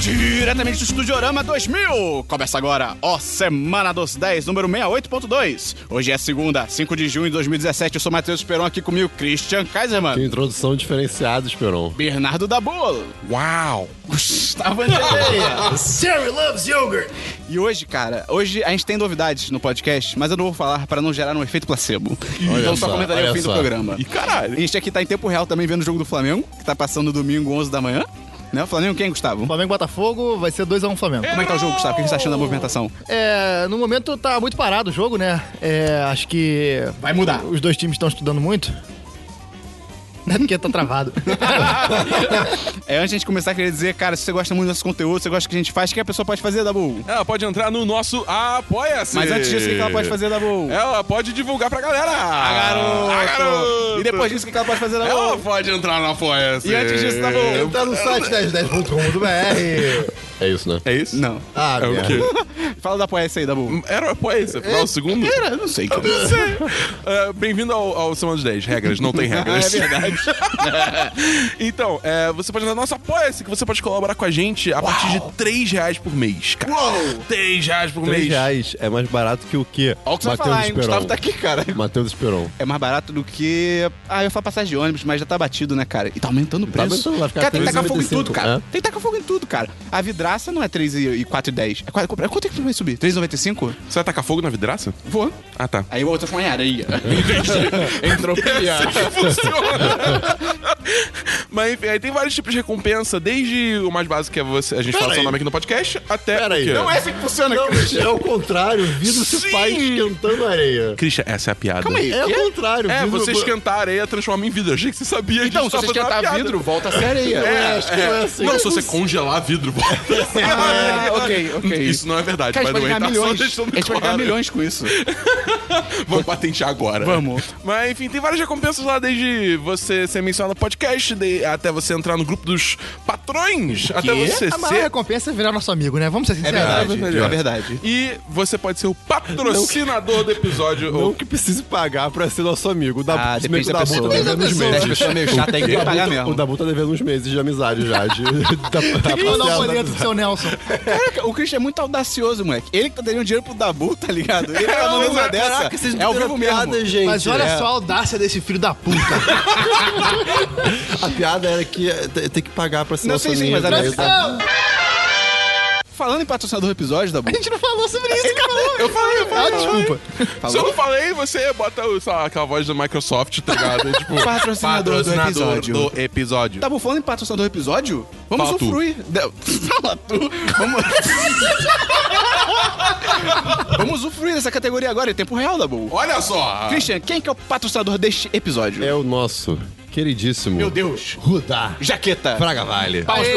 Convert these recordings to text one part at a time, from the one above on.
diretamente do Estudiorama 2000. Começa agora, ó, Semana dos 10, número 68.2. Hoje é segunda, 5 de junho de 2017. Eu sou Matheus Peron, aqui comigo Christian Kaiserman. Que introdução diferenciada, Esperon. Bernardo Dabolo. Uau! Gustavo Angelia. Sarah loves yogurt. E hoje, cara, hoje a gente tem novidades no podcast, mas eu não vou falar pra não gerar um efeito placebo. então só, só, comentarei o olha fim do só. programa. E A caralho. gente aqui tá em tempo real também vendo o jogo do Flamengo, que tá passando domingo, 11 da manhã. Né? O Flamengo quem, Gustavo? Flamengo e Botafogo vai ser 2x1 Flamengo. Como é que tá o jogo, Gustavo? O que você tá achando da movimentação? É, no momento tá muito parado o jogo, né? É, acho que Vai mudar. os dois times estão estudando muito. Não é porque tá travado. É, antes de a gente começar, queria dizer, cara, se você gosta muito do nosso conteúdo, se você gosta do que a gente faz, o que a pessoa pode fazer, Dabu? Ela pode entrar no nosso Apoia-se. Mas antes disso, o que ela pode fazer, Dabu? É, Ah, Ela pode divulgar pra galera. A garoto. ah, A garoto. E depois disso, o que ela pode fazer, É, Ela Dabu? pode entrar no Apoia-se. E antes disso, Dabu? Tá no É. site 1010.com.br. É isso, né? É isso? Não. Ah, É o merda. quê? Fala da poesia aí, Dabu. Era o Apoia-se, afinal, o segundo? Cara, eu não sei, cara. Não sei. É, Bem-vindo ao, ao Semana dos 10. Regras, não tem regras. É verdade. então, é, você pode entrar no nosso Apoia-se, que você pode colaborar com a gente a partir de 3 reais por mês, cara. Uou! 3 reais por 3 mês. reais é mais barato que o quê? Um Olha o que você vai falar, hein? Esperon. Gustavo tá aqui, cara. Matheus Esperon. É mais barato do que. Ah, eu ia falar passagem de ônibus, mas já tá batido, né, cara? E tá aumentando o Tá preço. aumentando, vai ficar cara, tem que tacar fogo em 3,95, tudo, cara. é? Tem que tacar fogo em tudo, cara. A vidraça não é 3 e e 4,10. É quase- Quanto é que vai subir? 3,95? Você vai tacar fogo na vidraça? Vou. Ah, tá. Aí o outro foi em areia. Entropia. funciona. Mas enfim, aí tem vários tipos de recompensa, desde o mais básico que é você, a gente fala seu nome aqui no podcast, até. Pera o aí. quê? Não Não é assim que funciona, cara. É o contrário, o vidro Sim! se faz esquentando a areia. Christian, essa é a piada. Calma aí. É Quê? o contrário, o É, vidro- você esquentar a areia transforma em vidro. Eu achei que você sabia disso. Então, se tava você fazendo uma esquentar piada. vidro, volta a ser areia. É, É, acho que não é assim. Não, se você congelar vidro, Ah, ok, ok. Isso não é verdade, Cara, a gente by pode ganhar the way, tá só milhões. A deixando gente pode ganhar claro. milhões com isso. Vamos patentear agora. Vamos. Mas enfim, tem várias recompensas lá, desde você ser mencionado no podcast, de- até você entrar no grupo dos patrões, até você Ah, A maior ser recompensa é virar nosso amigo, né? Vamos ser sinceros. É verdade. E você pode ser o patrocinador do episódio. Não ou- que precise pagar pra ser nosso amigo. O Dabu, Ah, se bem depende que o da Dabu pessoa. tá devendo uns Se a meses. pessoa é meio chata, aí tem O que Dabu pagar tá- mesmo. O Dabu tá devendo uns meses de amizade já. De, da, da Quem mandar um parcela da boleto pro seu Nelson? Caraca, o Christian é muito audacioso, moleque. Ele que tá dando dinheiro pro Dabu, tá ligado? Ele tá Não, mandando uma mas dessa. caraca, vocês não é ao entenderam vivo a piada, mesmo. gente. Mas olha É. só a audácia desse filho da puta. A piada era que é, te- tem que pagar pra ser Não nosso sei sim, amigo. mas era- né? Não, Falando em patrocinador do episódio, Dabu. a gente não falou sobre isso, cara. Eu falei, eu Ah, falei. desculpa. Se eu Falou? não falei, você bota o- sei lá, aquela voz da Microsoft, tá ligado? Tipo, Patrocinador do episódio. Tá do episódio. Dabu, falando em patrocinador do episódio, vamos Fala tu. usufruir. de- Fala tu. Vamos... vamos usufruir dessa categoria agora, em tempo real, Dabu. Olha só! Christian, quem que é o patrocinador deste episódio? É o nosso queridíssimo. Meu Deus. Rudá. Jaqueta. Praga Vale. Palmas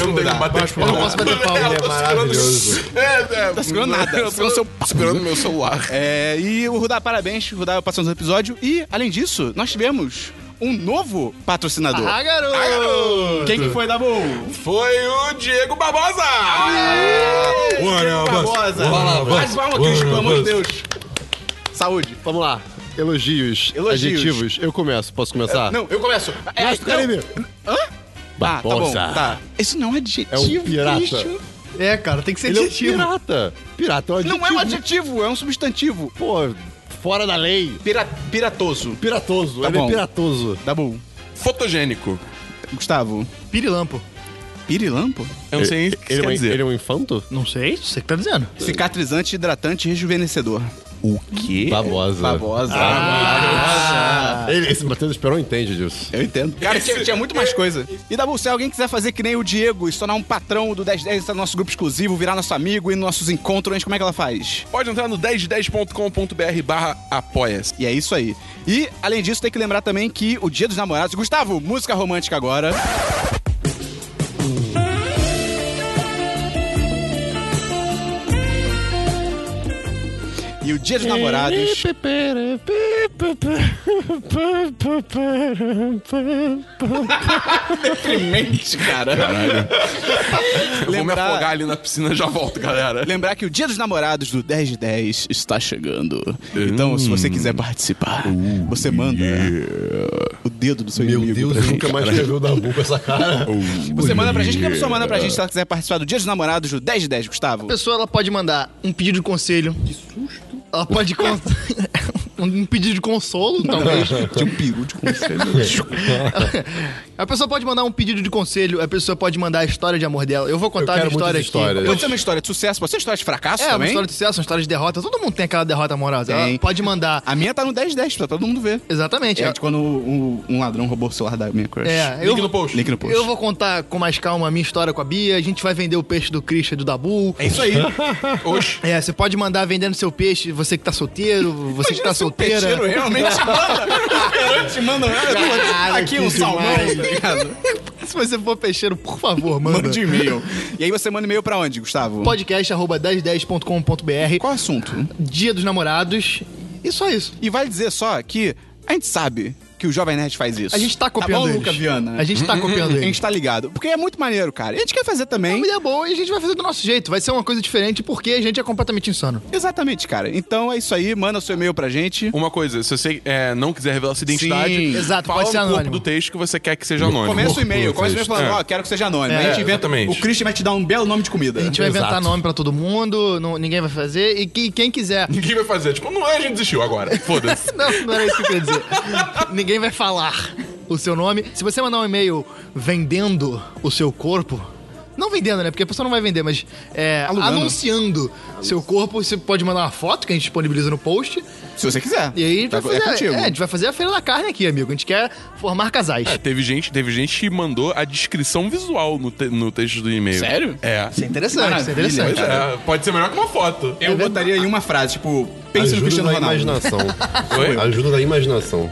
pro Rudá. Palmas pro Rudá. não tem como bater é Eu não posso bater palma. Eu tô maravilhoso. tá segurando- É, é, Tá segurando nada. Eu tô Segurando seu segurando meu celular. É, e o Rudá, parabéns, Rudá, passando o episódio. E, além disso, nós tivemos um novo patrocinador. Ah, garoto. Quem que foi, Dabu? Foi o Diego Barbosa! Diego Barbosa. Mais palma, Christian, pelo amor de Deus. Saúde. Vamos lá. Elogios, Elogios. adjetivos. Eu começo, posso começar? Não, eu começo. É, Mas, não. Caribe. Ah, tá bom, Barbosa. tá. Isso não é adjetivo, É um pirata. Christian. É, cara, tem que ser Ele é um adjetivo. pirata. Pirata é um adjetivo. Não é um adjetivo, é um substantivo. Pô, fora da lei. Pira- piratoso. Piratoso. Tá ele bom. é piratoso. Dabu. Fotogênico. Gustavo. Pirilampo. Pirilampo? Eu não sei o que Ele é, quer um, dizer. ele é um infanto? Não sei, você que tá dizendo. É. Cicatrizante, hidratante, rejuvenescedor. Ah, O quê? Babosa. Ah, Babosa. Ele, esse Matheus Esperon entende disso. Eu entendo. Cara, tinha, tinha muito mais coisa. E da se alguém quiser fazer que nem o Diego e se tornar um patrão do 1010 no nosso grupo exclusivo, virar nosso amigo e nos nossos encontros, como é que ela faz? Pode entrar no 1010.com.br barra apoia-se. E é isso aí. E, além disso, tem que lembrar também que o Dia dos Namorados. Gustavo, música romântica agora. e o Dia dos Namorados. Deprimente, cara. Eu vou me Lembrar- afogar ali na piscina e já volto, galera. Lembrar que o Dia dos Namorados do 10 de 10 está chegando. Então, se Hum. você quiser participar, Uhum. você manda o dedo do seu Meu inimigo. Deus, pra gente. nunca mais chegou da rua com essa cara. Você manda pra gente, que a pessoa manda pra gente se ela quiser participar do Dia dos Namorados do 10 de 10, Gustavo. A pessoa ela pode mandar um pedido de conselho. Que susto. Ela pode. Con... um pedido de consolo, talvez. De um peru de conselho. A pessoa pode mandar um pedido de conselho, a pessoa pode mandar a história de amor dela. Eu vou contar quero a história muitas aqui. histórias. Pode ser uma história de sucesso, pode ser uma história de fracasso É, uma também. história de sucesso, uma história de derrota. Todo mundo tem aquela derrota moral. Tem. Ela pode mandar. A minha tá no 10 de 10, pra todo mundo ver. Exatamente. É de quando um, um ladrão roubou o celular da minha crush. É, eu, Link no post. Link no post. eu vou contar com mais calma a minha história com a Bia. A gente vai vender o peixe do Christian e do Dabu. É isso aí. Oxe. É, você pode mandar vendendo seu peixe, você que tá solteiro, você que tá Se o solteira. peixeiro é. realmente manda. O perante manda. olha, Aqui um que salmão, demais. tá ligado? Se você for peixeiro, por favor, manda. Mande um e-mail. E aí você manda e-mail pra onde, Gustavo? Podcast arroba 1010.com.br, Qual assunto? Dia dos Namorados. E só isso. E vale dizer só que a gente sabe que o Jovem Nerd faz isso. A gente tá copiando tá bom, eles. Luca Viana? A gente tá copiando A eles. gente tá ligado. Porque é muito maneiro, cara. E a gente quer fazer É também. uma ideia boa e a gente vai fazer do nosso jeito. Vai ser uma coisa diferente porque a gente é completamente insano. Exatamente, cara. Então é isso aí. Manda seu e-mail pra gente. Uma coisa, se você é, não quiser revelar sua identidade, Sim. Exato, fala pode ser no corpo anônimo. do texto que você quer que seja anônimo. Começa o e-mail. loucura, Começa o e-mail falando, é. ó, quero que seja anônimo. Aí a gente inventa. exatamente. O Christian vai te dar um belo nome de comida. A gente vai Exato. inventar nome pra todo mundo, não- ninguém vai fazer. E que- quem quiser. Ninguém vai fazer. Tipo, não é, a gente desistiu agora. Foda-se. Não, não era isso que eu queria dizer. Ninguém vai falar o seu nome. Se você mandar um e-mail vendendo o seu corpo. Não vendendo, né? Porque a pessoa não vai vender, mas é, Alugando. anunciando seu corpo, você pode mandar uma foto que a gente disponibiliza no post. Se você quiser. E aí a gente, Tá co- vai, é fazer, contigo. é, a gente vai fazer a feira da carne aqui, amigo. A gente quer formar casais. É, teve gente, teve gente que mandou a descrição visual no, te- no texto do e-mail. Sério? É. Isso é interessante, isso Maravilha, é interessante. Pois é, pode ser melhor que uma foto. Eu botaria em uma frase, tipo, pense no Cristiano Ajuda da Ronaldo. imaginação. Oi? Ajuda da imaginação.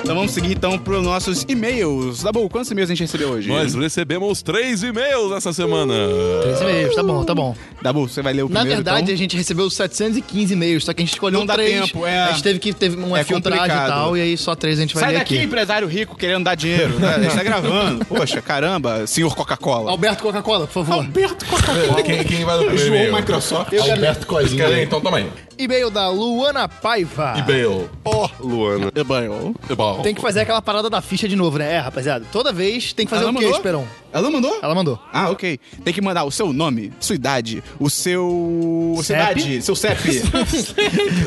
Então vamos seguir então pros nossos e-mails. Dabu, quantos e-mails a gente recebeu hoje? Nós recebemos três e-mails essa semana. Três e-mails, tá bom, tá bom. Dabu, você vai ler o Na primeiro, verdade, então? a gente recebeu 715 e-mails, só que a gente escolheu um Não dá três. tempo, é. A gente teve que teve uma É filtragem complicado. e tal, e aí só três a gente vai Sai ler daqui, aqui. empresário rico querendo dar dinheiro. né? A gente tá gravando. Poxa, caramba, senhor Coca-Cola. Alberto Coca-Cola, por favor. Alberto Coca-Cola. Quem, quem vai no primeiro e-mail? Microsoft. Alberto Quer- Coisinha. Então toma aí. E-mail da Luana Paiva. E-mail. Ó, Luana. Bom. Tem que fazer aquela parada da ficha de novo, né? É, rapaziada. Toda vez tem que fazer Ela o quê, mandou? Esperon? Ela mandou? Ela mandou. Ah, ok. Tem que mandar o seu nome, sua idade, o seu. CEP? Cidade, seu CEP.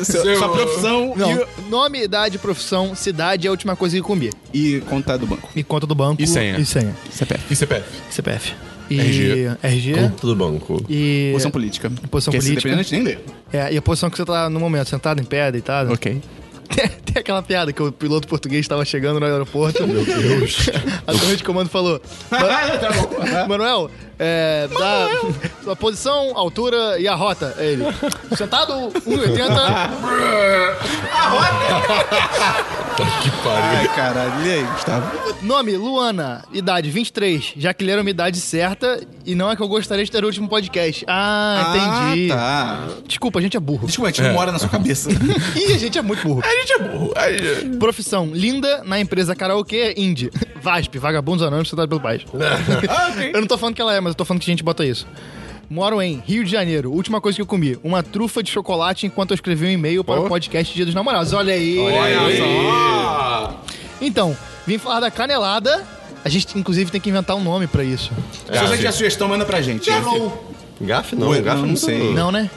seu- Seu- Sua profissão Não, e- nome, idade, profissão, cidade é a última coisa que comi. e conta do banco. E conta do banco. E senha. E senha. CPF. E CPF? CPF. E RG. RG. Conta do banco. E... Posição política. Posição Porque esse política. Independente nem lê. É, e a posição que você tá no momento, sentado em pé, deitado. Ok. Tem, tem aquela piada que o piloto português estava chegando no aeroporto. Meu Deus. A torre de comando falou: Ah, tá Manuel, é, dá sua posição, altura e a rota. Aí Ele. Sentado, 1,80. Ai, caralho. E aí, Gustavo? Nome, Luana. Idade, 23. Já que leram uma idade certa e não é que eu gostaria de ter o último podcast. Ah, entendi. Ah, tá. Desculpa, a gente é burro. Desculpa, a gente não mora na sua cabeça. Ih, a gente é muito burro. A gente é burro. A gente- Profissão, linda na empresa karaokê, é indie. VASP, vagabundos anônimos, sentado pelo paz. Eu não tô falando que ela é, mas eu tô falando que a gente bota isso. Moro em Rio de Janeiro. Última coisa que eu comi: uma trufa de chocolate enquanto eu escrevi um e-mail para o podcast Dia dos Namorados. Olha aí. Então, vim falar da canelada. A gente, inclusive, tem que inventar um nome pra isso. Se você tiver sugestão, manda pra gente. Gafe não, Oi, É, não, gafe não, não sei. Não, né?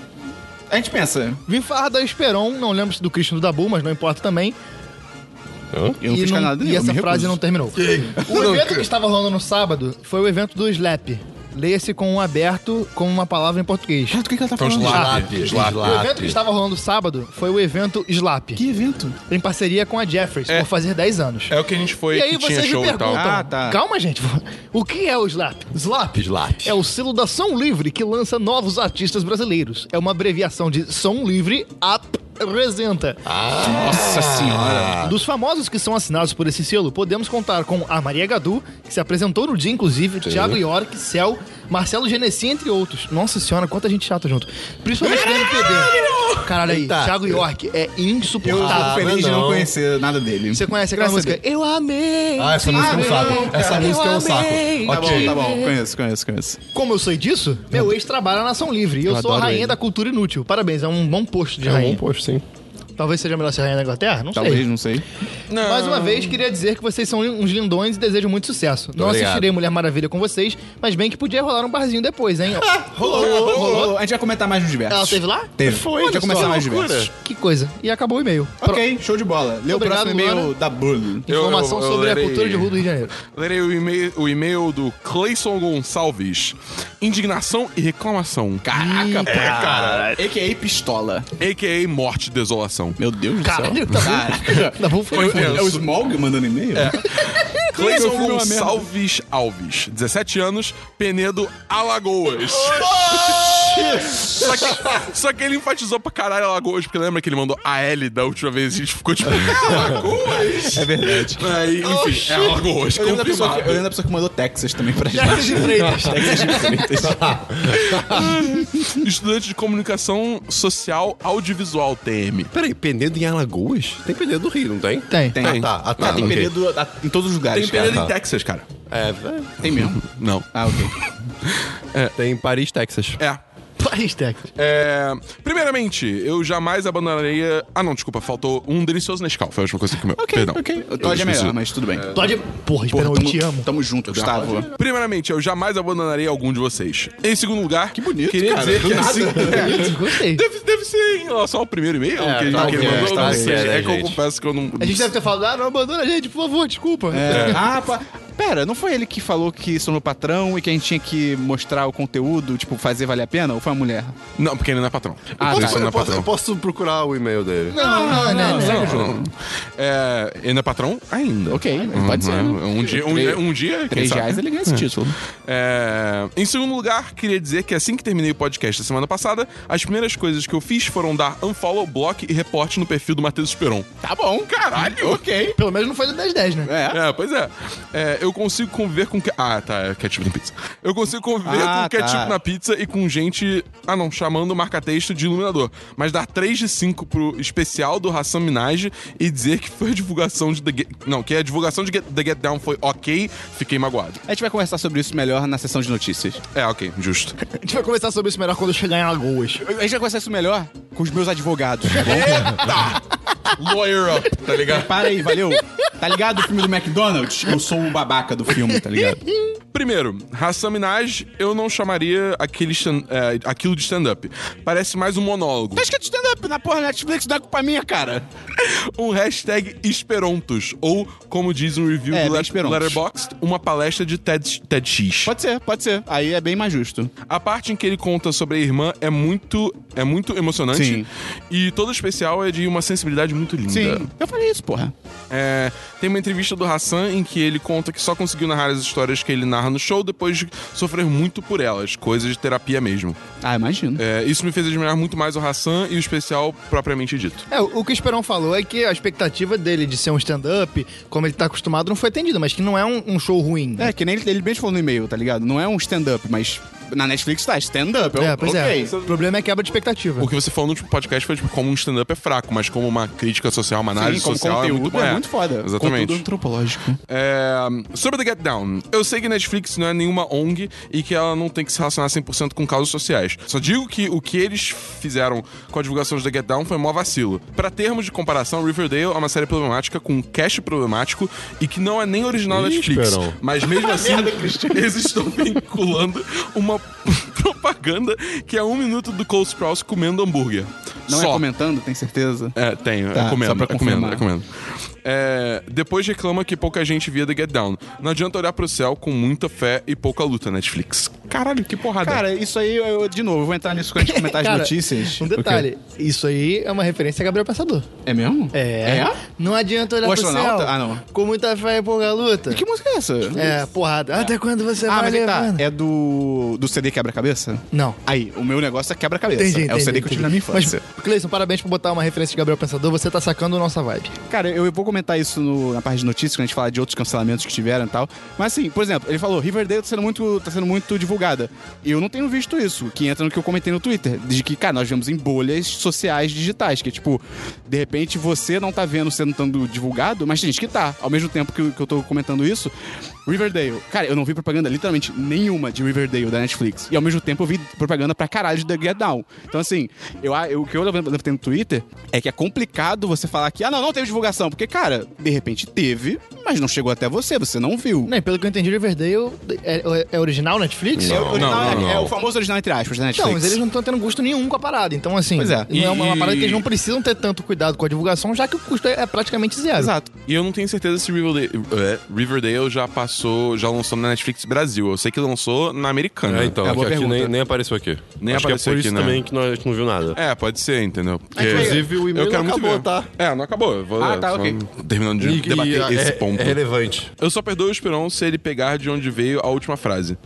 A gente pensa. Vim falar da Esperon. Não lembro se do Christian ou do Dabu, mas não importa também. Eu não e fiz não- nada tá- e essa frase não terminou. O evento que estava rolando no sábado foi o evento do Slap. Leia-se com um aberto como uma palavra em português. Renato, o que, que ela tá Então, falando? slap. slap. O evento que estava rolando sábado foi o evento Slap, Que evento? em parceria com a Jeffries, por fazer 10 anos. É o que a gente foi, E aí que tinha vocês me show e tal. perguntam, Ah, tá. calma gente, o que é o Slap? Slap, slap. É o selo da Som Livre que lança novos artistas brasileiros. É uma abreviação de Som Livre Apresenta. Ah, Nossa senhora. Dos famosos que são assinados por esse selo, podemos contar com a Maria Gadu, que se apresentou no dia, inclusive, Thiago York, Céu, Marcelo Genesi, entre outros. Nossa senhora, quanta gente chata junto. Principalmente do MPB. Caralho aí, Eita. Thiago York é Eu insuportável. tô feliz de Ah, não não. conhecer nada dele. Você conhece aquela Graças a música? Eu amei! Ah, essa música é um saco. Essa música é um saco. amei. Tá bom, Ok. tá bom. Conheço, conheço, conheço. Como eu sei disso? Meu ex trabalha na Ação Livre e eu, sou a adoro rainha ele. da cultura inútil. Parabéns, é um bom posto de É um rainha. bom post, sim. Talvez seja melhor ser rainha da Inglaterra? Não Talvez, sei. não sei. Não. Mais uma vez, queria dizer que vocês são uns lindões e desejo muito sucesso. Não Obrigado. assistirei Mulher Maravilha com vocês, mas bem que podia rolar um barzinho depois, hein? Rolou, rolou. A gente vai comentar mais nos diversos. Ela teve lá? Teve. Foi, a gente vai olha começar só. mais nos Loucura. diversos. que coisa. E acabou o e-mail. Ok, show de bola. Lê o Obrigado, próximo e-mail Luana. da Bully. Pro- Informação Eu- eu- eu sobre a lerei. cultura de rua do Rio de Janeiro. Lerei o e-mail, o e-mail do Clayson Gonçalves. Indignação e reclamação. Caraca, pô, cara. A.K.A. pistola. A.k.a. morte e desolação. Meu Deus Caralho, do tá céu. bom. Caraca. Tá bom, foi. É, é o Smog mandando e-mail? Meu Clayson filme é uma merda. Gonçalves Alves, 17 anos, Penedo, Alagoas. só, que, só que ele enfatizou pra caralho Alagoas, porque lembra que ele mandou a L da última vez e a gente ficou tipo, Alagoas? É verdade. Aí, enfim, é Alagoas, Eu lembro, da pessoa que, eu confirmado. lembro da pessoa que mandou Texas também pra gente. Jackson de Freitas. Estudante de comunicação social audiovisual, TM. Peraí, Penedo em Alagoas? Tem Penedo do Rio, não tem? Tem. Tem. Ah, tá. Ah, tá. tem ok. período a- em todos os lugares. Tem Penedo em cara. Texas, cara. É, é, Tem mesmo. Não. Ah, ok. tem Paris, Texas. É. Paris, Texas. É, Primeiramente, eu jamais abandonaria. Ah, não, desculpa, faltou um delicioso Nescau. Foi a última coisa que comeu. Perdão. O Eu Todd é melhor, preciso- mas tudo bem. Pode... Porra, Porra, Esperão, eu tamo- te amo. Tamo junto, Gustavo. Primeiramente, eu jamais abandonaria algum de vocês. Em segundo lugar, que bonito, queria cara, dizer do que nada. assim. Gostei. Deve, deve ser em relação ao primeiro e-mail É, que, tá que ele ok, mandou. tá não ok, sei, né, é que eu gente? confesso que eu não. A gente deve ter falado, ah, não abandona a gente, por favor, desculpa. É. Ah, pa- pera, não foi ele que falou que sou meu patrão e que a gente tinha que mostrar o conteúdo, tipo, fazer valer a pena? Ou foi a mulher? Não, porque ele não é patrão. Ah, Por tá. isso ele não Eu é posso, patrão. eu posso procurar o e-mail dele. Não, não, não, não. Não. É, ele não é patrão ainda. Ok, pode ser. né? Um dia, um, dia- um dia quem 3 sabe? reais ele ganha esse título. É, Em segundo lugar, queria dizer que assim que terminei o podcast da semana passada, as primeiras coisas que eu fiz foram dar unfollow, block e report no perfil do Matheus Esperon. Tá bom, caralho. Ok. Pelo menos não foi do 10-10, né? É. É, pois é. É, Eu consigo conviver com. que- Ah, tá. É ketchup na pizza. Eu consigo conviver Ah, com ketchup tá. na pizza e com gente. Ah, não. Chamando marca-texto de iluminador. Mas dar 3 de 5 pro especial do Hassan Minaj e dizer que foi a divulgação de. The Get... Não, que a divulgação de Get- The Get Down foi ok. Fiquei magoado. A gente vai conversar sobre isso melhor na sessão de notícias. É, ok. Justo. A gente vai conversar sobre isso melhor quando eu chegar em Alagoas. A gente vai conversar isso melhor com os meus advogados. Lawyer up, tá ligado? Para aí, valeu. Tá ligado o filme do McDonald's? Eu sou o babaca do filme, tá ligado? Primeiro, Hassan Minaj, eu não chamaria aquele stan- é, aquilo de stand-up. Parece mais um monólogo. escrito é stand-up na porra Netflix, não é culpa minha, cara. Um hashtag Esperontos, ou, como diz um review É, do bem Let Esperontos. Letterboxd, uma palestra de TED, TEDx. Pode ser, pode ser. Aí é bem mais justo. A parte em que ele conta sobre a irmã é muito, é muito emocionante. Sim. E todo o especial é de uma sensibilidade muito linda. Eu falei isso, porra. É, tem uma entrevista do Hassan em que ele conta que só conseguiu narrar as histórias que ele narra no show depois de sofrer muito por elas, coisas de terapia mesmo. Ah, imagino. É, isso me fez admirar muito mais o Hassan e o especial propriamente dito. É, o o que o Esperão falou é que a expectativa dele de ser um stand-up, como ele tá acostumado, não foi atendida, mas que não é um, um show ruim. É, que nem ele, ele mesmo falou no e-mail, tá ligado? Não é um stand-up, mas na Netflix tá stand-up. Eu- É, pois ok. é. O problema é quebra de expectativa. O que você falou no último podcast foi tipo, como um stand-up é fraco, mas como uma crítica social, uma análise Sim, como social é muito, conteúdo bom. é muito foda. Exatamente. Conteúdo antropológico. É, sobre The Get Down, eu sei que Netflix não é nenhuma ONG e que ela não tem que se relacionar 100% com causas sociais. Só digo que o que eles fizeram com a divulgação de The Get Down foi mó vacilo. Pra termos de comparação, Riverdale é uma série problemática com um cast problemático e que não é nem original da Ih, Netflix. Esperão. Mas mesmo assim, eles estão vinculando uma propaganda que é um minuto do Cole Sprouse comendo hambúrguer. Não Só. é comentando, tem certeza? É, tenho. Tá, recomendo, só pra recomendo, confirmar. recomendo. É, depois É. reclama que pouca gente via The Get Down. Não adianta olhar pro céu com muita fé e pouca luta, Netflix. Caralho, que porrada. Cara, isso aí, eu, eu- de novo, eu vou entrar nisso quando a gente comentar as Cara, notícias. Um detalhe, isso aí é uma referência a Gabriel Pensador. É mesmo? É. É? Não adianta olhar O pro astronauta? céu Ah, não. com muita fé e pouca luta. Que música é essa? É, porrada. Até quando você Ah, vai mas aí tá. levando? É do, do CD Quebra-Cabeça? Não. Aí, o meu negócio é Quebra-Cabeça. Entendi, É o entendi, CD que eu tive na minha entendi. infância. Mas, Cleison, parabéns por botar uma referência de Gabriel Pensador. Você tá sacando nossa vibe. Cara, eu vou comentar isso no- na parte de notícias, quando a gente falar de outros cancelamentos que tiveram e tal. Mas assim, por exemplo, ele falou, Riverdale tá sendo muito, tá sendo muito divulgada. E eu não tenho visto isso, que entra no que eu comentei no Twitter. De que, cara, nós vemos em bolhas sociais digitais, que é tipo, de repente você não tá vendo sendo tanto divulgado, mas tem gente que tá. Ao mesmo tempo que, eu- que eu tô comentando isso, Riverdale. Cara, eu não vi propaganda literalmente nenhuma de Riverdale da Netflix. E ao mesmo tempo eu vi propaganda pra caralho de The Get Down. Então, assim, eu, a- eu- o que eu levantei no Twitter é que é complicado você falar que, ah, não, não teve divulgação. Porque, cara, de repente teve, mas não chegou até você, você não viu. Não, e pelo que eu entendi, Riverdale é, é original Netflix? É o original- não, não, é- é não. o famoso original, entre aspas, da Netflix. Não, mas eles não estão tendo gosto nenhum com a parada. Então, assim, Pois é. não é uma, uma E- parada que eles não precisam ter tanto cuidado com a divulgação, já que o custo é, é praticamente zero. Exato. E eu não tenho certeza se Riverdale, é, Riverdale já passou, já lançou na Netflix Brasil. Eu sei que lançou na americana. É, então, É, boa aqui, aqui pergunta. nem, nem apareceu aqui. Nem Acho que apareceu é por aqui, isso né? também que nós- a gente não viu nada. É, pode ser, entendeu? Porque- Inclusive, o e-mail eu quero não muito acabou, ver. tá? É, não acabou. Eu vou Ah, tá, só ok. terminando de debater e- esse é- ponto. É relevante. Eu só perdoo o Esperon se ele pegar de onde veio a última frase.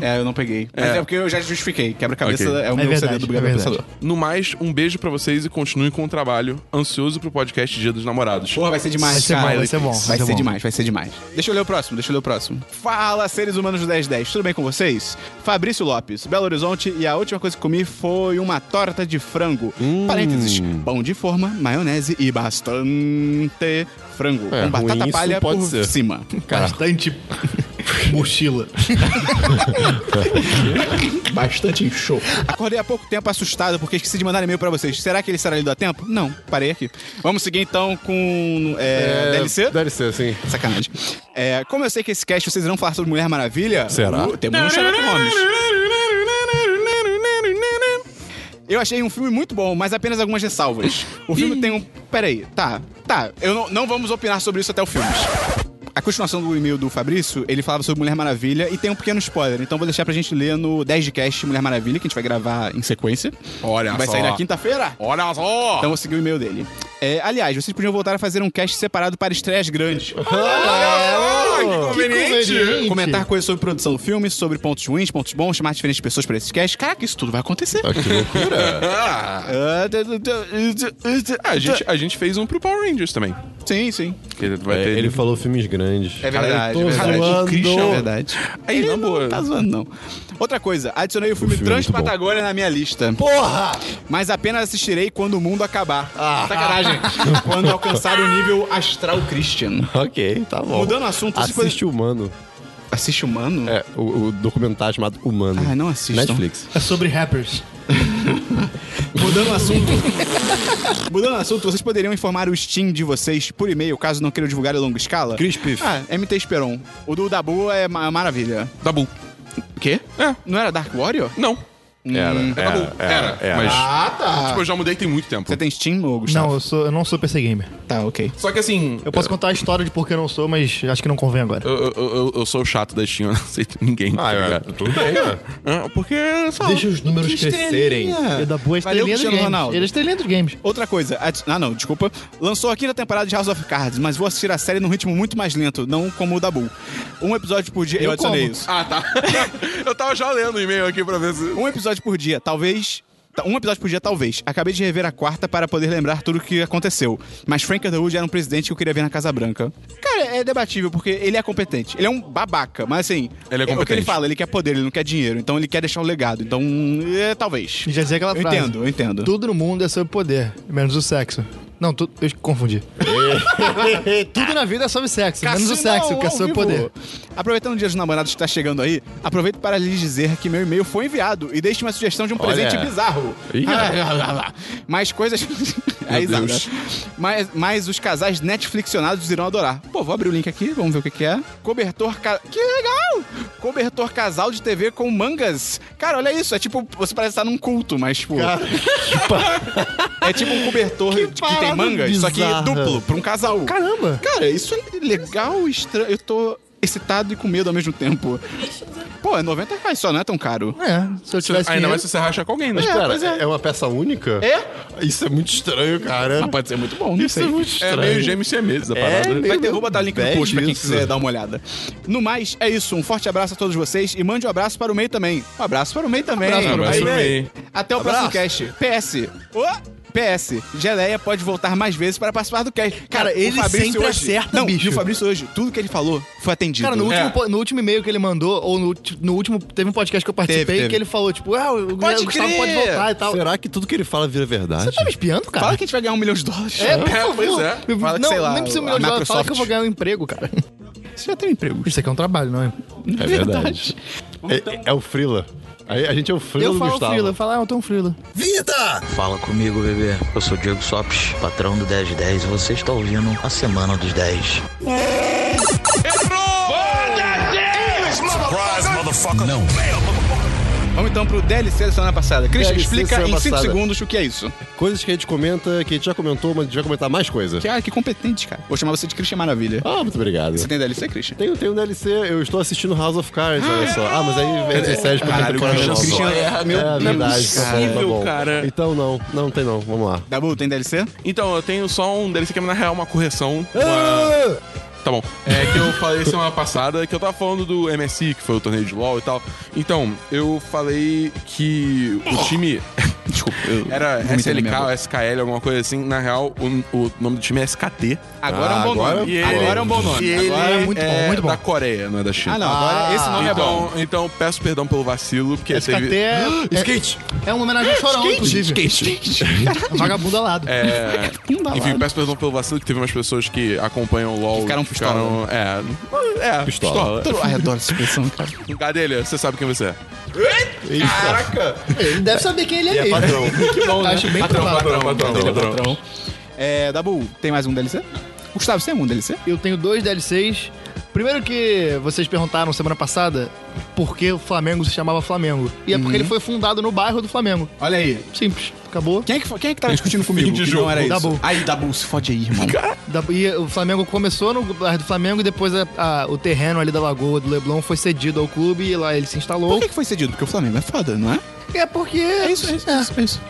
É, eu não peguei. Mas é, porque eu já justifiquei. Quebra-cabeça Ok. é o É meu verdade, CD do é Gabriel verdade. Pensador. No mais, um beijo pra vocês e continue com o trabalho. Ansioso pro podcast Dia dos Namorados. Porra, vai ser demais, Vai ser cara. bom, vai ser Vai, bom, vai ser ser bom. demais, vai ser demais. Deixa eu ler o próximo, deixa eu ler o próximo. Fala, seres humanos do 1010, tudo bem com vocês? Fabrício Lopes, Belo Horizonte, e a última coisa que comi foi uma torta de frango. Hum. Parênteses, pão de forma, maionese e bastante frango. É, com batata ruim isso palha pode por ser. cima. Bastante mochila. Bastante show. Acordei há pouco tempo assustado porque esqueci de mandar e-mail pra vocês. Será que ele será lido a tempo? Não, parei aqui. Vamos seguir então com é, DLC? DLC, sim. Sacanagem. É, como eu sei que esse cast vocês irão falar sobre Mulher Maravilha, Será? o- temos um Sherlock Holmes. Eu achei um filme muito bom, mas apenas algumas ressalvas. O filme tem um. Peraí, tá, tá. Eu não, não vamos opinar sobre isso até o filme. A continuação do e-mail do Fabrício, ele falava sobre Mulher Maravilha e tem um pequeno spoiler. Então vou deixar pra gente ler no 10 de cast Mulher Maravilha, que a gente vai gravar em sequência. Olha Vai só. sair na quinta-feira. Olha só! Então vou seguir o e-mail dele. É, aliás, vocês podiam voltar a fazer um cast separado para estreias grandes. Ah, é. que conveniente! Comentar coisas sobre produção do filme, sobre pontos ruins, pontos bons, chamar diferentes pessoas para esse cast. Caraca, isso tudo vai acontecer. Ah, que loucura. Ah, É, a, gente, a gente fez um pro Power Rangers também. Sim, sim. Que vai É, ter- ele falou filmes grandes. É verdade. eu tô é verdade. zoando. O Christian, é verdade. Aí, Ele na boa. não tá zoando, não. Outra coisa, adicionei o filme, filme é muito bom. Transpatagônia na minha lista. Porra! Mas apenas assistirei quando o mundo acabar. Sacanagem. quando alcançar o nível astral Christian. Ok, tá bom. Mudando o assunto, se Assiste Humano. Assiste humano? É, o, o documentário chamado Humano. Ah, não assistam. Netflix. É sobre rappers. Mudando o assunto. Mudando o assunto, vocês poderiam informar o Steam de vocês por e-mail, caso não queiram divulgar a longa escala? Crispy. Ah, MT Esperon. O do Dabu é ma- maravilha. Dabu. O quê? É. Não era Dark Warrior? Não. Era, Dabu. era, Hum. era, era. Mas, Ah, tá. tipo, eu já mudei tem muito tempo. Você tem Steam, ô Não, Gustavo? eu, sou, eu não sou PC Gamer. Tá, ok. Só que assim... Eu posso contar a história de por que eu não sou, mas acho que não convém agora. Eu, eu, eu, eu sou o chato da Steam, eu não aceito ninguém. Ah, tá é, É, ligado? tudo bem, né? Ah, Porque, só... Deixa os números crescerem. Eu da boa É. Valeu, estrelinha dos Cristiano games. Ronaldo. Ele é estrelinha dos games. Outra coisa, adi- ah não, desculpa. Lançou aqui na temporada de House of Cards, mas vou assistir a série num ritmo muito mais lento, não como o Dabu. Um episódio por dia. Eu, Eu adicionei como. isso. Ah, tá. eu tava já lendo o e-mail aqui pra ver se... Um episódio por dia, talvez. ta- Um episódio por dia, talvez. Acabei de rever a quarta para poder lembrar tudo o que aconteceu. Mas Frank Underwood era um presidente que eu queria ver na Casa Branca. Cara, é debatível, porque ele é competente. Ele é um babaca, mas assim. Ele é O que ele competente. fala, ele quer poder, ele não quer dinheiro. Então ele quer deixar um legado. Então, é, talvez. Já dizia aquela Eu frase. entendo, eu entendo. Tudo no mundo é sobre poder, menos o sexo. Não, tu, eu confundi. Tudo na vida é sobre sexo, menos o Cassino sexo, que é ao sobre vivo. poder. Aproveitando o dia dos namorados que tá chegando aí, aproveito para lhes dizer que meu e-mail foi enviado e deixe uma sugestão de um Olha. presente bizarro. Ah, Ih. mais coisas. É Aí, Zara. Deus. Mas, mas os casais Netflixionados irão adorar. Pô, vou abrir o link aqui, vamos ver o que, que é. Cobertor. Ca... Que legal! Cobertor casal de TV com mangas. Cara, olha isso. É tipo, você parece estar num culto, mas, tipo. é tipo um cobertor de- que, tem parada mangas, só bizarra. que duplo, pra um casal. Caramba! Cara, isso é legal e estranho. Eu tô excitado e com medo ao mesmo tempo. Pô, é 90 reais só, não é tão caro. É, se eu tivesse Ainda dinheiro... mais se você racha com alguém, né? É, pois Cara, é. é uma peça única? É? Isso é muito estranho, cara. Ah, pode ser muito bom, não Isso sei. é muito É estranho. meio gêmeo siamês É. a parada. né? Vai ter, vou botar o link no bad post pra quem isso. quiser dar uma olhada. No mais, é isso. Um forte abraço a todos vocês e mande um abraço para o MEI também. Um abraço para o MEI também. Abraço para o Aí, MEI. é MEI. Até o Abraço. próximo cast. PS. Ô, PS, Geleia pode voltar mais vezes para participar do cast. Cara, o ele Fabrício sempre hoje... acerta, Não, bicho. e o Fabrício hoje, tudo que ele falou foi atendido. Cara, no último, É. po- no último e-mail que ele mandou, ou no, ulti- no último, teve um podcast que eu participei, Teve, teve. que ele falou, tipo, ah, o Pode Gustavo crer. é pode voltar e tal. Será que tudo que ele fala vira verdade? Você tá me espiando, cara? Fala que a gente vai ganhar um milhão de dólares. por É, favor. pois é. Eu- Fala que, não, sei lá, nem precisa me a ajudar. Fala que eu Microsoft. vou ganhar um emprego, cara. Você já tem um emprego. Isso aqui é um trabalho, não é? É verdade. É, é o Frila. Aí a gente é o Frila Eu do falo Gustavo. frila, eu falo, ah, eu tô um frila. Fala comigo, bebê. Eu sou Diego Sopes, patrão do 1010, e você está ouvindo a Semana dos 10. Vamos então pro DLC da semana passada. Christian, DLC explica semana em 5 passada. segundos o que é isso. Coisas que a gente comenta, que a gente já comentou, mas a gente vai comentar mais coisa. Que, ah, que competente, cara. Vou chamar você de Christian Maravilha. Ah, muito obrigado. Você tem DLC, Christian? Tem, tem um DLC, eu estou assistindo House of Cards, olha só. Ah, mas aí vem o Sérgio pra Caralho, temporada Christian, Christian, nova. É, verdade. tá bom, tá possível, bom. cara. Então não, não tem não, vamos lá. Dabu, tem DLC? Então, eu tenho só um DLC que é, na real, uma correção. Ah! Uma... Tá bom. É que eu falei semana passada que eu tava falando do MSI, que foi o torneio de LoL e tal. Então, eu falei que o time Desculpa. eu era vomitei na SLK minha boca. ou SKL, alguma coisa assim. Na real, o, o nome do time é SKT. Agora é um bom Agora- nome. E ele- Agora é um bom E nome. ele Agora é é muito bom, muito bom. da Coreia, não é da China. Ah, não. Agora esse nome é bom. Então, então, peço perdão pelo vacilo, porque SKT teve... é, Skate! é, uma homenagem ao chorão, inclusive. Vagabundo alado. É, Não dá enfim, Tá lá. peço perdão pelo vacilo, que teve umas pessoas que acompanham o LoL. Que ficaram e pistola. né? Ficaram, é, é, Pistola. pistola. Tô- Ai, adoro essa expressão, cara. Gadelha, você sabe quem você é. Ele deve saber quem ele é, É mesmo. patrão. né? Acho bem provável. Patrão, patrão, patrão. É, Dabu, tem mais um DLC? Gustavo, você tem um DLC? Eu tenho dois DLCs. Primeiro que vocês perguntaram semana passada por que o Flamengo se chamava Flamengo. E é porque Uhum. ele foi fundado no bairro do Flamengo. Olha aí. Simples. Acabou. Quem é que, foi- quem é que tava discutindo comigo? de que jogo. Não era isso. Dabu. Aí, Dabu, se fode aí, irmão. Da- e o Flamengo começou no bairro do Flamengo e depois a- a- o terreno ali da Lagoa do Leblon foi cedido ao clube e lá ele se Por instalou. que, que foi cedido? Porque o Flamengo é foda, não é? É porque. É isso, é isso, é isso, é isso.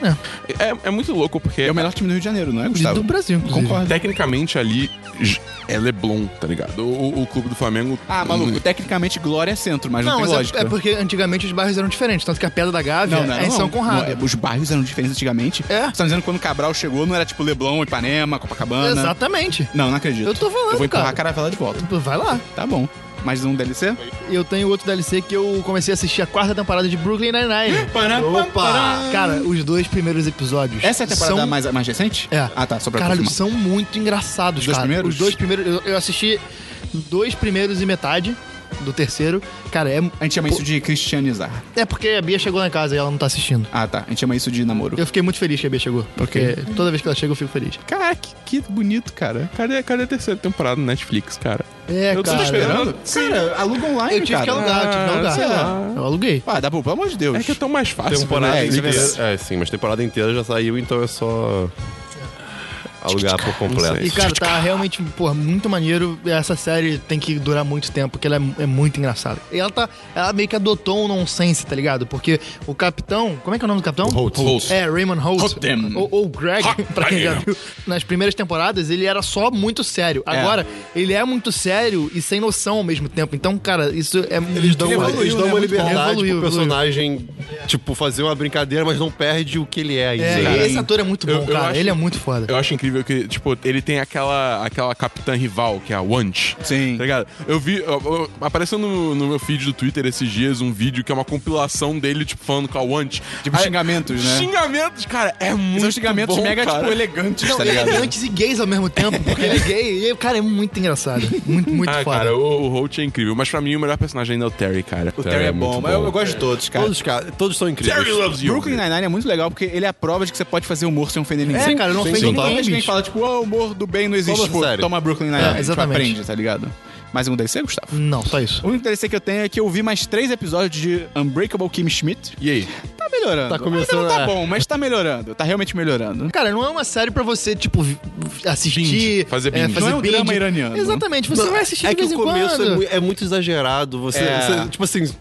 É, é muito louco, porque É o melhor time do Rio de Janeiro, não é, De- Do Gustavo? Brasil, inclusive. Concordo. tecnicamente ali j- é Leblon, tá ligado? O, o- o clube do Flamengo. Ah, maluco, Hum, tecnicamente Glória é centro, mas não, Não, tem mas lógica. é, é porque antigamente os bairros eram diferentes, tanto que a Pedra da Gávea Não, não, é em não. São Conrado. Não, Os bairros eram diferentes antigamente. É. Você tá dizendo que quando Cabral chegou não era tipo Leblon, Ipanema, Copacabana? Exatamente. Não, não acredito. Eu tô falando, Eu vou empurrar cara. a caravela de volta. Pô, Vai lá. Tá bom. Mais um DLC? Eu tenho outro DLC que eu comecei a assistir a quarta temporada de Brooklyn Nine-Nine. Opa! Cara, os dois primeiros episódios. Essa é a temporada são... mais, mais recente? É. Ah, tá. Só pra Caralho, confirmar. são muito engraçados, Os dois cara. primeiros? Os dois primeiros. Eu, eu assisti dois primeiros e metade do terceiro. Cara, é, A gente chama isso de cristianizar. é porque a Bia chegou na casa e ela não tá assistindo. Ah, tá. A gente chama isso de namoro. Eu fiquei muito feliz que a Bia chegou. Porque toda vez que ela chega, eu fico feliz. Caraca, que, que bonito, cara. Cadê, cadê a terceira temporada do Netflix, cara? É, Eu tô cara. esperando. Cara, aluga online, Eu tive que cara. Ah, alugar, eu tive que alugar. sei lá. Eu aluguei. Ah, dá pô, pelo amor de Deus. É que é tão mais fácil. Temporada É, isso é verdade. inteira. É, sim, mas temporada inteira já saiu, então é só alugar por completo. E, cara, tá realmente, pô, muito maneiro. Essa série tem que durar muito tempo, porque ela é, é muito engraçada. E ela tá. Ela meio que adotou um nonsense, tá ligado? Porque o capitão. Como é que é o nome do capitão? Holtz. Holtz. É, Raymond Holtz. Hotem. Ou, ou Greg, pra quem já Hotem. viu. Nas primeiras temporadas, ele era só muito sério. Agora, ele é muito sério e sem noção ao mesmo tempo. Então, cara, isso é Eles muito dão, uma, maneiro. eles dão uma Muito bom. liberdade Evoluiu, pro evoluiu. personagem, tipo, fazer uma brincadeira, mas não perde o que ele é ainda. É, cara. esse ator é muito bom, Eu- eu cara. acho- Ele é muito foda. Eu acho incrível que, tipo, ele tem aquela, aquela capitã rival, que é a Wanch. Sim. Tá ligado? Eu vi. eu- eu- apareceu no, no meu feed do Twitter esses dias um vídeo que é uma compilação dele, tipo, falando com a Wanch. Tipo, Aí- xingamentos, né? Xingamentos, cara, é muito. São xingamentos bom, mega, cara. tipo, elegantes, Não, é tá e ligado? elegantes e gays ao mesmo tempo, porque ele é gay. E, cara, é muito engraçado. Muito, é muito Ah, foda. cara, o, o Holt é incrível. Mas pra mim, o melhor personagem ainda é o Terry, cara. O Terry é, é bom, muito mas eu, bom. eu gosto de todos, cara. Todos, cara, todos são incríveis. Terry loves you. Brooklyn Nine-Nine é muito legal porque ele é a prova de que você pode fazer humor sem ofender ninguém. É, cara, não ofende Toda ninguém, vez que a gente bicho. fala, tipo, o humor do bem não existe, Toma, tipo, sério. toma Brooklyn Nine-Nine. É, a gente exatamente. aprende, tá ligado? Mais um DLC, Gustavo? Não, só isso. O único DLC que eu tenho é que eu vi mais três episódios de Unbreakable Kim Schmidt. E aí? Tá melhorando. Tá começando, Ainda não tá é. bom, mas tá melhorando. Tá realmente melhorando. Cara, não é uma série pra você, tipo, vi- assistir. Binge, fazer É, binge. fazer Não é um binge. drama iraniano. Exatamente, você vai assistir É de que vez o em quando. começo é, mui- é muito exagerado. Você, É. você- tipo assim,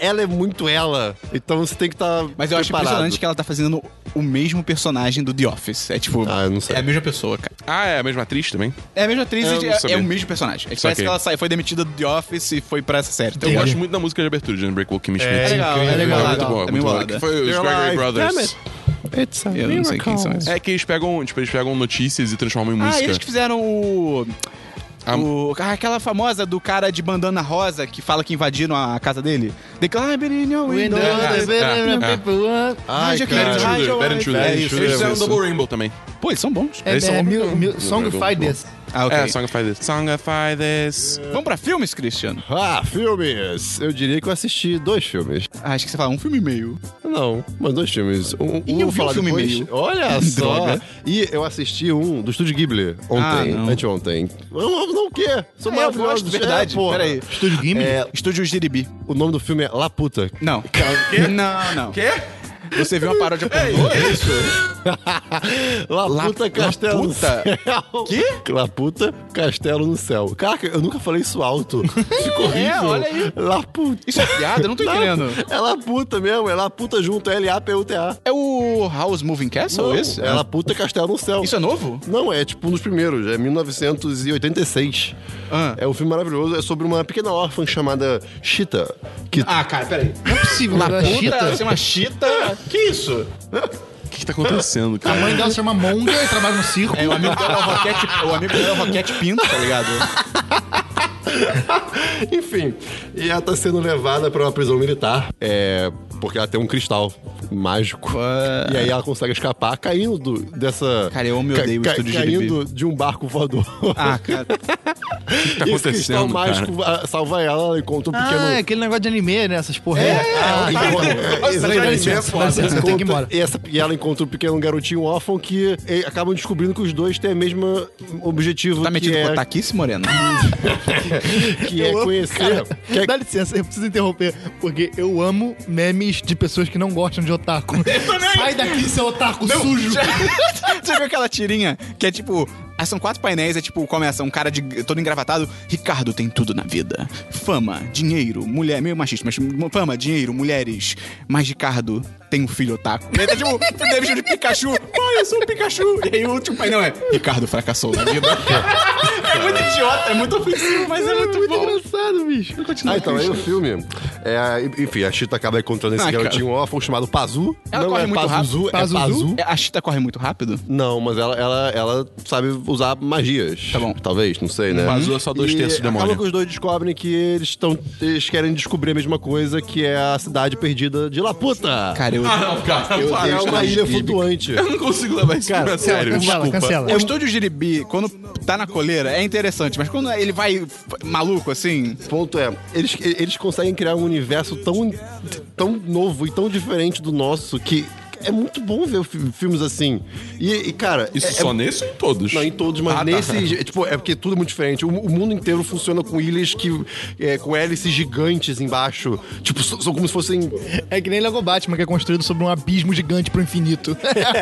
ela é muito ela. Então você tem que estar. Mas eu acho impressionante que ela tá fazendo o mesmo personagem do The Office. É tipo. Ah, eu não sei. É a mesma pessoa, cara. Ah, é a mesma atriz também? É a mesma atriz Eu e não é- é, sabia. o mesmo personagem. É que parece Saquei. que ela saiu, foi demitida do The Office e foi pra essa série. Então, Eu eu acho- gosto muito da música de abertura de Unbreakable Kimmy Schmidt. É legal, é legal. É legal. muito é boa, muito meio boa. bolada. Que foi os They're Gregory alive, damn Brothers. it. É It's a Eu não sei quem são esses. É que eles pegam, tipo, eles pegam notícias e transformam em Ah, música. eles que fizeram o. A- o- ah, aquela famosa do cara de bandana rosa que fala que invadiram a casa dele. The Climber in your window. É, já que- Ai, cara. Bad Ah, Intruder, já- Bad Intruder. Bad Eles Intruder é fizeram isso. Double Rainbow também. Ah, Pô, eles são bons. É, Eles são é, muito mil- bons. mil- Song Dragon Fight Ball. This. Ah, ok. É, Songify This. Songify This. Vamos pra filmes, Cristiano? Ah, filmes! Eu diria que eu assisti dois filmes. Ah, acho que você fala um filme e meio. Não, mas dois filmes. Um, Ih, um eu vi vou um falar filme e depois. meio. Olha só. Droga. Ah, E eu assisti um do Estúdio Ghibli ontem, não. anteontem. Não, não, não o quê? Sou Ah, eu maravilhoso. gosto, verdade. É, porra. Peraí. Estúdio Ghibli? É, Estúdio Jiribi. o nome do filme é La Puta. Não. Não, não. é Quê? é Você viu uma paródia pornô? La, Puta Castelo La Puta? no Céu. Que? La Puta Castelo no Céu. Caraca, eu nunca falei isso alto. Ficou horrível. É, olha aí. La Puta. Isso é piada? Eu não tô entendendo. É La Puta mesmo, é La Puta junto, é L-A-P-U-T-A. É o House Moving Castle, esse? É La Puta Castelo no Céu. Isso é novo? Não, é tipo um dos primeiros, é 1986. Ah. É um filme maravilhoso, é sobre uma pequena órfã chamada Chita. Que... Ah, cara, peraí. Não é possível. La ela puta, chita. você é uma chita? Que isso? O que que tá acontecendo, A cara? mãe dela se chama Monga e trabalha no circo. É, o amigo dela é o Roquete, o amigo dela é o Roquete Pinto, tá ligado? Enfim, e ela tá sendo levada pra uma prisão militar. É. Porque ela tem um cristal mágico. Ué. E aí ela consegue escapar caindo do- dessa. Cara, eu me ca- odeio o ca- estúdio Caindo de um barco voador. Ah, cara. que tá Esse acontecendo, cristal mágico ah, salva ela, ela encontra um pequeno. É, Ah, é aquele negócio de anime, né? Essas porra. aí. É, Ah, tá. Nossa, Dá licença, dá licença, eu tenho que ir embora. E, essa- e ela encontra um pequeno garotinho órfão que eh, acabam descobrindo que os dois têm o mesmo objetivo Tá que, metido com é, o Taquice, Moreno? que é Eu amo, conhecer. cara. que é- Dá licença, eu preciso interromper, porque eu amo memes de pessoas que não gostam de otaku. Sai daqui, seu otaku sujo! Você viu aquela tirinha que é tipo. ah, São quatro painéis, é tipo, começa um cara de todo engravatado. Ricardo tem tudo na vida: fama, dinheiro, mulher. Meio machista, mas fama, dinheiro, mulheres. Mas Ricardo tem um filho otaku. E aí tá tipo, o David de Pikachu. Pai, eu sou o Pikachu. E aí o último painel é: Ricardo fracassou na vida. é muito idiota, é muito ofensivo, mas é muito, bom. engraçado, bicho. Ah, então, aí o filme. É, enfim, a Chita acaba encontrando esse Ah, cara. garotinho um órfão chamado Pazu. Ela não corre é muito Pazuzu, é Pazuzu? Pazu. É, A Chita corre muito rápido? Não, mas ela, ela, ela sabe usar magias. Tá bom. Talvez, não sei, né? Pazu é só dois E terços do demônio. Acaba que os dois descobrem que eles estão. Eles querem descobrir a mesma coisa, que é a cidade perdida de Laputa. Cara, eu. Ah, Não, cara, eu, é uma ilha flutuante. eu não consigo levar isso cara, a sério. Cancela, desculpa. cancela. O estúdio Jiribi, quando tá na coleira, é interessante, mas quando ele vai f- maluco assim. O ponto é, eles, eles conseguem criar um universo tão, tão novo e tão diferente do nosso que é muito bom ver fi- filmes assim. E, e, cara. Isso é- só né? é- nesse ou em todos? Não, em todos, mas Ah, tá. nesses. é, Tipo, é porque tudo é muito diferente. O, o mundo inteiro funciona com ilhas que. é, com hélices gigantes embaixo. Tipo, so- são como se fossem. É que nem Lego Batman, que é construído sobre um abismo gigante pro infinito.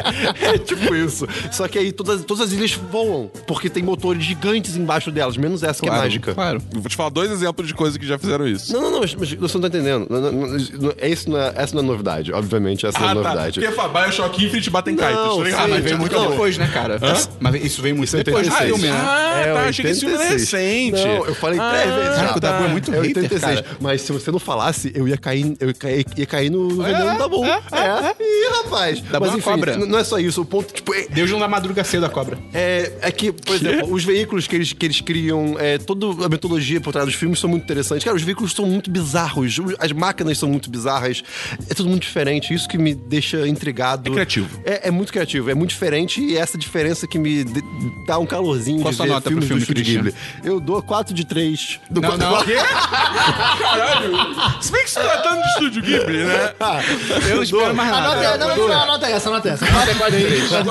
é tipo isso. Só que aí todas, todas as ilhas voam, porque tem motores gigantes embaixo delas, menos essa que é mágica. Claro. Eu Vou te falar dois exemplos de coisas que já fizeram isso. Não, não, não, mas, mas você não tá entendendo. Não, não, não, é isso não é- essa não é novidade, obviamente, essa não é novidade. Ah, Porque fala, tá. Bioshock Infinite batem kaitas, tá ligado? sim, Ah, Mas mas veio tipo, muito não. depois, né, cara? Mas isso veio muito é depois. 86. filme, né? Ah, É, tá, achei que esse filme era 86. recente. Não, eu falei três vezes. já. Caraca, o Dabu é muito É hater, 86. cara. Mas se você não falasse, eu ia cair, eu ia cair, ia cair no veneno da Dabu. É, Ih, rapaz. Dabu é mas uma enfim, cobra. n- não é só isso. O ponto, tipo, é, Deus não dá madruga cedo a cobra. é, é que, por exemplo, os veículos que eles, que eles criam, é, toda a metodologia por trás dos filmes são muito interessantes. Cara, os veículos são muito bizarros, o- as máquinas são muito bizarras, é tudo muito diferente. Isso que me deixa intrigado. É criativo. É, é muito criativo, é muito diferente e é essa diferença que me de- dá um calorzinho Qual de sua ver nota pro filmes filme, do Estúdio Christian? Ghibli. Eu dou 4 de 3. Do Não, não. Caralho! Se bem que se tratando de Estúdio Ghibli, né? Eu não espero mais Anota nada. essa, Ah, não, não, não, anota essa, anota essa. Anota Quase três, tá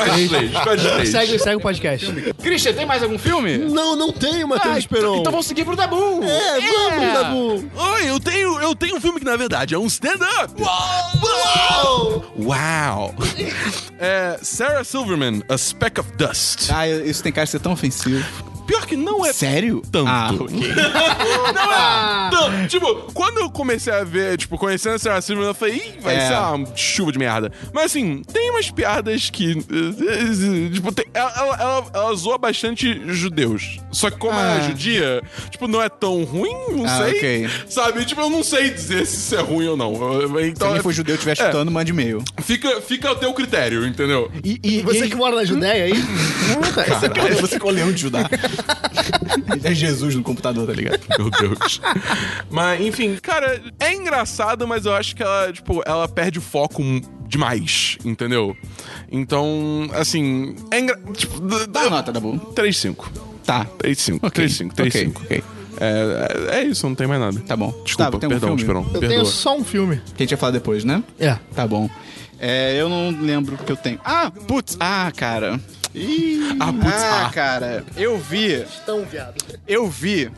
quase três. Segue, segue o podcast. Christian, tem mais algum filme? Não, não tenho, Matheus Esperon. Então vamos seguir pro Dabu. É, vamos, É. Dabu. Oi, eu tenho, eu tenho um filme que, na verdade, é um stand-up. Uau! Uau! É Sarah Silverman, A Speck of Dust. Ah, isso tem cara de ser tão ofensivo. Pior que não é Sério? Tanto. Ah, Não é tanto. Tipo, quando eu comecei a ver, tipo, conhecendo a Sarah Silverman, eu falei, ih, vai É. ser uma chuva de merda. Mas assim, tem umas piadas que. eh, eh, Tipo, tem- ela, ela, ela- ela zoa bastante judeus. Só que como ela é judia, tipo, não é tão ruim, não Ah, sei. ok. Sabe? Tipo, eu não sei dizer se isso é ruim ou não. Eu- eu- se Então, alguém for judeu e estiver É. chutando, mande e-mail. fica, fica ao teu critério, entendeu? E, e, Você que mora na Judéia aí. você, que... você que é o leão de Judá. Ele é Jesus no computador, tá ligado? Meu Deus. mas, enfim, cara, é engraçado, mas eu acho que ela, tipo, ela perde o foco m- demais, entendeu? Então, assim, é engra... Tipo, d- Dá a d- nota, Dabu. 3-5. Tá. 3-5. Ok, 3-5. 3-5. ok, ok. É, é- é isso, não tem mais nada. Tá bom. Desculpa, Gustavo, tem um perdão, filme? Esperon. Eu Perdoa. tenho só um filme. Que a gente vai falar depois, né? É. Tá bom. É, eu não lembro o que eu tenho. Ah, putz. Ah, cara. Ih. Ah, putz, Ah, ah. cara. Eu vi... Então, viado. Eu vi...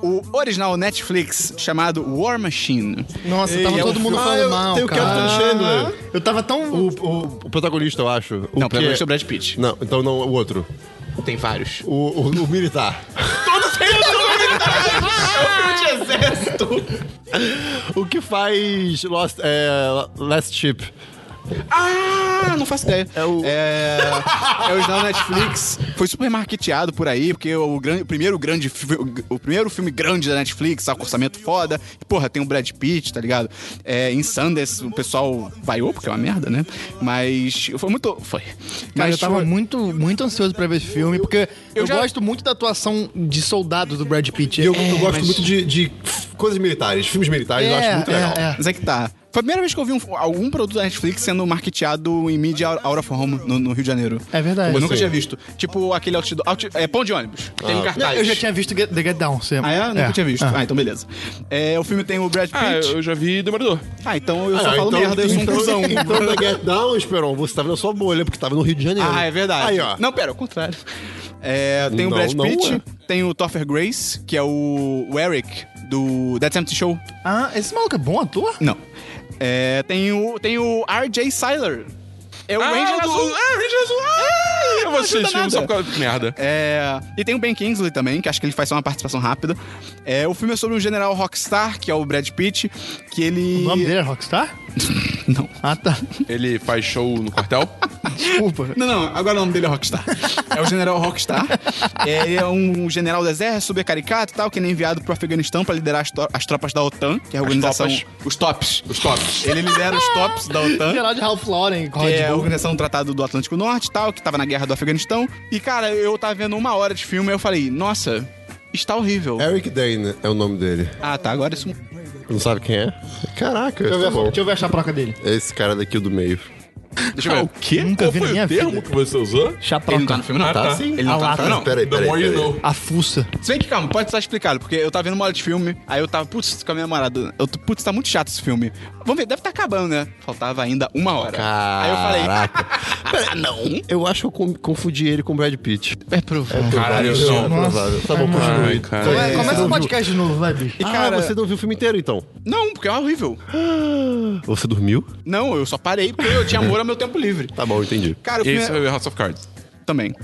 O original Netflix chamado War Machine. Nossa, tava é todo um mundo falando mal, Tem o cara. Captain Chandler. Eu tava tão... O, o- o protagonista, eu acho. O Não, que pelo menos é é- o Brad Pitt. Não, então não, o outro. Tem vários. O, o- o militar. O que faz Lost, é, Last Ship. Ah, não faço ideia. É o- É, é o original Netflix. Foi super marketeado por aí, porque o, gran- o primeiro grande... fi- O primeiro filme grande da Netflix, tá, com orçamento foda. E, porra, tem o Brad Pitt, tá ligado? É, em Sundance, o pessoal vaiou, porque é uma merda, né? Mas... Foi muito... Foi. Cara, eu tava foi- muito, muito ansioso pra ver esse filme, porque eu, eu já- gosto muito da atuação de soldado do Brad Pitt. E eu, eu É, gosto muito de, de coisas militares, filmes militares, eu acho muito legal. É, é. Mas é que tá. Foi a primeira vez que eu vi um- algum produto da Netflix sendo marketeado em mídia out out of home no, no Rio de Janeiro. É verdade. Eu nunca Sim. tinha visto. Tipo aquele outdoor. out- é, pão de ônibus. Tem um cartaz. Não, eu já tinha visto Get- The Get Down. Você... Ah, é? Nunca É. tinha visto. Ah. Ah, então beleza. É, o filme tem o Brad Pitt. Ah, Ah, eu já vi Demolidor. então eu Ah, só falo merda, eu sou um cuzão. Então, da Get Down, Esperon, você tava na sua bolha, porque tava no Rio de Janeiro. Ah, é verdade. Aí, ó. Não, pera, ao contrário. É, tem Não, o Brad não Pitt, é. tem o Topher Grace, que é o, o Eric, do That Empty Show. Ah, esse maluco é bom ator? Não. É, tem o, tem o R.J. Siler. É o Ranger Azul. Ah, Ranger Azul. Ah, eu vou assistir ajuda esse filme nada. só por causa de merda. É, e tem o Ben Kingsley também, que acho que ele faz só uma participação rápida. É, o filme é sobre um general rockstar, que é o Brad Pitt, que ele... O nome dele é Rockstar? Não. Ah, tá. Ele faz show no quartel? Desculpa. Não, não, agora o nome dele é Rockstar. É o general Rockstar. É, ele é um general do exército, supercaricato e tal, que ele é enviado pro Afeganistão pra liderar as, to- as tropas da OTAN, que é a organização... Os tops. Os tops. Ele lidera os tops da OTAN. Geral de Ralph Lauren, Que é a Rodbull. organização do Tratado do Atlântico Norte e tal, que tava na guerra do Afeganistão. E, cara, eu tava vendo uma hora de filme e eu falei, nossa, está horrível. Eric Dane é o nome dele. Ah, tá, agora isso. Não sabe quem é? Caraca, Deixa tá eu ver- bom. Deixa eu ver a chaproca dele. Esse cara daqui é do meio. Deixa eu ver. quê? Nunca Qual vi na foi minha o termo vida. que você usou? Ele não tá Chaproca. no filme, não? Ah, tá. Ele não Ah, tá lá, no filme, não. tá. Peraí, The peraí, more you peraí. know. A fuça. Se bem que, calma, pode estar explicado, porque eu tava vendo uma hora de filme, aí eu tava, putz, com a minha namorada, eu, tô, putz, tá muito chato esse filme. Vamos ver, deve tá acabando, né? Faltava ainda uma hora. Aí eu falei, ah, não. Eu acho que eu com- confundi ele com o Brad Pitt. É provável. Caralho, É não. provável. Tá bom, continue. Ai, cara. é? Ué, Começa o podcast de novo, vai, bicho. E cara, você não viu o filme inteiro, então? Não, porque é horrível. Você dormiu? Não, eu só parei porque eu tinha amor ao meu tempo livre. Tá bom, entendi. Cara, o filme é- Esse vai ver House of Cards. também.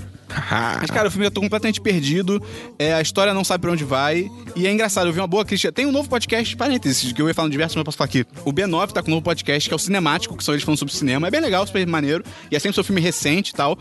Mas, cara, o filme já tô completamente perdido. é, a história não sabe pra onde vai. E é engraçado, eu vi uma boa crítica. Tem um novo podcast, parênteses, que eu ia falar no diversos, mas eu posso falar aqui. O B9 tá com um novo podcast, que é o Cinemático, que são eles falando sobre cinema. É bem legal, super maneiro. E é sempre sobre filme recente e tal.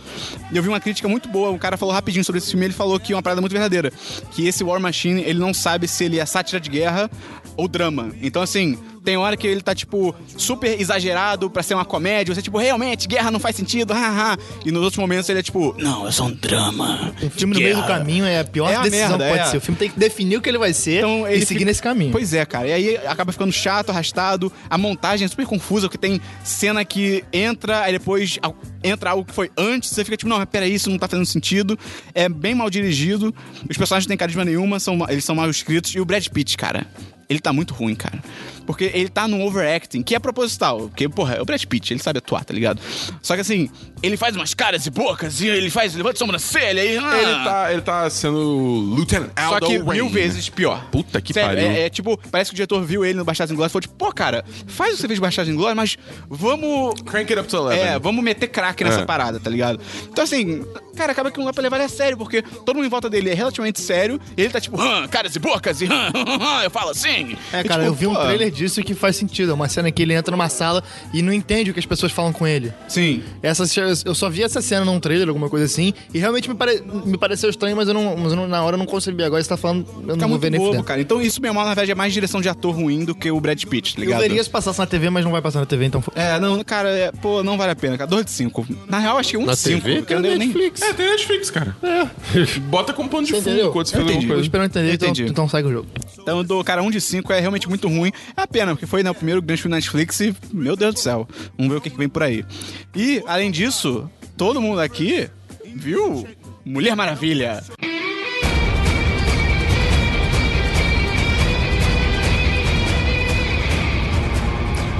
E eu vi uma crítica muito boa. O cara falou rapidinho sobre esse filme. Ele falou que é uma parada muito verdadeira. Que esse War Machine, ele não sabe se ele é sátira de guerra ou drama. Então, assim, tem hora que ele tá, tipo, super exagerado pra ser uma comédia. Você, tipo, realmente, guerra não faz sentido, haha. E nos outros momentos ele é, tipo, não, é só um drama. O filme no meio do caminho é a pior É a decisão merda, que pode é. ser. O filme tem que definir o que ele vai ser e seguir Então, fica- nesse caminho. Pois é, cara. E aí acaba ficando chato, arrastado. A montagem é super confusa, porque tem cena que entra, aí depois al- entra algo que foi antes. Você fica tipo, não, mas peraí, isso não tá fazendo sentido. É bem mal dirigido. Os personagens não têm carisma nenhuma, são, ma- eles são mal escritos. E o Brad Pitt, cara. ele tá muito ruim, cara. Porque ele tá num overacting, que é proposital. Porque, porra, é o Brad Pitt, ele sabe atuar, tá ligado? Só que assim, ele faz umas caras e bocas, e ele faz, levanta a sobrancelha e. ah, Ele tá, ele tá sendo o Lieutenant Só Aldo que mil Wayne. vezes pior. Puta que Sério, pariu. É, é tipo, parece que o diretor viu ele no Bastardos Inglórios e falou tipo, pô, cara, faz o que você fez no Bastardos Inglórios, mas vamos... Crank it up to 11. É, vamos meter crack nessa parada, tá ligado? Então assim, cara, acaba que não dá pra levar ele a sério, porque todo mundo em volta dele é relativamente sério, e ele tá tipo, "Hã, caras e bocas, e hã, hã, hã, hã", eu falo assim. É, E, cara, tipo, eu vi um pô, trailer disso que faz sentido. É uma cena que ele entra numa sala e não entende o que as pessoas falam com ele. Sim. Essa, eu só vi essa cena num trailer, alguma coisa assim, e realmente me, pare- me pareceu estranho, mas eu não, mas eu não- na hora eu não concebi. Agora você tá falando, eu Fica não vou muito ver nem bobo, fudendo. cara. Então isso, meu irmão, na verdade, é mais direção de ator ruim do que o Brad Pitt, tá Eu ligado? veria se passasse na TV, mas não vai passar na TV, então... fo- É, não, cara, é, pô, não vale a pena, cara. 2 de 5. Na real, acho que 1 um Na de 5. TV? porque eu nem- nem- É, tem Netflix, cara. Bota como pano de Você fundo entendeu? enquanto você Eu faz alguma entendi. Eu coisa. espero entender, então, Entendi. então segue o jogo. Então, eu dou, cara, um de cinco é realmente muito ruim. É a pena, porque foi né, o primeiro grande filme da Netflix e, meu Deus do céu, vamos ver o que, que vem por aí. E, além disso, todo mundo aqui viu Mulher Maravilha.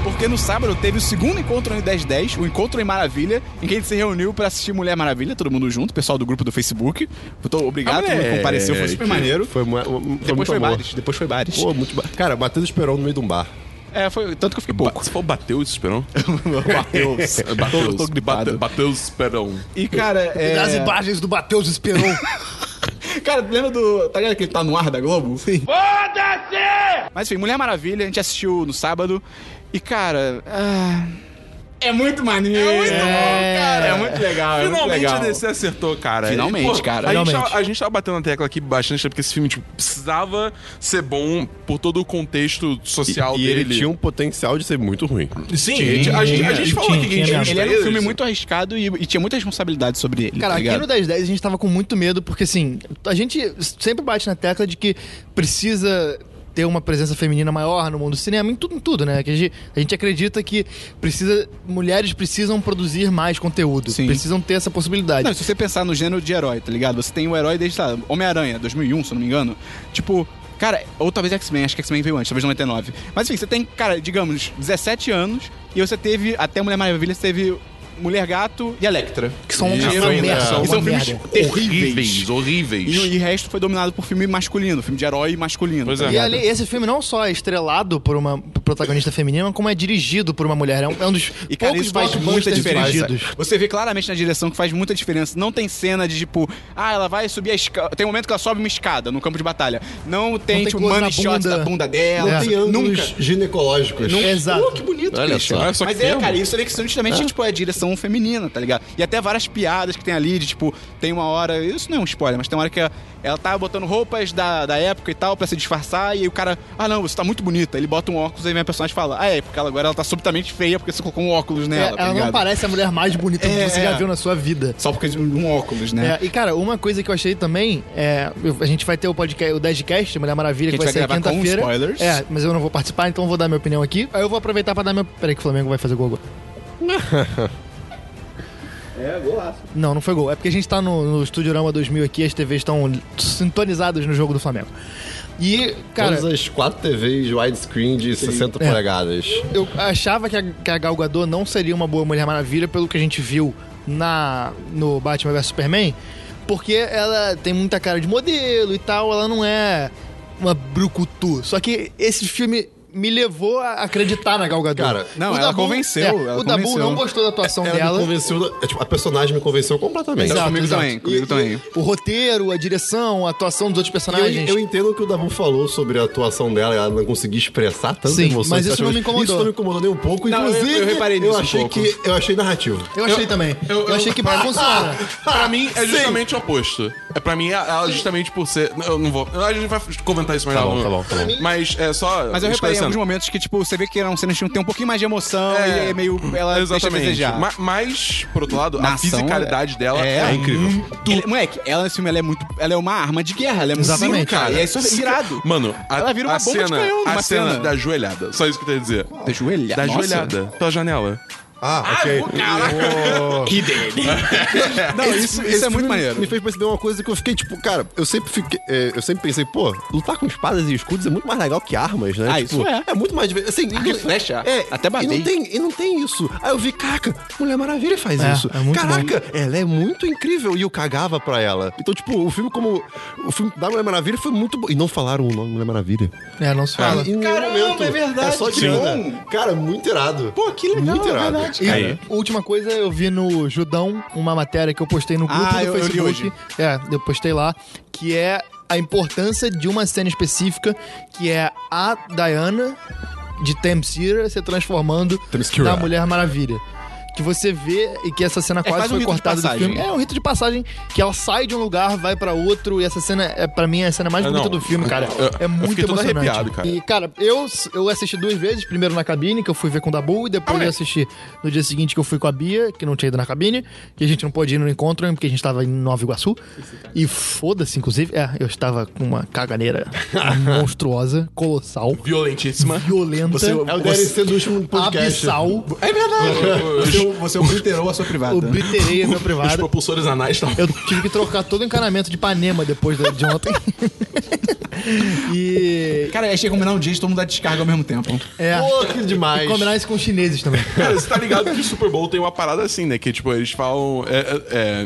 Porque no sábado teve o segundo encontro em 1010, o Encontro em Maravilha, em que ele se reuniu pra assistir Mulher Maravilha, todo mundo junto, pessoal do grupo do Facebook. Tô obrigado, todo mundo Ah, Moleque. compareceu, foi super maneiro. É, Foi, uma- uma- foi Depois muito foi amor. bares, depois foi bares. Pô, muito ba... Cara, Matheus Esperon no meio de um bar. É, foi tanto que eu fiquei Ba- pouco. É, Você falou bateu isso, Esperão? Bateu. Bateu, Tô- tô gripado. bateu, bateu Esperão. E, cara, é... As imagens do Bateus esperou. Cara, lembra do... Tá ligado que ele tá no ar da Globo? Sim. Foda-se! Mas, enfim, Mulher Maravilha, a gente assistiu no sábado. E, cara... ah, É muito maneiro. É muito bom, cara. É muito Ah, legal, é muito Finalmente legal. a DC acertou, cara. Finalmente, cara. A, gente Finalmente. tava, a gente tava batendo na tecla aqui bastante, porque esse filme tipo, precisava ser bom por todo o contexto social e dele. ele tinha um potencial de ser muito ruim. Sim, a gente, a gente- a gente Tinha, falou aqui que a tinha gente mesmo. Ele era um filme muito arriscado e, e tinha muita responsabilidade sobre ele, Cara, tá aqui ligado? no 1010 a gente tava com muito medo, porque assim, a gente sempre bate na tecla de que precisa ter uma presença feminina maior no mundo do cinema, em tudo, em tudo, né? Que a gente, a gente acredita que precisa, mulheres precisam produzir mais conteúdo, Sim. precisam ter essa possibilidade. Não, se você pensar no gênero de herói, tá ligado? Você tem o herói desde, sei lá, Homem-Aranha, 2001, se eu não me engano. Tipo, cara, ou talvez X-Men, acho que X-Men veio antes, talvez 99. Mas enfim, você tem, cara, digamos, 17 anos e você teve, até Mulher Maravilha, você teve Mulher Gato e Electra. né? que são uma, Isso uma ainda merda, são- uma são filmes merda. terríveis. horríveis, horríveis. E o e o resto foi dominado por filme masculino, filme de herói masculino. Pois tá é. ligado? E ali, esse filme não só é estrelado por uma protagonista feminina, como é dirigido por uma mulher. É um, é um dos E cara, poucos é isso faz muita blockbusters diferença. dirigidos. Você vê claramente na direção que faz muita diferença. Não tem cena de tipo, ah, ela vai subir a escada. Tem um momento que ela sobe uma escada no campo de batalha. Não tem, tem tipo, close money na shots bunda. da bunda dela. Não Não tem sei- ângulos Nunca. ginecológicos. Nunca. Exato. Pô, que bonito, Olha Christian. só. Olha só que Mas é, termo. cara, isso é que justamente, tipo, é a direção feminina, tá ligado? E até várias piadas que tem ali, de, tipo, tem uma hora. Isso não é um spoiler, mas tem uma hora que ela, ela tá botando roupas da, da época e tal pra se disfarçar, e aí o cara, ah não, você tá muito bonita. Ele bota um óculos e minha personagem fala, ah, é, porque ela agora ela tá subitamente feia porque você colocou um óculos É, nela. ela tá não ligado? parece a mulher mais bonita É, que você já é. viu na sua vida. Só porque de um óculos, né? É, e cara, uma coisa que eu achei também é. eu- a gente vai ter o podcast, o 10cast, Mulher Maravilha, Que que, a vai gente ser vai gravar com quinta-feira. spoilers. É, mas eu não vou participar, então eu vou dar minha opinião aqui. Aí eu vou aproveitar pra dar meu. Peraí que o Flamengo vai fazer gol agora. Não, não foi gol. É porque a gente tá no, no Estúdio Rama 2000 aqui, as TVs estão sintonizadas no jogo do Flamengo. E, cara, Todas as quatro TVs widescreen de 60 É. polegadas. eu achava que a, que a Gal Gadot não seria uma boa Mulher Maravilha pelo que a gente viu na no Batman vs Superman, porque ela tem muita cara de modelo e tal, ela não é uma brucutu. Só que esse filme me levou a acreditar na Gal Gadot. é, Cara, não, ela convenceu, ela o Dabu convenceu. não gostou da atuação Ela me dela. convenceu, é, tipo, a personagem me convenceu completamente. Exato, Comigo exato. também, comigo E- também. O roteiro, a direção, a atuação dos outros E Eu, personagens. eu entendo o que o Dabu falou sobre a atuação dela, ela não conseguia expressar tanta Sim, emoção. mas que isso ela não me chegou- incomodou. Isso não me incomodou nem um pouco, Não, eu- inclusive. eu reparei nisso um achei pouco. que Eu achei narrativo. Eu achei também. Eu, achei que vai funcionar. Pra mim é justamente o oposto. É pra mim, ela justamente por ser. Eu não vou. A gente vai comentar isso mais lá. bom, no- tá bom, tá bom. Mas é só. Mas eu reparei em esclarecendo. alguns momentos que, tipo, você vê que eram cenas que tem um pouquinho mais de emoção É, e é meio. Ela deixa a desejar. Ma- mas, por outro lado, Na a ação, fisicalidade é- dela é é, incrível. Ele- moleque, ela nesse filme ela é muito. Ela é uma arma de guerra, ela é muito Exatamente. Sim, cara. E isso é Sim, irado. Mano, a, Ela vira uma a bomba de cena, canhão a numa cena, cena. da joelhada. Só isso que eu tenho a dizer. Da joelhada. Da joelhada. Pela janela. Ah, ok. Que dele. Não, isso, Esse isso é muito filme Me maneiro. fez perceber uma coisa que eu fiquei, tipo, cara, eu sempre fiquei. é, eu sempre pensei, pô, lutar com espadas e escudos é muito mais legal que armas, né? Ah, Tipo, isso é. muito mais divertido. Assim, e flecha. É, Até e não, batei. tem, e não tem isso. Aí eu vi, caraca, Mulher Maravilha faz É, isso. é muito caraca, ela é muito incrível. E eu cagava pra ela. Então, tipo, o filme como. O filme da Mulher Maravilha foi muito bom. E não falaram o nome Mulher Maravilha. É, não se fala. Em nenhum Caramba, é verdade, É só que bom. Diana. Cara, muito irado. Pô, que legal, Muito é irado. verdade. E Aí. última coisa, eu vi no Judão uma matéria que eu postei no grupo Ah, do eu- eu li Facebook. hoje. É, eu postei lá, que é a importância de uma cena específica, que é a Diana de Tamsira se transformando Themyscira. na Mulher Maravilha. Que você vê e que essa cena quase quase um foi rito de cortada do passagem. filme. É um rito de passagem que ela sai de um lugar, vai pra outro, e essa cena é para mim é a cena mais É, bonita não. do filme, cara. Eu- é eu muito fiquei todo emocionante. arrepiado, cara. E, cara, eu, eu assisti duas vezes. Primeiro na cabine, que eu fui ver com o Dabu. E depois eu assisti no dia seguinte que eu fui com a Bia, que não tinha ido na cabine. Que a gente não pôde ir no encontro, porque a gente tava em Nova Iguaçu. E foda-se, inclusive. É, eu estava com uma caganeira monstruosa, colossal, Violentíssima. violenta, Você, É o DLC do último podcast. abissal. É você, você obliterou a sua privada. Eu briterei a minha Os privada. propulsores anais estavam. Eu tive que trocar todo o encanamento de Ipanema depois da- de ontem. e. Cara, aí chega combinar um dia de todo mundo dar descarga ao mesmo tempo. É. Pô, que demais. Combinar isso com os chineses também. Cara, você tá ligado que o Super Bowl tem uma parada assim, né? Que, tipo, eles falam... é, é, é,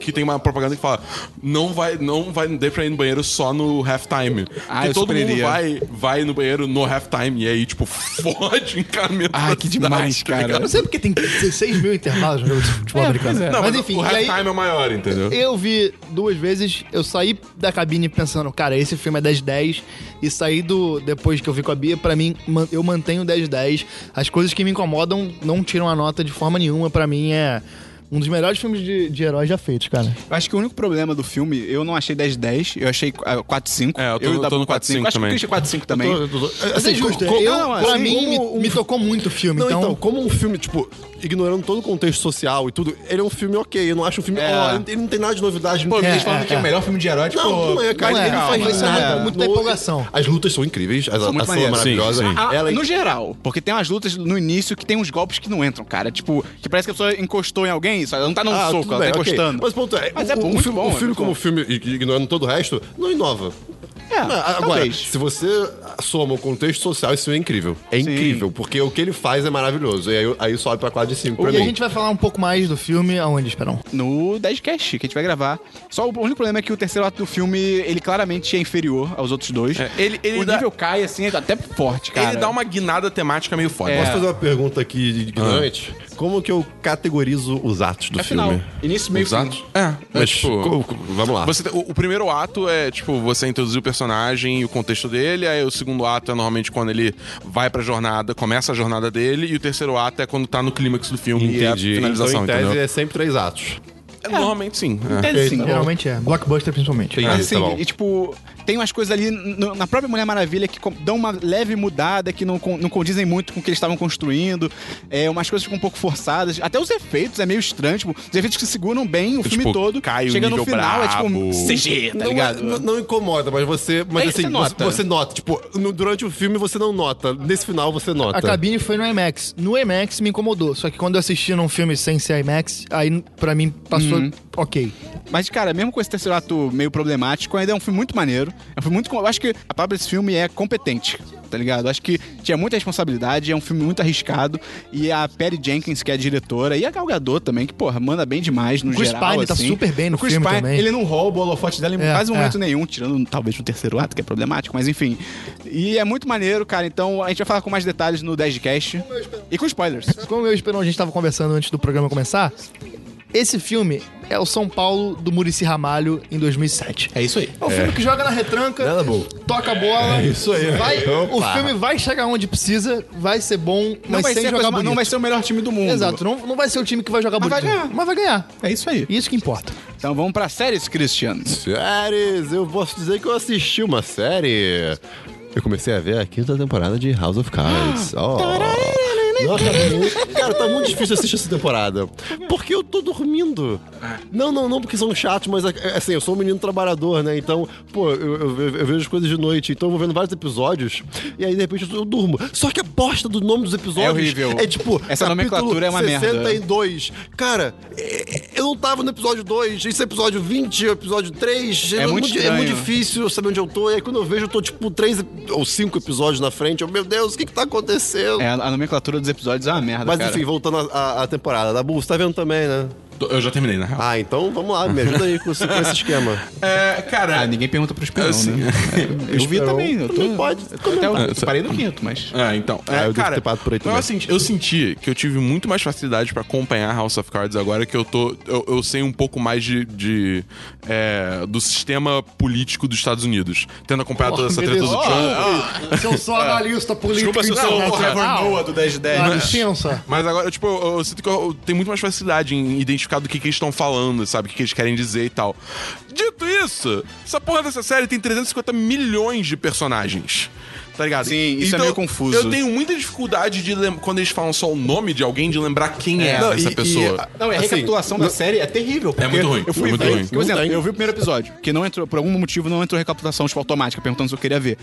que tem uma propaganda que fala não vai, não vai dê pra ir no banheiro só no halftime. Ah, Porque eu todo super mundo iria. vai, vai no banheiro no halftime e aí, tipo, fode o encaminhamento. Ah, da que demais, cidade, tá ligado? cara. Não sei porque tem 16 mil intervalos no jogo de futebol americano. Não, mas enfim, o e aí, halftime é o maior, entendeu? eu vi duas vezes, eu saí da cabine pensando, cara, esse filme é 10 de 10, e saí do, depois que eu vi com a Bia, pra mim, man- eu mantenho 10 de 10, as coisas que me incomodam não tiram a nota de forma nenhuma, pra mim é um dos melhores filmes de, de heróis já feitos, cara. Eu acho que o único problema do filme, eu não achei 10 10, eu achei ah, 4-5. É, eu tô- e o eu tô Dabu no 4-5 Acho que o também. Christian é 4-5 também. Assim, Assim, Mas é justo, eu, não, pra assim, mim, me, como um- me tocou muito o filme, Não, então, então... como um filme, tipo, ignorando todo o contexto social e tudo, ele é um filme ok. Eu não acho um filme. É. ó, ele não tem nada de novidade. Pô, Pô, É, eles falam é, que é o é. melhor filme de herói, tipo... não, não é, cara. mas ele é, não faz mas né? é nada. muito No- empolgação. As lutas são incríveis, a, a muito ação maneiro. é maravilhosa. Sim, sim. Ah, Ela é no geral, porque tem umas lutas no início que tem uns golpes que não entram, cara. Tipo, que parece que a pessoa encostou em alguém, só ela não tá num Ah, soco, tudo ela bem, tá ok. encostando. Mas o ponto é, Mas o, é o muito filme, bom, o é filme muito como bom. filme, e- e ignorando todo o resto, não inova. É, Não, a- agora, talvez. se você soma o contexto social, isso é incrível. É incrível, porque o que ele faz é maravilhoso. E aí, aí sobe pra 4 de 5 pra E a mim. gente vai falar um pouco mais do filme aonde, Esperão? Tá No 10cast que a gente vai gravar. Só o único problema é que o terceiro ato do filme, ele claramente é inferior aos outros dois. É, ele- ele o dá- nível cai, assim, até forte, cara. Ele dá uma guinada temática meio foda. É. Posso fazer uma pergunta aqui ignorante? Como que eu categorizo os atos do É filme? final. Início, meio, Os fim. atos? É, Mas, mas, tipo... co- co- vamos lá. Você tem- o, o primeiro ato é, tipo, você introduzir o personagem e o contexto dele. Aí o segundo ato é normalmente quando ele vai pra jornada, começa a jornada dele. E o terceiro ato é quando tá no clímax do filme e é a Entendi. Então, finalização, em tese, entendeu? é sempre três atos. É, Normalmente sim. é. É, sim. Geralmente é, blockbuster principalmente. Entendi, Assim, tá bom. e tipo, tem umas coisas ali no- na própria Mulher Maravilha que com- dão uma leve mudada, que não, con- não condizem muito com o que eles estavam construindo. É, umas coisas ficam um pouco forçadas. Até os efeitos é meio estranho, tipo, os efeitos que seguram bem o filme Tipo, todo. cai o chega no nível final, é brabo. tipo CG, tá não, ligado? é- não- não incomoda, mas você. Mas Aí você assim, você nota. nota. Você, nota. Tipo, no- durante o filme você não nota. Nesse final você nota. A cabine foi no IMAX. No IMAX me incomodou, só que quando eu assisti num filme sem ser IMAX, aí pra mim passou Uhum. ok. Mas, cara, mesmo com esse terceiro ato meio problemático, ainda é um filme muito maneiro. É um filme muito. com- Eu acho que a palavra desse filme é competente, tá ligado? Eu acho que tinha muita responsabilidade, é um filme muito arriscado. E a Perry Jenkins, que é a diretora, e a Gal Gadot também, que, porra, manda bem demais no Chris geral. Pine tá assim. super bem no O Chris filme Pine, também. Ele não rouba o holofote dela em É, quase é. momento nenhum, tirando talvez o terceiro ato, que é problemático, mas enfim. E é muito maneiro, cara. Então a gente vai falar com mais detalhes no 10 de cast. E com spoilers. Como eu e o Esperão, a gente tava conversando antes do programa começar, esse filme é o São Paulo do Murici Ramalho em 2007. É isso aí. É um filme que joga na retranca, Nada bom. toca a bola. É isso aí. Vai, o Opa. filme vai chegar onde precisa, vai ser bom, mas Não vai, sem ser a jogar coisa- bonito. não vai ser o melhor time do mundo. Exato, não, não vai ser o time que vai jogar Mas vai bonito. ganhar. Mas vai ganhar. É isso aí. Isso que importa. Então vamos pra séries, Christian. Séries, eu posso dizer que eu assisti uma série. Eu comecei a ver a quinta temporada de House of Cards. Oh. Nossa, tá muito- cara, tá muito difícil assistir essa temporada. Porque eu tô dormindo. Não, não, não, porque são chatos, mas é, assim, eu sou um menino trabalhador, né? Então, pô, eu, eu ve- eu vejo as coisas de noite, então eu vou vendo vários episódios, e aí de repente eu, eu durmo. Só que a bosta do nome dos episódios É horrível. é tipo. Essa nomenclatura é uma merda. 62. Cara, é- eu não tava no episódio 2, isso é episódio 20, episódio 3. É muito é muito estranho. difícil eu saber onde eu tô, e aí quando eu vejo, eu tô tipo três ou cinco episódios na frente. Eu, meu Deus, o que que tá acontecendo? É, a a nomenclatura dos episódios é uma merda, Mas cara. enfim, voltando à- à à temporada. Dabu, você tá vendo também, né? Tô- Eu já terminei, na real. Ah, então vamos lá, me ajuda aí com esse, com esse esquema. É, cara. Ah, ninguém pergunta pro Esperão, Assim. né? Eu, vi Esperão também. Eu tô, também pode eu tô até o- comentar. parei no quinto, mas... É, então. É, Ah, eu devo cara, ter parado por aí mas também. eu senti, eu senti que eu tive muito mais facilidade pra acompanhar House of Cards agora que eu tô. Eu, eu sei um pouco mais de. de, é, do sistema político dos Estados Unidos. Tendo acompanhado toda essa treta do Trump. Ah, Seu só analista político. então, Desculpa se eu sou o Trevor internacional. Noah do 10 de 10. Ah, licença. Mas agora, tipo, eu, eu sinto que eu, eu tenho muito mais facilidade em identificar do que, que eles estão falando, sabe? O que, que eles querem dizer e tal. Dito isso, essa porra dessa série tem 350 milhões de personagens. Tá ligado? Sim, isso é meio confuso. Eu tenho muita dificuldade de lem- quando eles falam só o nome de alguém, de lembrar quem é, Não, essa e- pessoa. e- não, e a recapitulação da série é terrível. porque muito ruim, Eu fui é muito ver- ruim. Por exemplo, tem. eu Eu vi o primeiro episódio, que não entrou, por algum motivo não entrou recapitulação tipo, automática, perguntando se eu queria ver.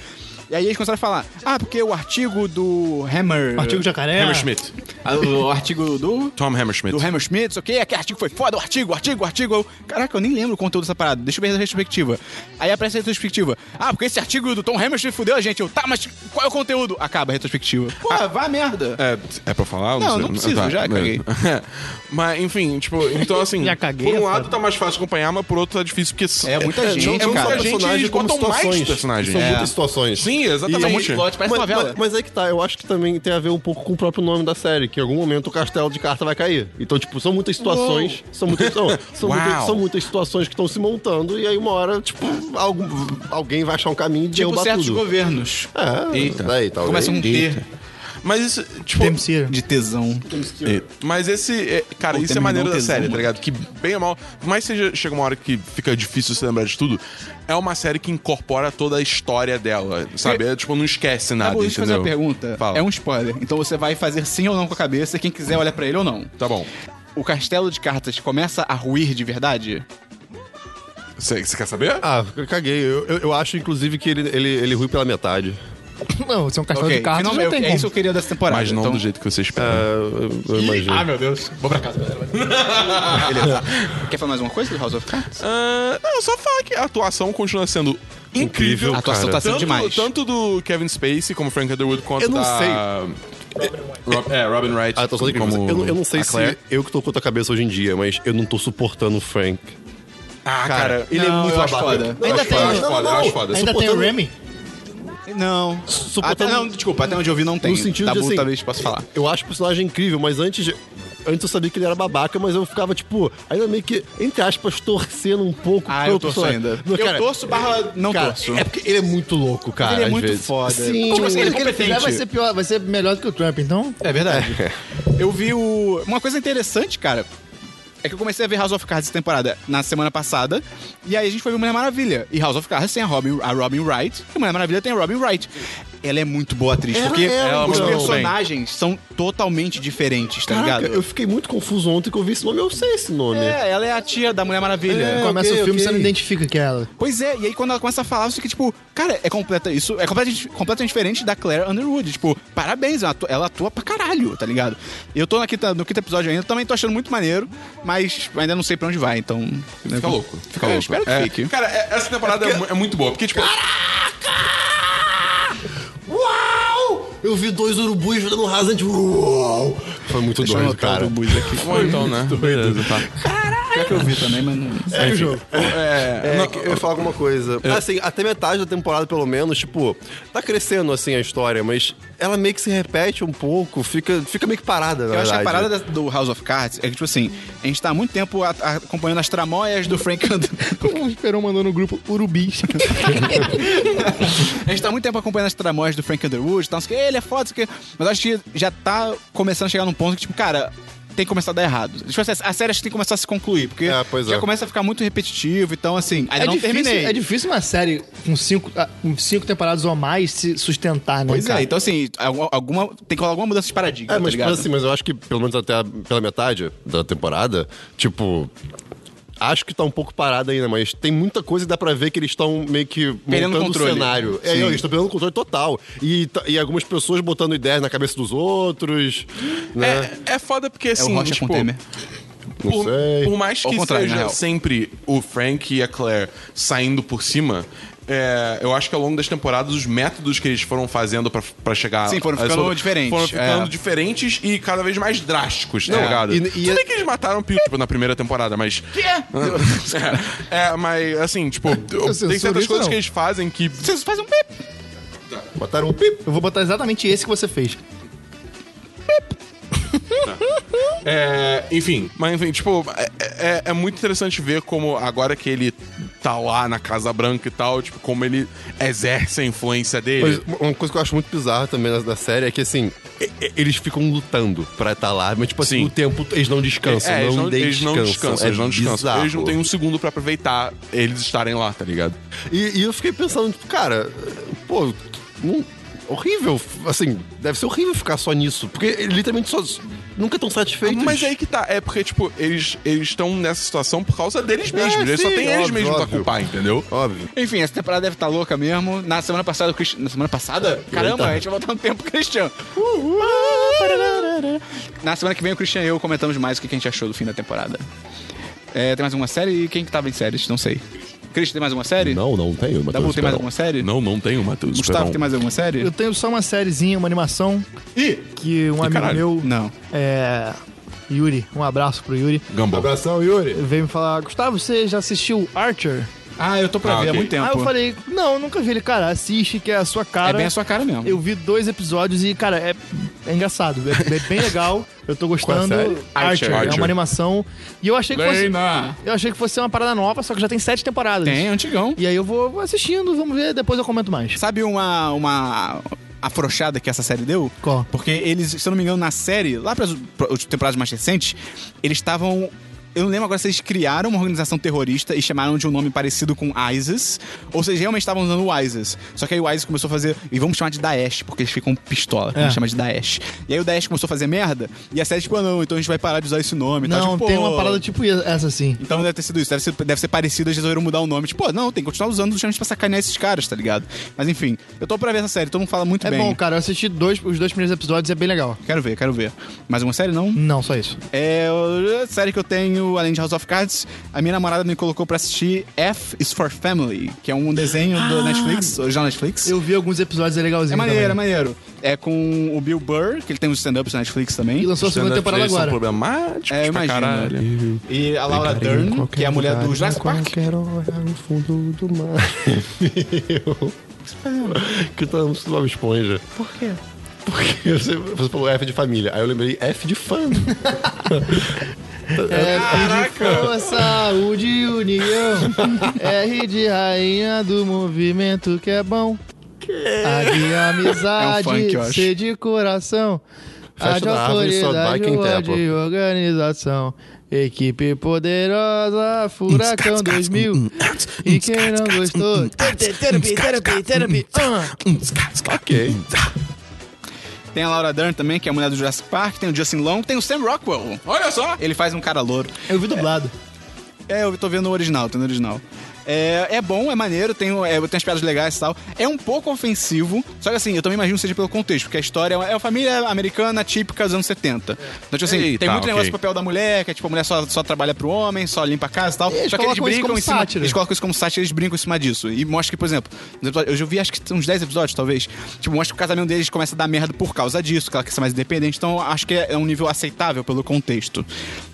E aí eles começaram a falar: Ah, porque o artigo do Hammer. Artigo de jacaré. Hammerschmidt. Ah, o o artigo do. Tom Hammerschmidt. É. Do Hammer Schmidt, ok, aquele artigo foi foda, o artigo, o artigo, o artigo. Eu, caraca, eu nem lembro o conteúdo dessa parada. Deixa eu ver a retrospectiva. Aí aparece a retrospectiva. Ah, porque esse artigo do Tom Hammer Schmidt fudeu a gente. Eu, tá, mas qual é o conteúdo? Acaba a retrospectiva. Ah, Pô, vá a merda. É, é pra Não, falar? sei. Tá, né? não precisa, já caguei. mas, enfim, tipo, então assim. Já caguei, por um é lado foda. tá mais fácil acompanhar, mas por outro tá difícil, porque. É muita gente, não- não cara. só personagem, eles botam mais personagens. São É. muitas situações. Sim, é um exatamente. E- é São muitos lotes, parece mas, novela. Mas, mas aí que tá, eu acho que também tem a ver um pouco com o próprio nome da série, que em algum momento o castelo de carta vai cair. Então, tipo, são muitas situações, são muitas, são, são Uau. muitas, são muitas situações que estão se montando, e aí uma hora, tipo, algum, alguém vai achar um caminho de Tipo derrubar certos tudo. governos. É, Eita. Daí, talvez. Começa um T Mas isso, tipo. Dempsey. de tesão. Tá É, Mas esse. é, cara, Ou isso é também maneiro não da tesão, série, tá mano. ligado? Que bem ou mal. por mais que seja, chega uma hora que fica difícil se lembrar de tudo. É uma série que incorpora toda a história dela, sabe? É, tipo, não esquece nada, Tá bom, deixa eu entendeu? fazer uma pergunta. Fala. É um spoiler. Então você vai fazer sim ou não com a cabeça, quem quiser olha pra ele ou não. Tá bom. O castelo de cartas começa a ruir de verdade? Você você quer saber? Ah, eu caguei. Eu, eu, eu acho, inclusive, que ele, ele, ele rui pela metade. Não, se é um castelo de cartas, final- não eu- tem é isso que como. eu queria dessa temporada. Mas não então, do jeito que você espera. Eu, eu imagino. Ah, meu Deus. Vou pra casa, galera. Beleza. Quer falar mais uma coisa do House of Cards? Ah, não, só falar que a atuação continua sendo incrível. Incrível, A atuação tá sendo tanto, demais. tanto do Kevin Spacey como Frank Underwood quanto Eu não da... sei. Rob- é, Robin Wright. Ah, eu tô só de como eu, não- eu não sei a se Claire. eu que tô com a cabeça hoje em dia, mas eu não tô suportando o Frank. Ah, cara. ele não, eu acho babaca. é foda. Não, Ainda eu acho foda, tem- eu acho foda, eu acho foda. Ainda tem o Suportando- Remy? Não. Até, Suportando- não. Desculpa, até onde eu vi não tem. No sentido Dabu, de assim, talvez possa falar. Eu acho o personagem incrível, mas antes de- Antes eu sabia que ele era babaca, mas eu ficava, tipo, ainda meio que, entre aspas, torcendo um pouco Ah, pelo eu torço personagem. ainda. Não, eu cara, torço barra não cara, torço. É porque ele é muito louco, cara. Ele é às muito vezes. foda. Sim, Como assim, ele é O que ele competente? fizer vai ser pior, vai ser melhor do que o Trump, então. É verdade. Eu vi o... Uma coisa interessante, cara, é que eu comecei a ver House of Cards essa temporada na semana passada, e aí a gente foi ver Mulher Maravilha. E House of Cards tem a Robin, a Robin Wright, e Mulher Maravilha tem a Robin Wright. Ela é muito boa atriz, Ela porque é, os então. personagens são totalmente diferentes, tá Caraca, ligado? eu fiquei muito confuso ontem que eu vi esse nome. Eu sei esse nome. É, ela é a tia da Mulher Maravilha. É, Começa ok, o filme, ok. você não identifica que é ela. Pois é, e aí quando ela começa a falar, você fica tipo, cara, é completa isso, é completamente, completamente diferente da Claire Underwood. Tipo, parabéns, ela atua, ela atua pra caralho, tá ligado? Eu tô na quinta- no quinto episódio ainda, também tô achando muito maneiro, mas ainda não sei pra onde vai, então. Fica louco. Fica É, louco. espero que É. fique. Cara, é- essa temporada é, mu- é muito boa. Porque, tipo, Uau! Eu vi dois urubus dando um rasante. Uau! Foi muito Deixa eu doido, anotar cara. o bus aqui. bom, então, né? Beleza, tá. Pior que eu vi também, mas não. É o jogo. É, que eu ia falar alguma coisa. Assim, até metade da temporada, pelo menos, tipo, tá crescendo assim a história, mas ela meio que se repete um pouco, fica, fica meio que parada, na Eu acho que a verdade. parada da- do House of Cards é que, tipo assim, a gente tá há muito tempo a- a- acompanhando as tramóias do Frank Underwood. O Esperão mandou no grupo Urubis. A gente tá há muito tempo acompanhando as tramóias do Frank Underwood, tal, não sei o que, ele é foda, não sei o que. Mas acho que já tá começando a chegar num ponto que, tipo, cara, tem que começar a dar errado. Tipo assim, a série acho que tem que começar a se concluir, porque É, pois já é. começa a ficar muito repetitivo, então assim, ainda É não difícil, terminei. é difícil uma série com cinco, ah, com cinco temporadas ou mais se sustentar, né? Pois cara? é, então assim, alguma, alguma- tem que rolar alguma mudança de paradigma, É, tá mas, ligado? mas assim, mas eu acho que pelo menos até a- pela metade da temporada, tipo. Acho que tá um pouco parado ainda, mas tem muita coisa que dá pra ver que eles estão meio que Perdendo montando controle. o cenário. É, Sim. não, eles estão perdendo o controle total. E, tá- e algumas pessoas botando ideias na cabeça dos outros, né? É, é foda porque é o assim. Rocha tipo, com Temer. não por, sei. por mais Ao que contrário, na seja real. sempre o Frank e a Claire saindo por cima. é, eu acho que ao longo das temporadas os métodos que eles foram fazendo pra- pra chegar Sim, foram a ficando essa- diferentes, foram ficando é. diferentes e cada vez mais drásticos tá Não, ligado e- é- e- tudo bem que eles mataram o Pio tipo, na primeira temporada mas que é, é mas assim tipo tem censuro certas isso, coisas não. que eles fazem que Vocês fazem um pip. Botaram um pip. Eu vou botar exatamente esse que você fez. É, enfim, mas enfim, tipo, é- é, é muito interessante ver como agora que ele tá lá na Casa Branca e tal, tipo, como ele exerce a influência Mas dele. uma coisa que eu acho muito bizarra também na- da série é que, assim, e- e- eles ficam lutando pra estar lá, mas, tipo assim, Sim. o tempo eles não descansam. É, não eles não, dei eles não descanso. descansam, É eles não descansam. bizarro. Eles não têm um segundo pra aproveitar eles estarem lá, tá ligado? E, e eu fiquei pensando, tipo, cara, pô, não- horrível. Assim, deve ser horrível ficar só nisso. Porque eles literalmente só, nunca estão satisfeitos. Mas aí que tá, é porque, tipo, eles eles estão nessa situação por causa deles mesmos. eles só É, sim, têm eles óbvio, mesmos pra óbvio. culpar, entendeu? Óbvio. Enfim, essa temporada deve estar louca mesmo. Na semana passada, o Christian. Na semana passada? Caramba, a gente vai voltar no tempo, Christian. Ah, Na semana que vem, o Christian e eu comentamos mais o que a gente achou do fim da temporada. É, tem mais alguma série? E quem que tava em séries? Não sei. Christian, tem mais alguma série? Não, não tenho, Dabu, tem mais alguma série? Não, não tem o Matheus. Gustavo, Esperon. tem mais alguma série? Eu tenho só uma sériezinha, uma animação. Que um amigo caralho. meu. Não. É. Yuri, um abraço pro Yuri. Gumball. Abração, Yuri. Veio me falar, Gustavo, você já assistiu Archer? Ah, eu tô pra Ah, ver há ok. muito tempo. Aí eu falei, não, nunca vi ele. Cara, assiste, que é a sua cara. é bem a sua cara mesmo. Eu vi dois episódios e, cara, é, é engraçado. É, é bem legal. Eu tô gostando. Qual a série? Archer, É Archer. uma animação. E eu achei que fosse. Lena. Eu achei que fosse ser uma parada nova, só que já tem sete temporadas. Tem, antigão. E aí eu vou vou assistindo, vamos ver, depois eu comento mais. Sabe uma, uma afrouxada que essa série deu? Qual? Porque eles, se eu não me engano, na série, lá para as temporadas mais recentes, eles estavam. Eu não lembro agora se eles criaram uma organização terrorista e chamaram de um nome parecido com ISIS, ou se eles realmente estavam usando o ISIS. Só que aí o ISIS começou a fazer. E vamos chamar de Daesh, porque eles ficam pistola, quando É. chama de Daesh. E aí o Daesh começou a fazer merda, e a série, tipo, ah, não, então a gente vai parar de usar esse nome. e tal. Não, Tipo, tem pô, uma parada tipo essa assim. então deve ter sido isso, deve ser, deve ser parecido, eles resolveram mudar o nome. Tipo, pô, não, tem que continuar usando justamente pra sacanear esses caras, tá ligado? Mas enfim, eu tô pra ver essa série, todo mundo fala muito É bem. bom, cara. Eu assisti dois, os dois primeiros episódios, é bem legal. Quero ver, quero ver. Mais uma série, não? Não, só isso. É a série que eu tenho, além de House of Cards, a minha namorada me colocou pra assistir F is for Family, que é um desenho do Netflix, já Netflix. Ah! Eu vi alguns episódios, é legalzinho. É maneiro, é também. maneiro. É com o Bill Burr, que ele tem uns stand-ups na Netflix também. E lançou a segunda temporada Eles são agora. problemáticos É, eu pra imagino. caralho. E a Laura Dern, que é a mulher do Jurassic Park. hora no fundo do mar. que tá no Bob Esponja. Por quê? Porque você, você falou F de família. Aí eu lembrei F de fã. R É, de força, U de união, R de rainha do movimento que é bom. A de É um funk, amizade, eu acho. C de coração, A Fecha de da árvore, só vai autoridade, quem O tapa. de organização. Equipe poderosa, furacão 2000. E quem não gostou? Therapy, therapy, therapy. ah. Hum, ok. Tem a Laura Dern também, que é a mulher do Jurassic Park. Tem o Justin Long, tem o Sam Rockwell. Olha só! Ele faz um cara louro. Eu vi dublado. É, eu tô vendo o original, tô no original. É, é bom, é maneiro, tem, é, tem as piadas legais e tal. É um pouco ofensivo, só que assim, eu também imagino que seja pelo contexto, porque a história é uma, é uma família americana típica dos anos 70. Então, tipo assim, Eita, tem muito ok. negócio de papel da mulher, que é tipo, a mulher só, só trabalha pro homem, só limpa a casa e tal. Eles só que eles colocam isso brincam como em cima. sátira. Eles colocam isso como sátira, eles brincam em cima disso. E mostra que, por exemplo, nos episódios- eu já vi acho que uns 10 episódios, talvez. Tipo, mostra que o casamento deles começa a dar merda por causa disso, que ela quer ser mais independente. Então, acho que é um nível aceitável pelo contexto.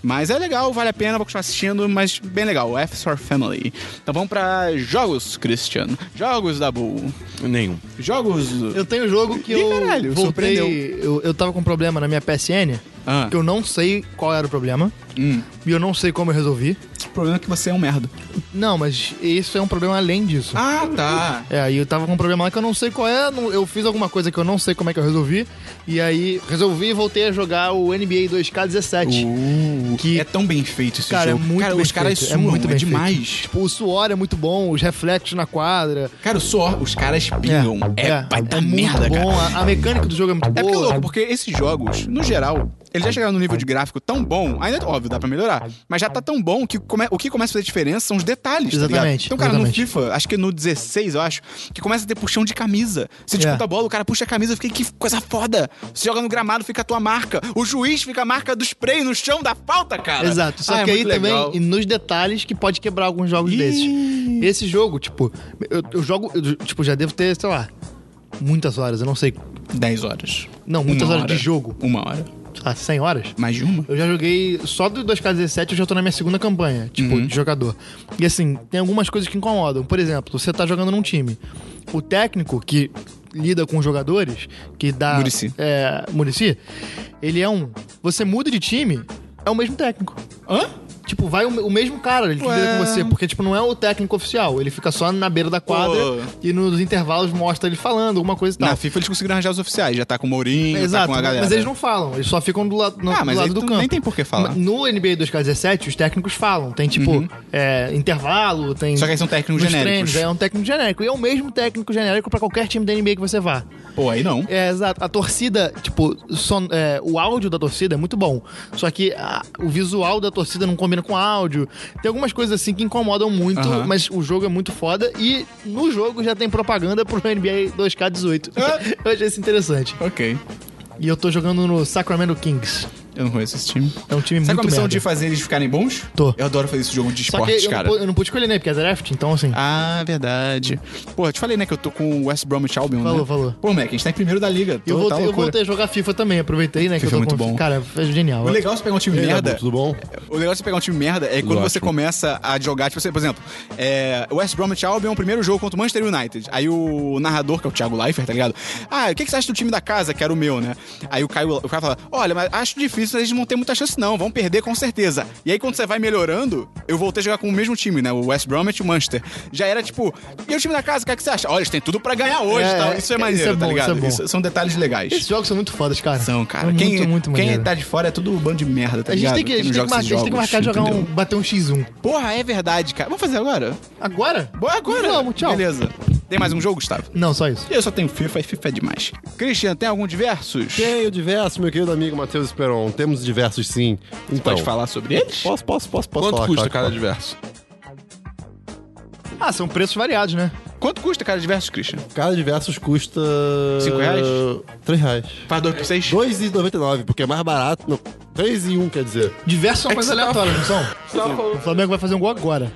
Mas é legal, vale a pena, vou continuar assistindo, mas bem legal. F is for Family. Então vamos pra jogos, Christian. Jogos da Bull. Nenhum. Jogos. Eu tenho um jogo que Ih, eu caralho, voltei. surpreendeu. Eu, eu tava com um problema na minha PSN, Ah. Hum. que eu não sei qual era o problema. E eu não sei como eu resolvi. problema é que você é um merda. Não, mas isso é um problema além disso. Ah, tá. É, aí eu tava com um problema lá que eu não sei qual é. não- Eu fiz alguma coisa que eu não sei como é que eu resolvi. E aí resolvi e voltei a jogar o NBA 2K17. que, É tão bem feito esse cara, é jogo. muito cara, bem os caras feito, é suam, é, muito bem demais. tipo, o suor é muito bom, os reflexos na quadra. Cara, o suor, os caras pingam. É, vai dar muito merda, cara. bom. A, a mecânica do jogo é muito É porque, é boa. louco, porque esses jogos, no geral, eles já chegaram num nível de gráfico tão bom, ainda, é óbvio, dá pra melhorar, mas já tá tão bom que come- o que começa a fazer diferença são os detalhes, tá ligado? Exatamente, Então, cara, exatamente. no FIFA, acho que no 16, eu acho, que começa a ter puxão de camisa. É. Você disputa a bola, o cara puxa a camisa, eu fiquei, que coisa foda. Você joga no gramado, fica a tua marca. O juiz fica a marca do spray no chão da falta, cara. Exato. Só Ah, é que aí muito também, legal. e nos detalhes, que pode quebrar alguns jogos desses. Esse jogo, tipo, eu, eu jogo, eu, tipo, já devo ter, sei lá, muitas horas, eu não sei. 10 horas. Não, muitas Uma horas de hora. jogo. Uma hora. Sei lá, 100 horas? Mais de uma? Eu já joguei só do 2K17, eu já tô na minha segunda campanha, tipo, Uhum. de jogador. E assim, tem algumas coisas que incomodam. Por exemplo, você tá jogando num time. O técnico que lida com os jogadores, que dá. Muricy. É, Muricy, ele é um. Você muda de time, é o mesmo técnico. Hã? Tipo, vai o, o mesmo cara, ele que lida com você, porque, tipo, não é o técnico oficial. Ele fica só na beira da quadra Pô. e nos intervalos mostra ele falando, alguma coisa e tal. Na FIFA eles conseguiram arranjar os oficiais, já tá com o Mourinho, tá Tá. Exato, com a galera. mas eles não falam, eles só ficam do, la no, Ah, mas do aí lado do tu campo. nem tem por que falar. Uhum. Ma- No NBA 2K17, os técnicos falam. Tem, tipo, é, intervalo, tem... Só que aí são técnicos nos genéricos. Treinos, é um técnico genérico. E é o mesmo técnico genérico pra qualquer time da NBA que você vá. Pô, aí não. É, exato. A torcida, tipo, son- é, o áudio da torcida é muito bom. Só que a- o visual da torcida não combina com o áudio. Tem algumas coisas assim que incomodam muito, Aham. mas o jogo é muito foda. E no jogo já tem propaganda pro NBA 2K18. Ah. Eu achei isso interessante. Ok. E eu tô jogando no Sacramento Kings. Eu não conheço esse time. É um time Sabe muito qual a missão merda. de fazer eles ficarem bons? Tô. Eu adoro fazer esse jogo de Só que esportes, eu não, cara. pude, eu não pude escolher, né? Porque é draft, então assim. Ah, verdade. Pô, eu te falei, né, que eu tô com o West Bromwich Albion, Falou, né? falou. Pô, moleque, a gente tá em primeiro da liga. Tô- tá eu, voltei, eu loucura. voltei a jogar FIFA também, aproveitei, né? FIFA é que eu muito tô com- bom. Cara, é genial. O legal é você pegar um time merda. Tudo bom? O legal é você pegar um time merda é quando você começa a jogar, tipo, você, por exemplo, é, o West Bromwich Albion, o primeiro jogo contra o Manchester United. Aí o narrador, que é o Thiago Leifert, tá ligado? Ah, o que, que você acha do time da casa, que era o meu, né? Aí o Caio, o cara fala, olha, mas acho difícil, eles não têm muita chance não, vão perder com certeza. E aí quando você vai melhorando, eu voltei a jogar com o mesmo time, né? O West Bromwich e o Manchester. Já era tipo, e o time da casa, o que, é que você acha? Olha, eles têm tudo pra ganhar hoje, É, tal. é, Isso é isso maneiro, é tá bom, ligado? isso é bom. são detalhes legais. Esses jogos são muito fodas, cara. São, cara. É quem, muito, muito quem maneiro. tá de fora é tudo um bando de merda, tá A gente ligado? tem que, a Quem gente não tem que joga marcar, a esses gente tem que jogos, marcar de jogar um. entendeu? bater um X1. Porra, é verdade, cara. Vamos fazer agora? Agora? Bora agora. Vamos, tchau. Beleza. Tem mais um jogo, Gustavo? Não, só isso. Eu só tenho FIFA e FIFA é demais. Christian, tem algum diversos? Tenho diversos, meu querido amigo Matheus Esperon. Temos diversos, sim. Então, Pode falar sobre eles? Posso, posso, posso, posso Quanto falar, custa claro que cada posso. diverso? Ah, são preços variados, né? Quanto custa cada diversos, Christian? Cada diversos custa... Cinco reais? 3 reais. Faz dois por seis? 2,99, porque é mais barato. Não, 3 e 1, quer dizer. Diversos É são coisas tá aleatórias, não são? O Flamengo vai fazer um gol agora.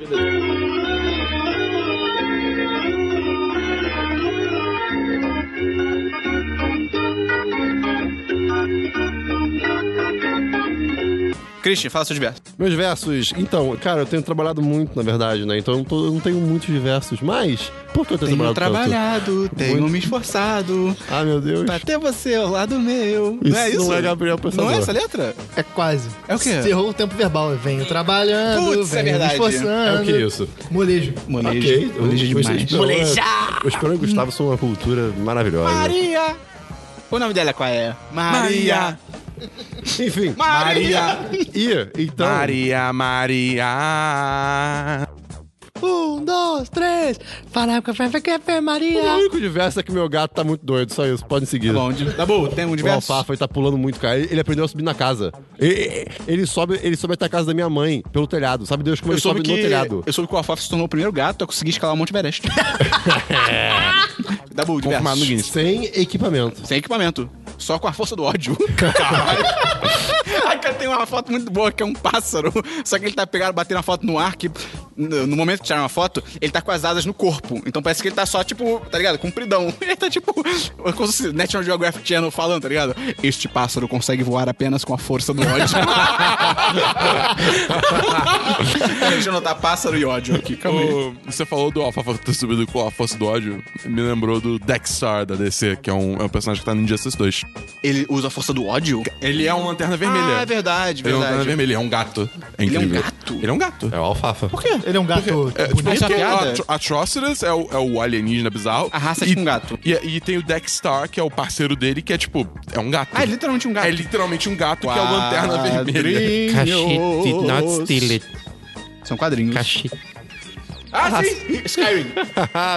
Christian, fala seus diversos. Meus versos, então, cara, eu tenho trabalhado muito, na verdade, né? Então eu não, tô- eu não tenho muitos versos, mas por que eu tenho, Tenho trabalhado trabalhado, tenho Muito. me esforçado tanto? Ah, meu Deus. pra ter você ao lado meu. Isso não é isso? não é Gabriel Não Pensador. é essa letra? É quase. É o quê? Você errou o tempo verbal. Venho trabalhando, Putz, é venho verdade. me esforçando. É o que isso? Molejo. Molejo. Ok, eu- Molejo eu- demais. eu- Moleja! O Esperão e o Gustavo são uma cultura maravilhosa. Maria! O nome dela qual é? Maria! Enfim, Maria! e então. Maria, Maria. Um, dois, três. Para com a fé, que é fé, O Maria. único diverso é que meu gato tá muito doido, só isso, pode seguir. Tá bom, de- tá bom, tem um O diverso? Alfafa ele tá pulando muito, cara. Ele ele aprendeu a subir na casa. Ele, ele sobe, ele sobe até a casa da minha mãe, pelo telhado. Sabe Deus como Eu ele sobe soube, que, no telhado. eu soube que o Alfafa se tornou o primeiro gato a conseguir escalar o Monte Everest. Dabu, Confirmado no diversos. Sem Guinness. equipamento. Sem equipamento. Só com a força do ódio. Ai, cara, tem uma foto muito boa que é um pássaro. Só que ele tá pegado, batendo a foto no ar, que no no momento de tirar uma foto, ele tá com as asas no corpo. Então parece que ele tá só, tipo, tá ligado? Compridão. Ele tá tipo. Como se fosse National Geographic Channel falando, tá ligado? Este pássaro consegue voar apenas com a força do ódio. Peraí, Deixa eu anotar tá pássaro e ódio aqui. Calma aí. Ô, você falou do Alfafa ter subido com a força do ódio. Me lembrou do Dexstar da DC, que é um, é um personagem que tá no Injustice 2. Ele usa a força do ódio? Ele é um lanterna vermelha. Ah, é verdade, Ele não tá verdade. na vermelha, ele é um gato. É incrível. Ele é um gato? Ele é um gato. É o alfafa. Por quê? Ele é um gato bonito. essa Porque piada- Atro- Atrocitus é o, é o alienígena bizarro. A raça é E- tipo um gato. E, e tem o Dexstar, que é o parceiro dele, que é tipo, é um gato. Ah, é literalmente um gato. É literalmente um gato que é o lanterna Ah, vermelha. Quadrinhos. it. São quadrinhos. Kashi. Ah, sim! Skyrim.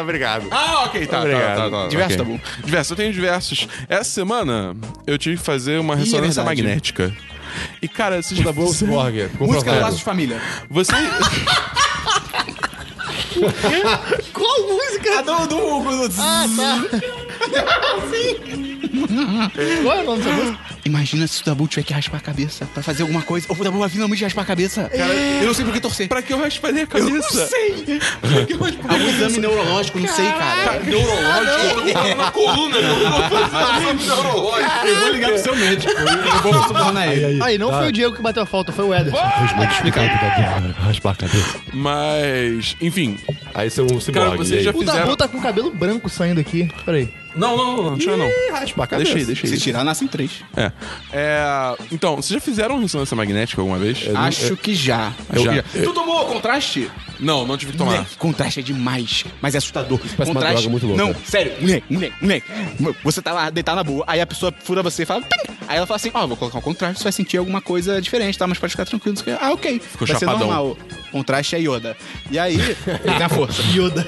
Obrigado. Ah, ok, tá, tá, Obrigado. tá, tá. Diverso, ok. tá bom. Diverso, eu tenho diversos. Essa semana eu tive que fazer uma ressonância é verdade. magnética. E, cara, esses da bolsa. Borger. Música do laço de família. Você. Qual música? do, do, Ah, tá. Sim. Qual é o nome dessa música? Imagina se o Dabu tiver que raspar a cabeça pra fazer alguma coisa. Ou o Dabu vai finalmente raspar a cabeça. Cara, eu não sei por que torcer. pra que eu rasparia a cabeça? sei. Algum exame neurológico, não sei, cara. Neurológico, eu tô com na coluna, né? eu não vou fazer exame neurológico. Eu vou ligar pro seu médico. Eu vou subornar ele. Aí, tá. não foi o Diego que bateu a falta, foi o Ederson. Raspar a cabeça. Mas, enfim. Aí você é um ciborgue. Cara, vocês e já aí? O Dabu fizeram. tá com o cabelo branco saindo aqui. Peraí. Não, não, não, não tira não. Ih, Raspa a cabeça. Deixa aí, deixa Se aí. tirar, nascem três. É. É, Então, vocês já fizeram ressonância magnética alguma vez? É, Acho que já. Eu- já. Tu tomou contraste? Não, não tive que tomar. Né? Moleque, contraste é demais, mas é assustador. parece uma contraste, droga muito louca. Não, sério, moleque, moleque, moleque. Você tá lá deitado na boa, aí a pessoa fura você e fala. "Pim!" Aí ela fala assim: Ó, vou colocar um contraste, você vai sentir alguma coisa diferente, tá? Mas pode ficar tranquilo. não sei o quê." Ah, ok. Ficou vai chapadão. ser normal. Contraste é Yoda. E aí, ele tem a força. Yoda.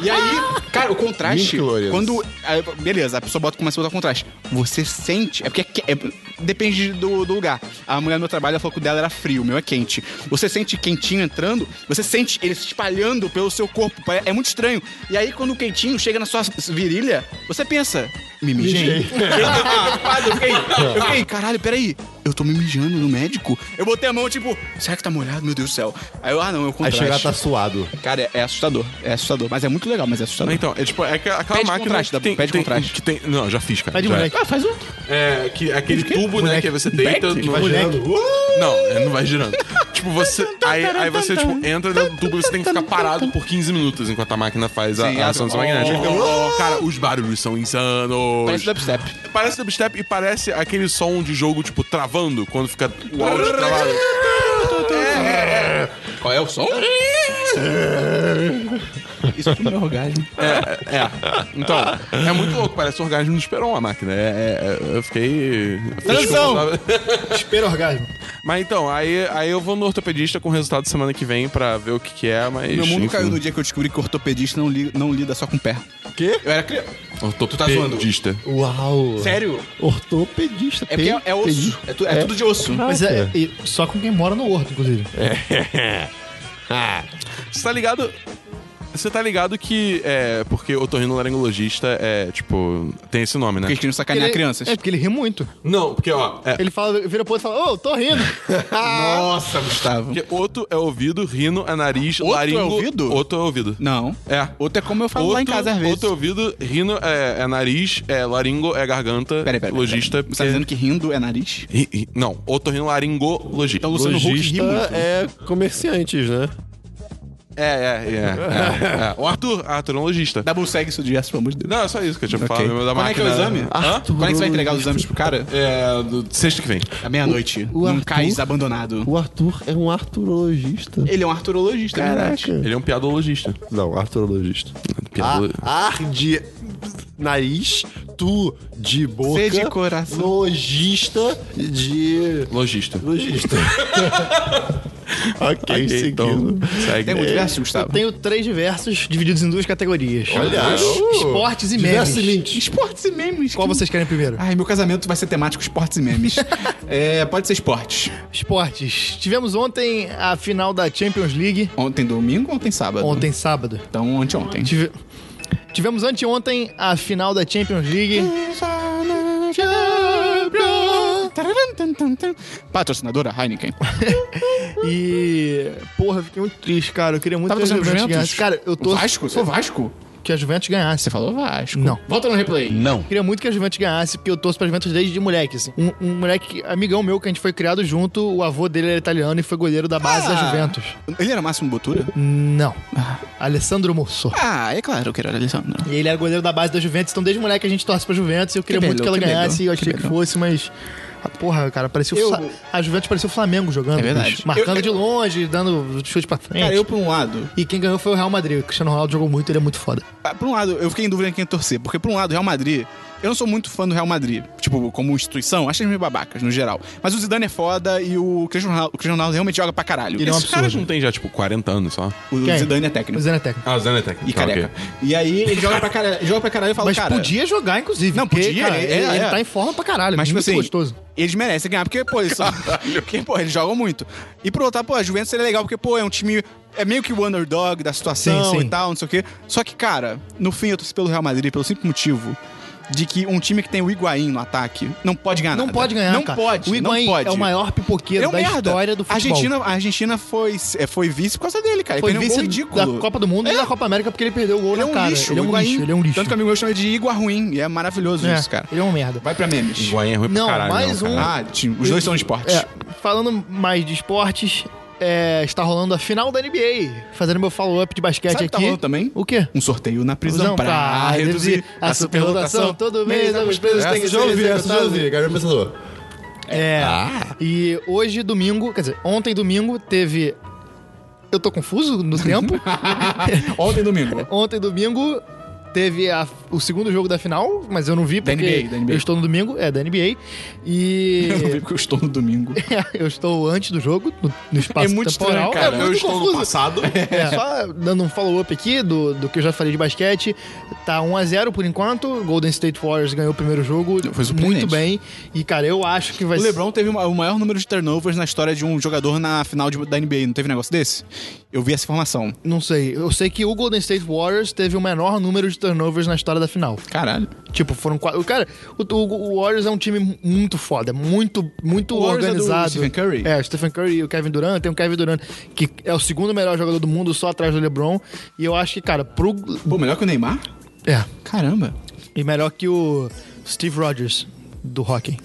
E aí, cara, o contraste. Micro-Orions. Quando. aí, beleza, a pessoa bota, começa a botar contraste. Você sente. É porque é que- é- depende do, do lugar. A mulher no meu trabalho ela falou que o dela era frio, o meu é quente. Você sente quentinho entrando, você sente ele se espalhando pelo seu corpo. pare- É muito estranho. E aí, quando o quentinho chega na sua virilha, você pensa. Me mijei. Eu tô preocupado, eu fiquei, eu fiquei, caralho, peraí. Eu tô me mijando no médico? Eu botei a mão, tipo, será que tá molhado? Meu Deus do céu. Aí eu, ah, não, eu Aí contraste. chegar tá suado. Cara, é, é assustador. É assustador. Mas é muito legal, mas é assustador. Então, é tipo, é que- aquela Pede máquina. contraste, que tem, Dabu, pede tem- contraste. que tem- não, já fiz, cara. Pede já. Tá moleque. Ah, faz um. É, que, aquele tubo, né, que você deita. no- Tá Moleque. Não, é, não vai girando. tipo, você. Aí, aí você, tipo, entra dentro do tubo e você tem que ficar parado por 15 minutos enquanto a máquina faz a, Sim, a abre- ressonância magnética. Cara, os barulhos são insanos. Parece dubstep. Parece dubstep e parece aquele som de jogo, tipo, travando, quando fica o áudio travado. Qual é o som? Isso aqui é o meu orgasmo. É, é. Então, é muito louco, parece o orgasmo do Esperon a máquina. É, é, é, eu fiquei. eu fiquei Transão! desconfortável. Espera o orgasmo. Mas então, aí, aí eu vou no ortopedista com o resultado semana que vem pra ver o que, que é, mas. Meu mundo enfim. caiu no dia que eu descobri que ortopedista não, li- não lida só com o pé. Quê? Eu era é criança. tá Ortopedista. Uau. Sério? Ortopedista. É porque é, é osso. É, tu- é tudo de osso. Mas é, e só com quem mora no horto, inclusive. É, Você tá ligado? Você tá ligado que. É, porque otorrinolaringologista é, tipo. Tem esse nome, né? Porque eles queriam sacanear Ele- crianças. É, porque ele ri muito. Não, porque, ó. É, Ele fala, vira pro outro e fala, ô, tô rindo. Ah, Nossa, Gustavo. porque outro é ouvido, rino é nariz, Outro é laringo. ouvido? Outro é ouvido. Não. É. Outro é como eu falo lá em casa às vezes. Outro é ouvido, rino é, é nariz, é laringo é garganta, Peraí, peraí. logista. Você tá dizendo que rindo é nariz? Ri- ri- Não, otorrinolaringologista. Então Luciano Huck ri muito. Logista é comerciantes, né? É, é, é, é, é. O Arthur, Arthur é um logista. Double segue isso de pelo amor de Deus. Não, é só isso que eu tinha pra Ok. falar. mesmo, Da Quando é que é o máquina- exame? Hã? Quando é que você vai entregar os exames pro cara? É, do- sexta que vem. À meia-noite. o Num Arthur? cais abandonado. O Arthur é um arturologista. Ele é um arturologista, é verdade. Ele é um piadologista. Não, arturologista. Ah. Piadolo- ar de nariz, tu de boca. Cê de coração. Logista de. Logista. Logista. ok, Ok, então, seguindo. segue. É, Tem um diverso, Gustavo? Tenho três diversos divididos em duas categorias. Olha, Esportes e memes. diversos links. Esportes e memes. Qual vocês querem primeiro? Ai, meu casamento vai ser temático esportes e memes. é, pode ser esportes. Esportes. Tivemos ontem a final da Champions League. Ontem domingo ou ontem sábado? Ontem, sábado. Então, anteontem. Tive- Tivemos anteontem a final da Champions League. Patrocinadora Heineken. E. Porra, eu fiquei muito triste, cara. Eu queria muito Tava que a torcendo pro Juventus Juventus? ganhasse. Cara, eu tô. Vasco? Sou Vasco? Que a Juventus ganhasse. Você falou Vasco. Não. Volta no replay. Não. Eu queria muito que a Juventus ganhasse, porque eu torço pra Juventus desde de moleque, assim. Um, um moleque, amigão meu, que a gente foi criado junto, o avô dele era italiano e foi goleiro da base da Ah. Juventus. Ele era Máximo Botura? Não. Alessandro Mosso. Ah, é claro que era Alessandro. E é ele era goleiro da base da Juventus, então desde moleque a gente torce pra Juventus. Eu queria Que muito que belo, ela que ganhasse, belo, eu achei que que, belo. fosse, mas ah, Porra, cara, parecia o Eu- Fla- a Juventus parecia o Flamengo jogando. É verdade. bicho. Marcando Eu- de longe, dando chute pra frente. Cara, eu por um lado, E quem ganhou foi o Real Madrid. O Cristiano Ronaldo jogou muito, ele é muito foda. Ah, Por um lado, eu fiquei em dúvida em quem torcer, porque por um lado, o Real Madrid, eu não sou muito fã do Real Madrid, tipo, como instituição, acho eles meio babacas, no geral. Mas o Zidane é foda e o Cristiano Ronaldo, o Cristiano Ronaldo realmente joga pra caralho. Ele é um Esses caras absurdo. não tem já, tipo, 40 anos só? O Quem? Zidane é O técnico. Zidane é técnico. Ah, o Zé é técnico. E Tá, careca. ok. E aí ele joga pra caralho, joga pra caralho e fala, Mas cara... podia jogar, inclusive. Não, porque, podia, Cara, é, ele, é. ele tá em forma pra caralho. Mas, tipo muito assim, gostoso. eles merecem ganhar, porque, pô, eles são... porque, pô, eles jogam muito. E por outro lado, pô, a Juventus ele é legal, porque, pô, é um time... É meio que o underdog da situação Sim, sim. e tal, não sei o quê. Só que, cara, no fim eu torci pelo Real Madrid pelo simples motivo de que um time que tem o Higuaín no ataque não pode ganhar Não nada. pode ganhar, Não cara. pode, O Higuaín não pode. é o maior pipoqueiro É um da merda. história do a futebol. Argentina, a Argentina foi, é, foi vice por causa dele, cara. foi ele perdeu um vice gol ridículo. É. da Copa do Mundo e da Copa América porque ele perdeu o gol Ele é na um cara. lixo. ele é o um Higuaín- lixo, ele é um lixo. Tanto que o amigo meu chama ele de Igua ruim. E é maravilhoso é, isso, cara. Ele é um merda. Vai pra memes. Higuaín é ruim pra Não, caralho. mais não, um- cara. Ah, time, os dois são esportes. É, falando mais de esportes, é, está rolando a final da NBA. Fazendo meu follow-up de basquete Sabe o aqui. que tá rolando também? O quê? Um sorteio na prisão pra, reduzir a superlotação. Todo mês, alguns presos têm que ser tá executados. Gabriel Pensador. É. Ah. E hoje, domingo, quer dizer, ontem, domingo, teve. Eu tô confuso no tempo. Ontem domingo. Ontem, domingo, teve a- o segundo jogo da final, mas eu não vi porque NBA, da NBA. eu estou no domingo, é, da NBA. E Eu não vi porque eu estou no domingo. eu estou antes do jogo, no, no espaço É muito estranho, temporal. cara. É Eu muito estou no confuso. passado. É, só dando um follow-up aqui do, do que eu já falei de basquete. Tá 1x0 por enquanto. Golden State Warriors ganhou o primeiro jogo. Foi surpreendente. muito bem. E, cara, eu acho que vai O ser. LeBron teve uma- o maior número de turnovers na história de um jogador na final de- da NBA. Não teve negócio desse? Eu vi essa informação. Não sei. Eu sei que o Golden State Warriors teve o menor número de turnovers na história da final. Caralho. Tipo, foram quatro. o Cara, o, o- o Warriors é um time muito foda, muito, muito O Warriors é do organizado. Stephen Curry? É, o Stephen Curry e o Kevin Durant. Tem o Kevin Durant, que é o segundo melhor jogador do mundo, só atrás do LeBron. E eu acho que, cara, pro. Pô, melhor que o Neymar? É. Caramba. E melhor que o Steve Rogers, do hockey.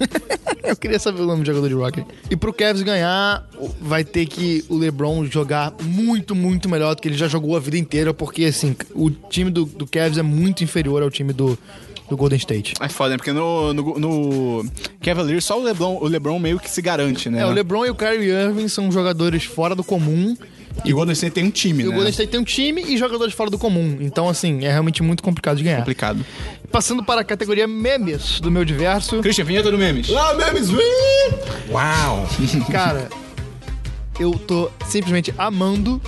Eu queria saber o nome do jogador de hockey. E pro Cavs ganhar, o- vai ter que o LeBron jogar muito, muito melhor do que ele já jogou a vida inteira, porque, assim, o time do, do Cavs é muito inferior ao time do, do Golden State. É foda, né? Porque no, no, no Cavaliers só o LeBron, o LeBron meio que se garante, né? É, o LeBron e o Kyrie Irving são jogadores fora do comum, E o Golden State tem um time, e o né? Golden State tem um time e jogadores fora do comum. Então, assim, é realmente muito complicado de ganhar. Complicado. Passando para a categoria memes do meu diverso. Christian, vinheta do memes. Ah, memes! ui! Uau! Cara, eu tô simplesmente amando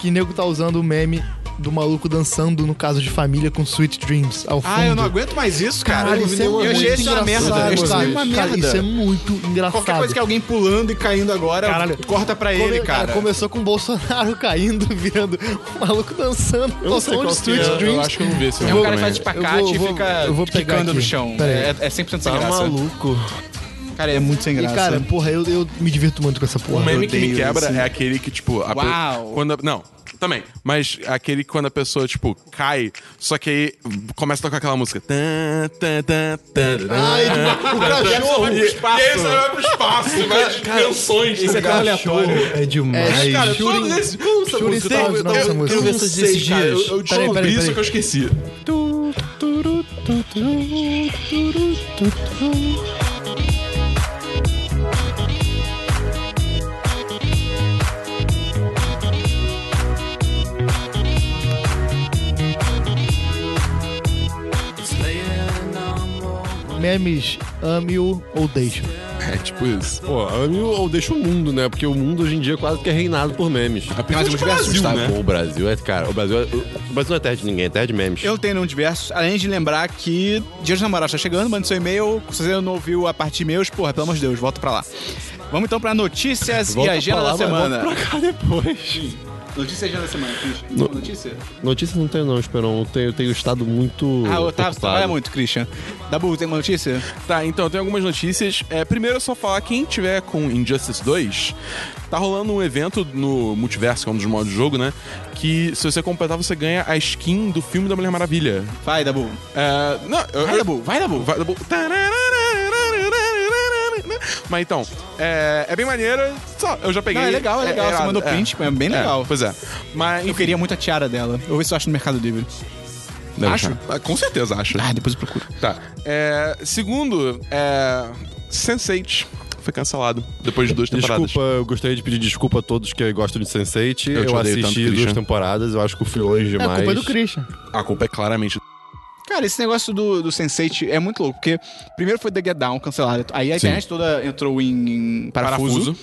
que nego tá usando o meme do maluco dançando no caso de família com Sweet Dreams ao fundo. Ah, eu não aguento mais isso, cara. Caralho, isso é eu achei muito isso uma merda. engraçado, Eu achei isso cara. uma merda. Cara, isso é muito engraçado. Qualquer coisa que alguém pulando e caindo agora, Caralho. corta pra Come- ele, cara. Começou com o Bolsonaro caindo, virando o maluco dançando não ao sei som qual de que Sweet é, eu Dreams. Eu acho que eu não vi esse É um jogo cara que também. faz espacate Eu vou- e vou- fica eu vou pegar quicando no aqui. chão. Pera aí. É, é 100% sem Tá graça. maluco. Cara, é muito sem E, graça. cara, porra, eu, eu me divirto muito com essa O porra. Um meme que me odeio quebra isso. é aquele que, tipo. A pe- Uau. Quando a- Não, também. Mas aquele que quando a pessoa, tipo, cai, só que aí começa a tocar aquela música. Tã, tã, tã, tã, tã. Ai, tá o cachorro! Então, tipo, E- E aí você vai pro espaço, vai de canções. Esse tá é tão ligado? aleatório. É demais. É, Cara, Shooting- todos esses. Como essa Shooting música? Stars, Eu- não, essa eu- música. Eu não Não sei, sei, cara. Eu dias. eu Peraí, descobri peraí, isso peraí. que eu esqueci. Memes, ame-o ou deixa. É tipo isso. Pô, ame ou deixa o mundo, né? Porque o mundo hoje em dia quase que é reinado por memes. Apenas Mas o o Brasil, Brasil, Tá né? bom, o Brasil é, cara, o Brasil, é, o Brasil não é terra de ninguém, é terra de memes. Eu tenho um diverso, além de lembrar que Dia dos Namorados tá chegando, mande seu e-mail. Se você não ouviu a parte de meus, porra, pelo amor de Deus, volta pra lá. Vamos então pra notícias e Volta agenda pra da lá, mas semana. volta pra cá depois. Notícia e agenda da semana, Christian. No- Uma Notícia? Notícia não tenho não, Esperão. Eu tenho, eu tenho estado muito Ah, eu tava, ocupado. trabalha muito, Christian. Dabu, tem uma notícia? Tá, então tem algumas notícias. É, primeiro é só falar quem tiver com Injustice 2, tá rolando um evento no multiverso, que é um dos modos de jogo, né? Que se você completar, você ganha a skin do filme da Mulher Maravilha. Vai, Dabu. É, não, eu- Vai, eu- Dabu, vai, Dabu. Vai, Dabu. Mas então, é, é bem maneira. Só, eu já peguei. Não, é legal, é legal. Você irado, mandou print, é bem legal. pois é. Mas Eu queria muito a tiara dela. Eu vou ver se eu acho no Mercado Livre. Deve acho? Ah, Com certeza acho. Ah, depois eu procuro. Tá. É, segundo, é, Sense8 foi cancelado depois de duas temporadas. Desculpa, eu gostaria de pedir desculpa a todos que gostam de Sense8. Eu Eu, te odeio tanto, assisti Christian. duas temporadas, eu acho que eu fui longe É demais. a culpa é do Christian. A culpa é claramente Cara, esse negócio do, do Sense8 é muito louco, porque primeiro foi The Get Down cancelado, aí a Sim. internet toda entrou em, em parafuso, parafuso.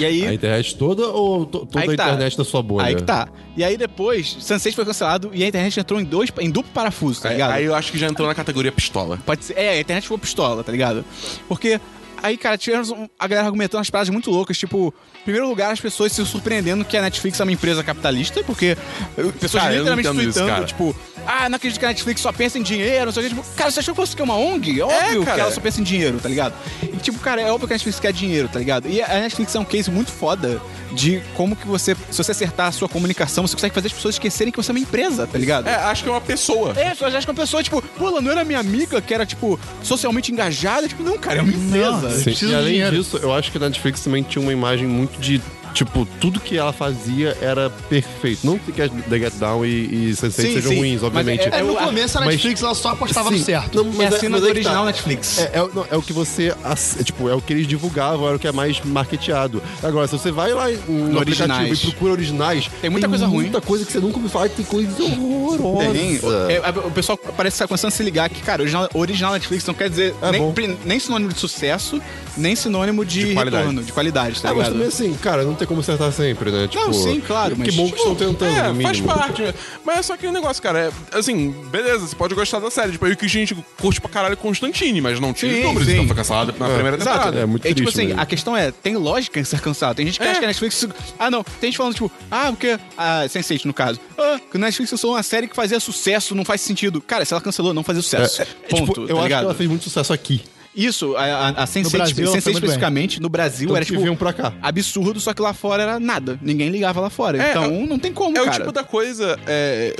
e aí... A internet toda ou to- toda Aí que a tá. internet da sua bolha? Aí que tá. E aí depois, Sunset foi cancelado e a internet entrou em dois, em duplo parafuso, tá Aí, ligado? É, aí eu acho que já entrou na categoria pistola. Pode ser. É, a internet foi pistola, tá ligado? Porque. Aí, cara, tivemos um- a galera argumentando umas paradas muito loucas, tipo, em primeiro lugar, as pessoas se surpreendendo que a Netflix é uma empresa capitalista, porque eu- pessoas Cara, eu não literalmente entendo isso, tweetando, cara. tipo, ah, não acredito que a Netflix só pensa em dinheiro, não sei o que, tipo, cara, você achou que fosse que é uma ONG? É óbvio que cara. ela só pensa em dinheiro, tá ligado? E, tipo, cara, é óbvio que a Netflix quer dinheiro, tá ligado? E a Netflix é um case muito foda de como que você, se você acertar a sua comunicação, você consegue fazer as pessoas esquecerem que você é uma empresa, tá ligado? É, acho que é uma pessoa. É, só já acha que uma pessoa, tipo, pô, ela não era minha amiga, que era, tipo, socialmente engajada. Tipo, não, cara, é uma empresa. Sim. Precisa E de além dinheiro. disso, eu acho que a Netflix também tinha uma imagem muito de. Tipo, tudo que ela fazia era perfeito. Não que The Get Down e, e Sense8 Sim, sejam sim. ruins, Mas obviamente. É, É, no eu- começo a mas- Netflix ela só apostava no Sim. certo. Não, mas é assina mas do é que tá. original Netflix. É, é o- não, é o que você. ass- é, tipo, é o que eles divulgavam, era o que é mais marketeado. Agora, se você vai lá em- no originais. aplicativo e procura originais, Tem muita coisa ruim. Muita coisa que você nunca ouviu falar, tem coisa horrorosa. Tem, é, a- o pessoal parece que tá começando a se ligar que, cara, original, original Netflix não quer dizer É nem, bom. pri- nem sinônimo de sucesso, nem sinônimo de, De qualidade. retorno, de qualidade, tá Ah, mas ligado? também assim, cara, não tem como acertar sempre, né? Tipo, sim, claro, Que mas- bom que estão tentando, no É, mínimo. faz parte. Mas é só que o negócio, cara, é, assim, beleza, você pode gostar da série. Tipo, eu e o Christian, a gente curte pra caralho é Constantine, mas não tinha Sim, YouTube, sim. então foi cancelado na primeira Exato, temporada. é muito É tipo triste assim, mesmo. a questão é, tem lógica em ser cancelado. Tem gente que É. acha que a Netflix. Ah, não. Tem gente falando, tipo, ah, porque. Ah, Sense8, no caso. Ah, que a Netflix cancelou uma série que fazia sucesso, não faz sentido. Cara, se ela cancelou, não fazia sucesso. É, Ponto, tipo, eu tá acho ligado? que ela fez muito sucesso aqui. Isso, a, a, a Sense8, Brasil, ela Sense8 foi muito bem. Então especificamente, no Brasil Tanto era que tipo um vinham pra cá. absurdo, só que lá fora era nada. Ninguém ligava lá fora. É, então é- não tem como, É o cara. tipo da coisa é,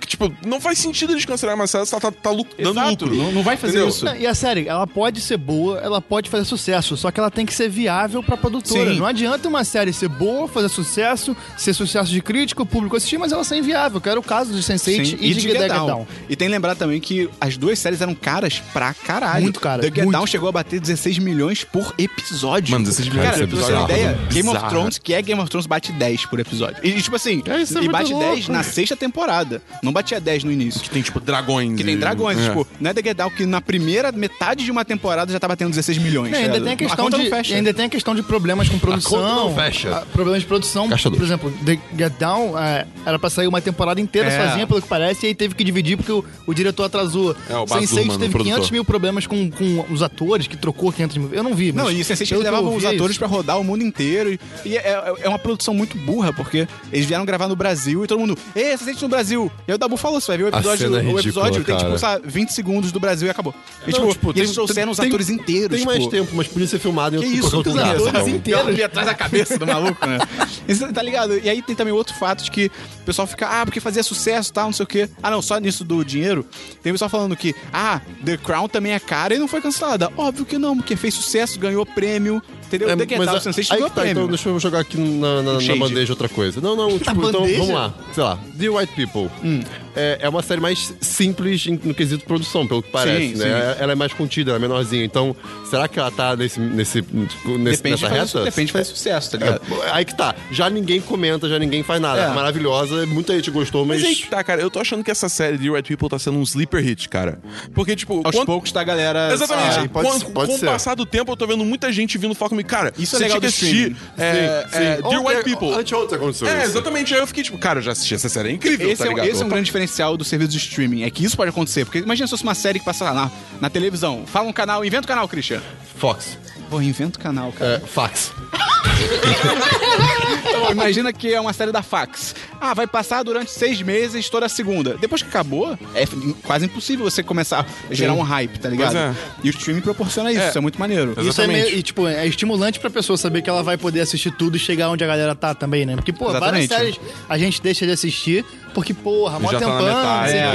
que, tipo, não faz sentido eles cancelarem uma série se ela tá, tá lu- dando Exato, lucro. não- não vai fazer isso. Não, E a série, ela pode ser boa, ela pode fazer sucesso, só que ela tem que ser viável pra produtora. Sim. Não adianta uma série ser boa, fazer sucesso, ser sucesso de crítico, público assistir, mas ela ser inviável, que era o caso de Sense8 Sim, e, de Get, Down. E tem que lembrar também que as duas séries eram caras pra caralho. Muito caras, The Get muito. Down chegou a bater 16 milhões por episódio. Mano, 16 milhões Cara, por pra você ter episódio uma é uma ideia, coisa Game of bizarra. Thrones, que é Game of Thrones, bate 10 por episódio. E tipo assim, É, isso é e muito bate louco. 10 na sexta temporada. Não batia 10 no início. Que tem, tipo, dragões. Que tem e- dragões, é. tipo, não é The Get Down que na primeira metade de uma temporada já tá batendo 16 milhões. Não, tá ainda, ligado? tem a a questão conta não de, fecha. ainda tem a questão de problemas com produção. conta não fecha. Ah, Problemas de produção. Caixa dois. Por exemplo, The Get Down ah, era pra sair uma temporada inteira É. sozinha, pelo que parece, e aí teve que dividir porque o, o diretor atrasou. É, o Bazurman, Sense8 o teve produtor. 500 mil problemas com, com os atores, que trocou 500 mil. Eu não vi, mas Não, e o Sense8 pelo que eu levavam os ouvi, é atores isso. pra rodar o mundo inteiro. E, e é, é- é uma produção muito burra, porque eles vieram gravar no Brasil e todo mundo. Ei, Sense8 no Brasil! E aí o Dabu falou: você vai ver o episódio. cena é o ridícula, episódio tem, tipo, cara. sabe, 20 segundos do Brasil e acabou. E, Não, tipo, tipo, e eles tem- trouxeram os tem- atores inteiros. Tem tipo, mais tempo, mas podia ser filmado em que outro- É isso, qualquer os outro lugar. atores sabe? inteiros ali atrás da cabeça do maluco, né? Isso, tá ligado? E aí tem também outro fato de que o pessoal fica, ah, porque fazia sucesso e tal, não sei o quê. Ah, não, só nisso do dinheiro. Tem o pessoal falando que, ah, The Crown também é cara e não foi cancelada. Óbvio que não, porque fez sucesso, ganhou prêmio, entendeu? É, The Get mas Out, a- Sense8 aí ganhou que tá, então prêmio. deixa eu jogar aqui na, na, na Shade. bandeja outra coisa. Não, não, tipo, então bandeja? vamos lá. Sei lá, The White People. Hum. É, é uma série mais simples em- no quesito produção, pelo que parece, Sim, né? sim. Ela é mais contida, ela é menorzinha. Então, será que ela tá nesse, nesse, nesse Depende de, nessa fazer, reta? su- depende de fazer sucesso, tá ligado? É, aí que tá. Já ninguém comenta, já ninguém faz nada. É. É. Maravilhosa, muita gente gostou, mas. Mas aí que tá, cara, eu tô achando que essa série de Red People tá sendo um sleeper hit, cara. Porque, tipo, Aos quanto- poucos tá a galera... Exatamente. Ah, pode- com pode com o ser. passar do tempo, eu tô vendo muita gente vindo falar comigo. Cara, Isso é você legal tinha que do assistir. É, é, Dear Ontem- White People. Anteontem aconteceu É, isso. exatamente. Aí eu fiquei tipo, cara, eu já assisti essa série, é incrível, Esse, tá é, um- ligado? esse é um grande diferencial do serviço de streaming, é que isso pode acontecer. Porque imagina se fosse uma série que passa lá na, na televisão. Fala um canal, inventa o canal, Christian. Fox. Pô, inventa o canal, cara. É, fax. Então, imagina que é uma série da fax. Ah, vai passar durante seis meses, toda segunda. Depois que acabou, é quase impossível você começar a gerar um hype, tá ligado? Pois é. E o streaming proporciona isso, isso é muito maneiro. Isso é Exatamente. meio, e, tipo, é estimulante pra pessoa saber que ela vai poder assistir tudo e chegar onde a galera tá também, né? Porque, pô, várias Exatamente. séries a gente deixa de assistir Porque, porra, mó Já tá na tempão, não metade, sei o é.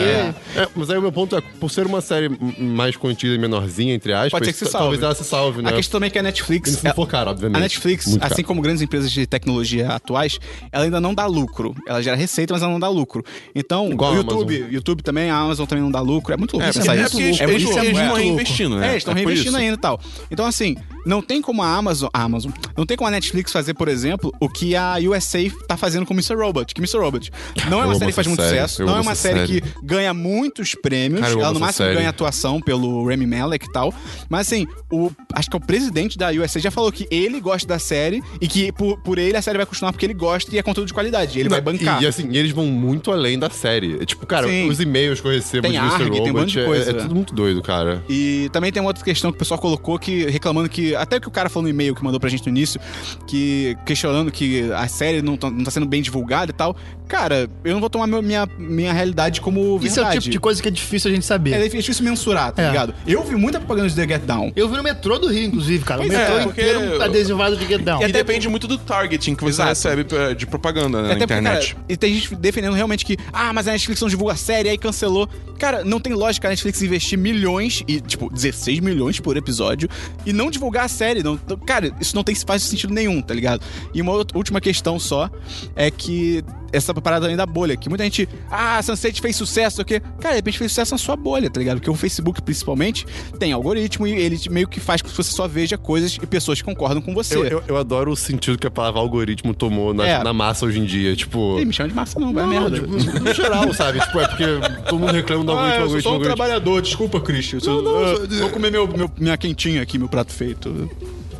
quê. É, mas aí o meu ponto é, por ser uma série m- mais contida e menorzinha, entre aspas, Pode ser que se ta- salve. talvez ela se salve, né? A questão também é que a Eles Netflix. não ela- for caro, obviamente. A Netflix, Muito assim caro. como grandes empresas de tecnologia atuais, ela ainda não dá lucro. Ela gera receita, mas ela não dá lucro. Então, Igual o a YouTube, YouTube também, a Amazon também não dá lucro. É muito louco É, pensar é isso. porque eles, É eles, muito louco. eles É. não reinvestindo, né? É, eles estão por reinvestindo isso. ainda e tal. Então, assim, não tem como a Amazon. A Amazon. Não tem como a Netflix fazer, por exemplo, o que a USA tá fazendo com Mr. Robot. Que Mr. Robot não é Eu uma amo série que faz essa muito série, sucesso. eu Não é amo uma essa série série. que ganha muitos prêmios. Cara, eu ela amo no essa máximo série. ganha atuação pelo Remy Malek e tal. Mas assim, o, acho que é o presidente da USA já falou que ele gosta da série e que por, por ele a série vai continuar porque ele gosta e é conteúdo de qualidade. Ele vai Não, bancar. E, e assim, eles vão muito além da série. É, Tipo, cara, Sim. os e-mails que eu recebo Tem de ARG, Mr. tem um Robot monte de é- coisa, é, né? tudo muito doido, cara. E também tem uma outra questão que o pessoal colocou que reclamando que até o que o cara falou no e-mail que mandou pra gente no início, que questionando que a série não tá, não tá sendo bem divulgada e tal. Cara, eu não vou tomar meu- minha, minha realidade como Isso é o verdade. tipo de coisa que é difícil a gente saber. É difícil mensurar, tá É. ligado? Eu vi muita propaganda de The Get Down. Eu vi no metrô do Rio, inclusive, cara. O Pois é, metrô porque inteiro eu- adesivado de Get Down. E depende muito do targeting que você Exato. recebe eh, de propaganda né, Até na porque, internet. cara, e tem gente defendendo realmente que, ah, mas a Netflix não divulga a série, aí cancelou. Cara, não tem lógica a Netflix investir milhões, e tipo, 16 milhões por episódio, e não divulgar a série. Não, t- cara, isso não tem, faz sentido nenhum, tá ligado? E uma out- última questão só é que essa parada também da bolha, que muita gente, ah, Sunset fez sucesso, o quê? Cara, de repente fez sucesso na sua bolha, tá ligado? Porque o Facebook, principalmente, tem algoritmo e ele te- meio que faz com que você só veja coisas e pessoas que concordam com você. Eu, eu, eu adoro o sentido que a palavra algoritmo tomou na, É. na massa hoje em dia. Tipo. Ih, me chama de massa não, vai Não, merda. tipo, no geral, sabe? Tipo, é porque todo mundo reclama Ah, do algoritmo, algoritmo, um algoritmo. trabalhador, desculpa, Christian. Eu- não, eu- sou- Vou comer meu, meu- minha quentinha aqui, meu prato feito.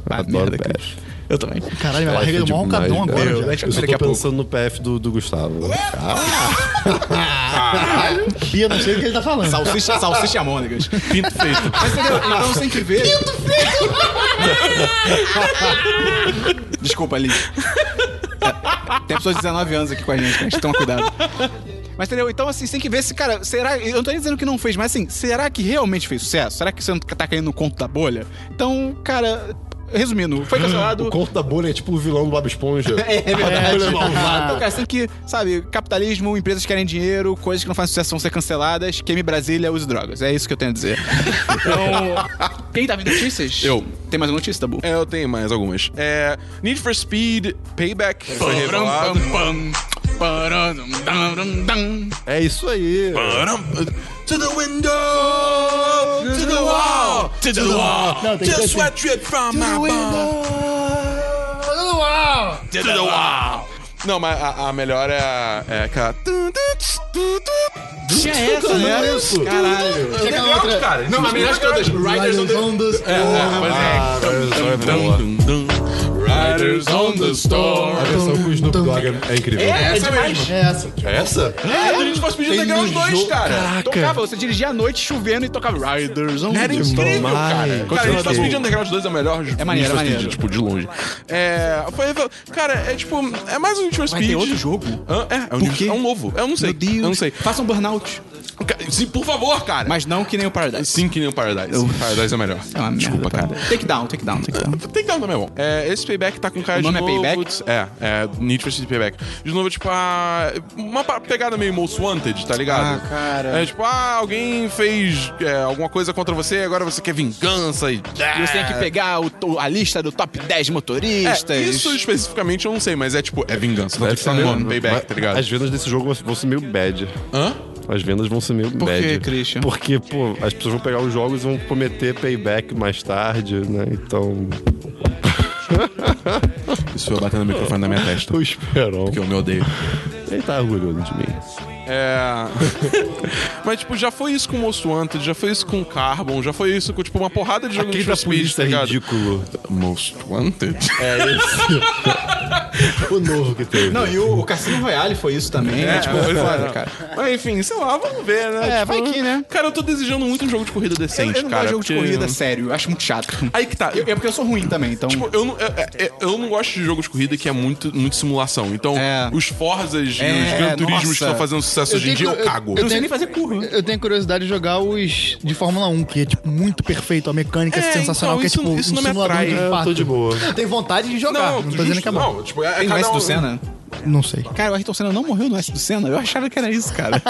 Ah, Adoro merda, PF. Christian. Eu também. Caralho, minha barriga deu demais, um roncadão cara. agora. Eu, já. eu só tô pensando no PF do, do Gustavo. É, Bia, não sei o que ele tá falando. Salsicha, salsicha é Mônegas. Pinto feito. Mas entendeu? Então você tem que ver. Desculpa, Liz. É, Tem pessoas de 19 anos aqui com a gente, gente. Toma cuidado. Mas entendeu? Então, assim, você tem que ver se, cara, será. Eu não tô nem dizendo que não fez, mas assim, será que realmente fez sucesso? Será que você não tá caindo no conto da bolha? Então, cara, resumindo, foi cancelado. O conto da bolha é tipo o vilão do Bob Esponja. É verdade. Olha, malvado. Então, cara, você tem que, sabe, capitalismo, empresas querem dinheiro, coisas que não fazem sucesso vão ser canceladas, queime Brasília, use drogas. É isso que eu tenho a dizer. Então, quem tá vendo notícias? Eu. Tem mais uma notícia, Tabu? É, eu tenho mais algumas. É, Need for Speed Payback foi revelado. É isso aí. To the window, to the wall, to the wall. Não, tem que ser Just assim. what dripped from my bum. To the wall. Não, mas a, a melhor é, a- é aquela. Tinha É, essa, né? isso? Caralho. Tinha aquela outra- cara. Não, Mas melhor de todas, Riders on the... Ondas. Ah, essa é boa. Riders on the A storm. versão com o Snoop Dogg é incrível. É Essa mesmo. É essa. essa? É, a gente fosse pedir pegar os dois, cara. Tocava, você dirigia à noite chovendo e tocava Riders on Era the incrível, Storm. cara. Cara, a gente tá pedindo Underground 2 é a melhor. É maneiro, é maneiro. tipo, de longe. É. Foi, cara, é tipo. É mais um Need for Vai Speed. ter outro jogo? Hã? É, é um, Por Need- quê? é um novo. Eu não sei. Meu Deus. Eu não sei. Faça um burnout. Ca- Sim, por favor, cara. Mas não que nem o Paradise. Sim, que nem o Paradise. Paradise é melhor. É uma Desculpa, merda, cara. Take down, take down, take down. Tem que dar também, bom. É, esse payback tá com cara O nome de é novo. Payback? É, é Need for Speed Payback. De novo, tipo, a, uma pa- pegada meio Most Wanted, tá ligado? Ah, cara. É tipo, ah, alguém fez é, alguma coisa contra você, agora você quer vingança e. tá E você tem que pegar o- o- a lista do top 10 motoristas. É, isso especificamente eu não sei, mas é tipo, é vingança. Tanto que tá ser, no nome, né? Payback, tá ligado? As vendas desse jogo vão ser meio bad. Hã? As vendas vão ser meio Por bad. quê, Christian? Porque, pô, as pessoas vão pegar os jogos e vão prometer payback mais tarde, né? Então, Isso foi batendo no microfone na minha testa. eu espero. Que eu me odeio. Ele tá orgulhoso de mim. É. Mas, tipo, já foi isso com o Most Wanted, já foi isso com o Carbon, já foi isso com, tipo, uma porrada de jogo Aquele de da Speed, polícia tá é ligado? ridículo. Most Wanted? É esse. o novo que teve. Não, e o, o Cassino Royale foi isso também, né? Tipo, foi foda, cara. É, Mas enfim, sei lá, vamos ver, né? É, vai que, né? Cara, eu tô desejando muito um jogo de corrida Eu, decente, eu não cara. gosto de jogo de porque- corrida, sério. Eu acho muito chato. Aí que tá. Eu- é porque eu sou ruim também, então. Tipo, eu não, é- é- eu não gosto de jogo de corrida que é muito, muito simulação. Então, É. os Forzas e os É, Gran Turismos que nossa. estão fazendo sucesso Eu hoje em dia, tenho que- eu cago. eu não sei nem fazer curva. Eu tenho curiosidade de jogar os de Fórmula 1, que é, tipo, muito perfeito. A mecânica É, é sensacional, então, que é, isso- tipo, isso um não me simulador atrai. de É, eu Eu impacto. tô de boa. Eu tenho vontade de jogar, não, tô justo, dizendo que é bom. Não, tipo, é, Tem cada mais um- do Senna? Não sei. Cara, o Ayrton Senna não morreu no S do Senna? Eu achava que era isso, cara.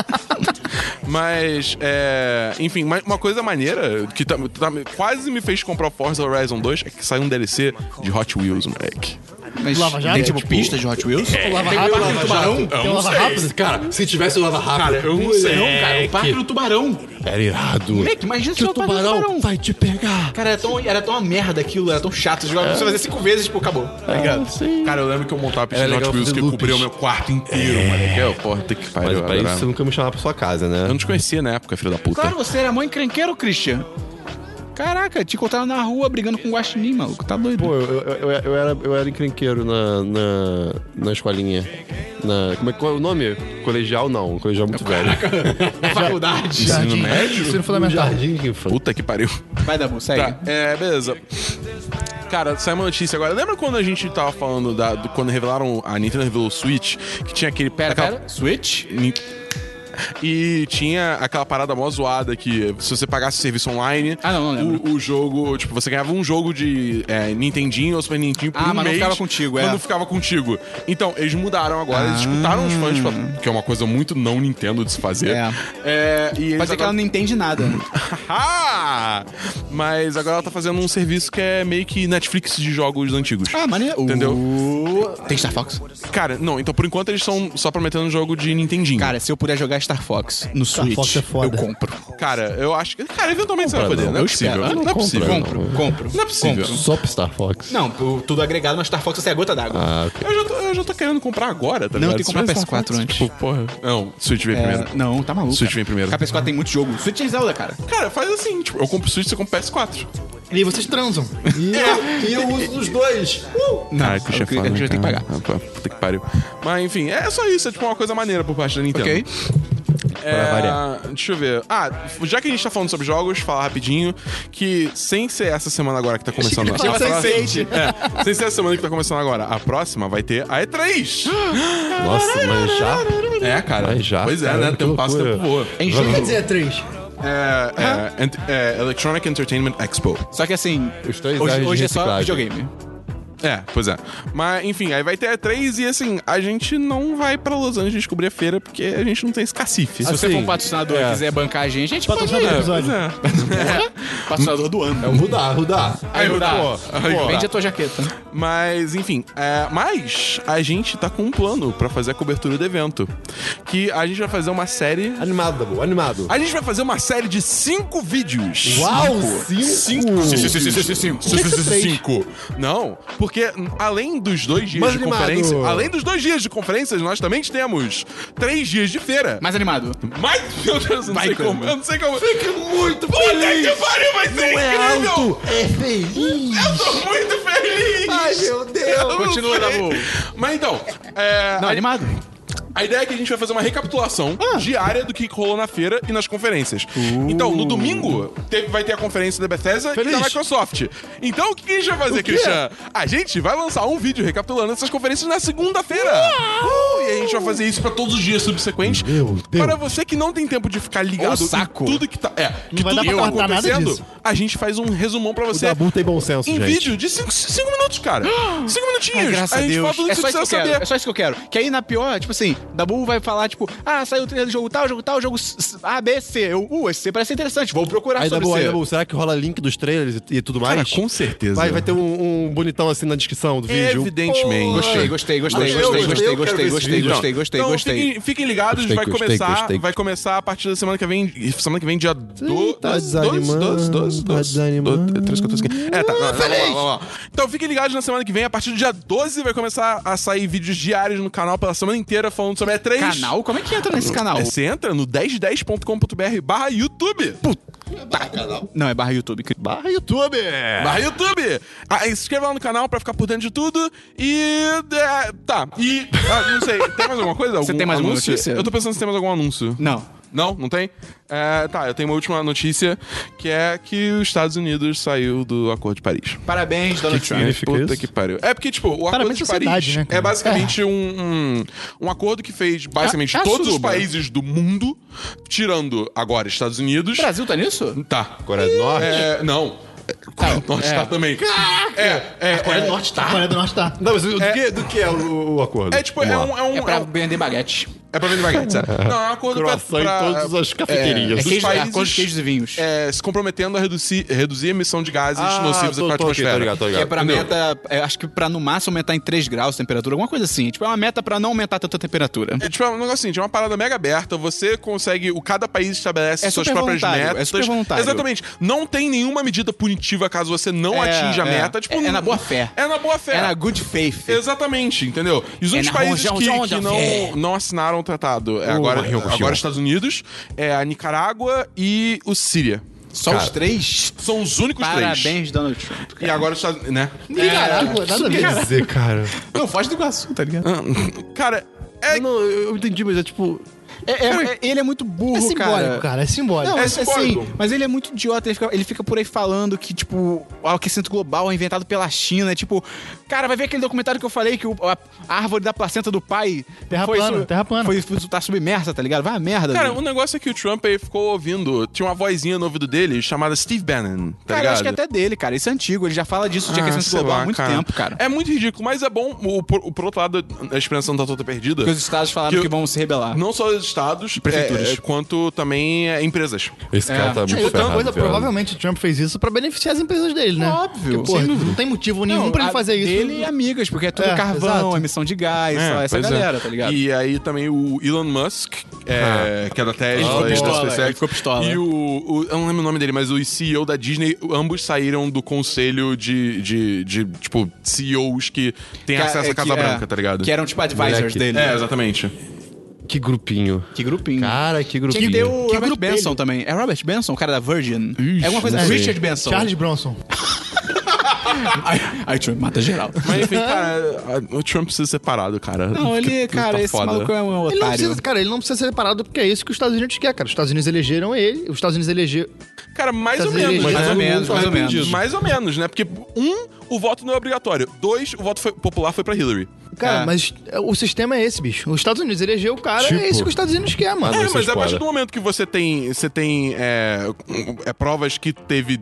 Mas, é, enfim, mas uma coisa maneira que tá- tá- quase me fez comprar o Forza Horizon 2 é que saiu um DLC de Hot Wheels, moleque. Mas Lava Jato? Tem tipo pista de Hot Wheels? Lava rápido. Lava tubarão? Tem um lava rápido? Cara, se tivesse o lava rápido. Cara, eu não sei. Não, cara, o parque do tubarão. Era irado. Moleque, imagina se o parque do tubarão. vai te pegar. Cara, era tão, era tão uma merda aquilo, era tão chato. Você vai fazer cinco vezes, tipo, acabou. Tá ligado? Cara, eu lembro que eu montava a pista Era de Hot legal Wheels fazer que loops. cobria o meu quarto inteiro, moleque. Eu, porra, tem que pariu. Mas eu pra isso adorava. você nunca me chamava pra sua casa, Eu né? não te conhecia na época, filho da puta. Claro, você era mãe encrenqueiro, Christian. Caraca, te encontraram na rua brigando com o guaxinim, maluco. Tá doido. Pô, eu, eu, eu, eu era, eu era encrenqueiro na, na, na escolinha. Na, como é, qual é o nome? Colegial não, colegial muito velho. Na faculdade. Jardim. médio? Ensino fundamental. Jardim de infância. Puta que pariu. Vai, Dabu, segue. Tá, é, beleza. Cara, saiu uma notícia agora. Lembra quando a gente tava falando da, do- quando revelaram a Nintendo revelou o Switch, que tinha aquele pera, Switch? E tinha aquela parada mó zoada que se você pagasse o serviço online, Ah, não, não lembro. o, o jogo, tipo, você ganhava um jogo de é, Nintendinho ou Super Nintendo por Ah, um mas não mês ficava contigo, é. quando ficava contigo. Então, eles mudaram agora, eles escutaram os fãs, pra- que é uma coisa muito não Nintendo de se fazer. É. É, e eles Pode ser que agora- ela não entende nada. Ah! Mas agora ela tá fazendo um serviço que é meio que Netflix de jogos antigos. ah, maneiro. Entendeu? Uh, Tem Star Fox? Cara, não, então por enquanto eles estão só prometendo um jogo de Nintendinho. Cara, se eu puder jogar Star Fox no Switch, Fox é foda. eu compro. Cara, eu acho que. Cara, eventualmente você vai poder. Não, é eu possível. espero. Ah, Não, é compra, possível. não. Compro, compro. Não é possível. Só pro Star Fox. Não, o- tudo agregado, mas tá Star Fox você é a gota d'água. Ah, ok. Eu já, tô, eu já tô querendo comprar agora, tá Não, ligado? tem que comprar Se tiver PS4 Xbox, antes. Tipo, porra. Não, Switch vem É, primeiro. não, tá maluco. Switch cara. vem primeiro. A PS4 tem muito jogo. Switch é Zelda, cara. Cara, faz assim, tipo, eu compro Switch, você compra PS4. E vocês transam. E eu, e eu uso dos dois. Não, É que eu queria- eu queria ter Ah, é que pagar. Ah, pô, puta que pariu. Mas enfim, é só isso, é tipo uma coisa maneira por parte da Nintendo. Ok. É, Pra variar. Deixa eu ver. Ah, já que a gente tá falando sobre jogos, falar rapidinho que sem ser essa semana agora que tá começando. Achei que ele Ah, ia falar sem- Sense8. assim. é, sem ser essa semana que tá começando agora. A próxima vai ter a E3. Nossa, mas já. É, cara. Mas já, Pois é, cara, né? que Tempo passa, loucura. tempo voa. É enxerga- Quer dizer, é três. É, é, ent- é, Electronic Entertainment Expo. Só que assim, Os três hoje, R's de hoje é só reciclagem. videogame. É, pois é. Mas, enfim, aí vai ter a E3 e, assim, a gente não vai pra Los Angeles descobrir a feira porque a gente não tem esse cacife. Se você Assim, for um patrocinador e é. quiser bancar a gente, a gente pode Patrocinador do ir. episódio. é. Patrocinador do ano. É um Rudá, Rudá. Aí, Rudá. Aí, Rudá. Vende a tua jaqueta. Mas, enfim, é, mas a gente tá com um plano pra fazer a cobertura do evento. Que a gente vai fazer uma série. Animado, Dabu, animado. A gente vai fazer uma série de cinco vídeos. Uau, Cinco. Cinco. cinco. Cinco. Não, porque hum, além dos dois dias Mais de animado. conferência, além dos dois dias de conferências, nós também temos três dias de feira. Mais animado. Mas, meu Deus, eu não Vai, sei cara. como. Eu não sei como. Fique muito Puta que pariu, vai ser incrível! é feliz. Eu tô muito feliz! Ai, meu Deus. Eu não Continua, sei. Dabu. Mas então, é, Não, a- animado. a ideia é que a gente vai fazer uma recapitulação Ah. diária do que rolou na feira e nas conferências. Então, Uh. no domingo, teve- vai ter a conferência da Bethesda e da Microsoft. Então, o que a gente vai fazer, Christian? A gente vai lançar um vídeo recapitulando essas conferências na segunda-feira. Uh, e a gente vai fazer isso pra todos os dias subsequentes. Meu Deus. Para você que não tem tempo de ficar ligado Ô, saco. em tudo que tá, é, que vai tudo dar que pra tá cortar nada acontecendo, disso. a gente faz um resumão pra O você Dabu tem bom senso, em gente. vídeo de 5 minutos, cara. 5 minutinhos. Ai, graças a gente fala Deus. tudo É isso só que isso você que vai eu quero. saber. É só isso que eu quero. Que aí na pior, tipo assim, Dabu vai falar, tipo, ah, saiu o trailer do jogo tal, jogo tal, jogo s- A, B, C. Eu, uh, esse C parece interessante, vou procurar Aí, sobre Dabu, aí, C. Dabu, será que rola link dos trailers e, e tudo mais? certeza. Vai, vai ter um, um bonitão assim na descrição do vídeo. Evidentemente. Gostei, gostei, gostei, Gostei, gostei, eu gostei, quero ver gostei, esse gostei, vídeo. gostei, gostei, então, gostei. Fiquem, fiquem ligados, Gostei, vai gostei, começar, gostei. vai começar a partir da semana que vem, e semana que vem dia do- tá 12, 12, desanimando, 12, 12, tá 12, desanimando. 12, 13, 14, 15. É, tá, vamos lá, vamos lá, vamos lá. Então fiquem ligados na semana que vem, a partir do dia 12 vai começar a sair vídeos diários no canal pela semana inteira falando sobre a E3. Canal? Como é que entra nesse canal? É, você entra no 1010.com.br barra YouTube. Não, é barra YouTube. Barra YouTube! É. Barra YouTube! Ah, se inscreva lá no canal pra ficar por dentro de tudo. E. é, tá. E. ah, não sei, tem mais alguma coisa? Algum tem mais alguma anúncio? notícia? Eu tô pensando se tem mais algum anúncio. Não. Não? Não tem? É, tá, eu tenho uma última notícia que é que os Estados Unidos saiu do Acordo de Paris. Parabéns, Donald Trump. significa Puta isso? que pariu. É porque, tipo, o Acordo Parabéns de à sociedade, Paris né, cara? é basicamente Um, um, um acordo que fez basicamente É- é a todos os Suba. países do mundo, tirando agora Estados Unidos. O Brasil tá nisso? Tá. Coreia do Norte? É, não. Coreia do Norte tá também. É, é, Coreia do Norte tá. Coreia do Norte tá. Não, mas do, que, do que é o, o acordo? é tipo, é Vamos lá. um. É, um, É pra Uhum. é um- vender baguete. é pra vender baguete, sabe? Não, é um acordo pra, Croissant pra, em todas as É cafeterias. queijo, países- é acordo de queijos e vinhos. é, se comprometendo a reduzir, reduzir a emissão de gases Ah, nocivos tô- para a tô ok, atmosfera. tô ligado, tô Que é ligado. pra Entendeu? meta, é, acho que pra no máximo aumentar em 3 graus a temperatura, alguma coisa assim. Tipo, é uma meta pra não aumentar tanto a temperatura. É tipo é um negócio assim, é uma parada mega aberta, você consegue, o cada país estabelece É suas super próprias voluntário, metas. é super voluntário. Exatamente. Não tem nenhuma medida punitiva caso você não É, atinja a é. meta. Tipo, É- é não- na boa fé. É na boa fé. Era good faith. Exatamente, entendeu? E os únicos É na países Rojão, que, Rojão, que Rojão. não, não assinaram o tratado é agora, agora os Estados Unidos, é a Nicarágua e o Síria. Só os três? São os únicos três. Parabéns, Donald Trump. E agora os Estados Unidos, né? Caraca, nada a ver. Quer dizer, cara. Não, foge do Iguaçu, tá ligado? Cara, é Não, eu eu entendi, mas é tipo. ele é muito burro, É simbólico, cara. É simbólico. Não, É é simbólico. assim, mas ele é muito idiota, ele fica, ele fica por aí falando que, tipo, o aquecimento global é inventado pela China, é tipo, cara, vai ver aquele documentário que eu falei que o- a árvore da placenta do pai Terra plana, terra plana. Foi, foi, tá submersa, tá ligado? Vai a merda. Cara, velho. o negócio é que o Trump aí ficou ouvindo. Tinha uma vozinha no ouvido dele chamada Steve Bannon. Tá Cara, eu ligado? acho que é até dele, cara, isso é antigo, ele já fala disso de Ah, aquecimento sei global lá, há muito tempo, cara. É muito ridículo, mas é bom. O, por, o- por outro lado, a esperança não tá toda perdida. Porque os estados falaram Que que, eu- vão se rebelar. Não só os estados, Prefeituras. é, é, quanto também é, empresas. Esse cara tá E muito outra ferrado. Tipo, coisa, viado. provavelmente o Trump fez isso pra beneficiar as empresas dele, né? Óbvio. Porque, porra, não tem motivo nenhum pra ele a- fazer isso. Dele e amigas, porque é tudo É, carvão, exato. emissão de gás, só essa pois é. galera, tá ligado? E aí também o Elon Musk, é, que é da Tesla, ficou e da pistola, SpaceX. ele ficou pistola. né? E o, o- Eu não lembro o nome dele, mas o CEO da Disney, ambos saíram do conselho de, de, de, tipo, CEOs que têm Que a- acesso à é, Casa que- é, Branca, tá ligado? Que eram tipo advisors Moleque. dele. É, exatamente. Que grupinho. Que grupinho. Cara, que Tinha grupinho. que ter o Que Robert grupelho. Benson também. É Robert Benson, o cara da Virgin? é alguma coisa. não sei. Richard Benson. Charles Bronson. Aí, aí Trump mata geral. Mas enfim, cara, a- o Trump precisa ser parado, cara. Não, Porque ele, tá cara, esse foda. maluco é um Ele não otário. precisa, cara, ele não precisa ser separado porque é isso que os Estados Unidos quer, cara. Os Estados Unidos elegeram ele, os Estados Unidos elegeram. Cara, mais ou Tá menos. dirigindo. né? Mais ou menos, mais ou menos. Mais ou menos, né? Porque, um, o voto não é obrigatório. Dois, o voto foi- popular foi pra Hillary. Cara, É. mas é, o sistema é esse, bicho. Os Estados Unidos elegeu o cara, Tipo. é isso que os Estados Unidos quer, mano. É, Vocês mas a podem. partir do momento que você tem. Você tem. É, é, provas que teve.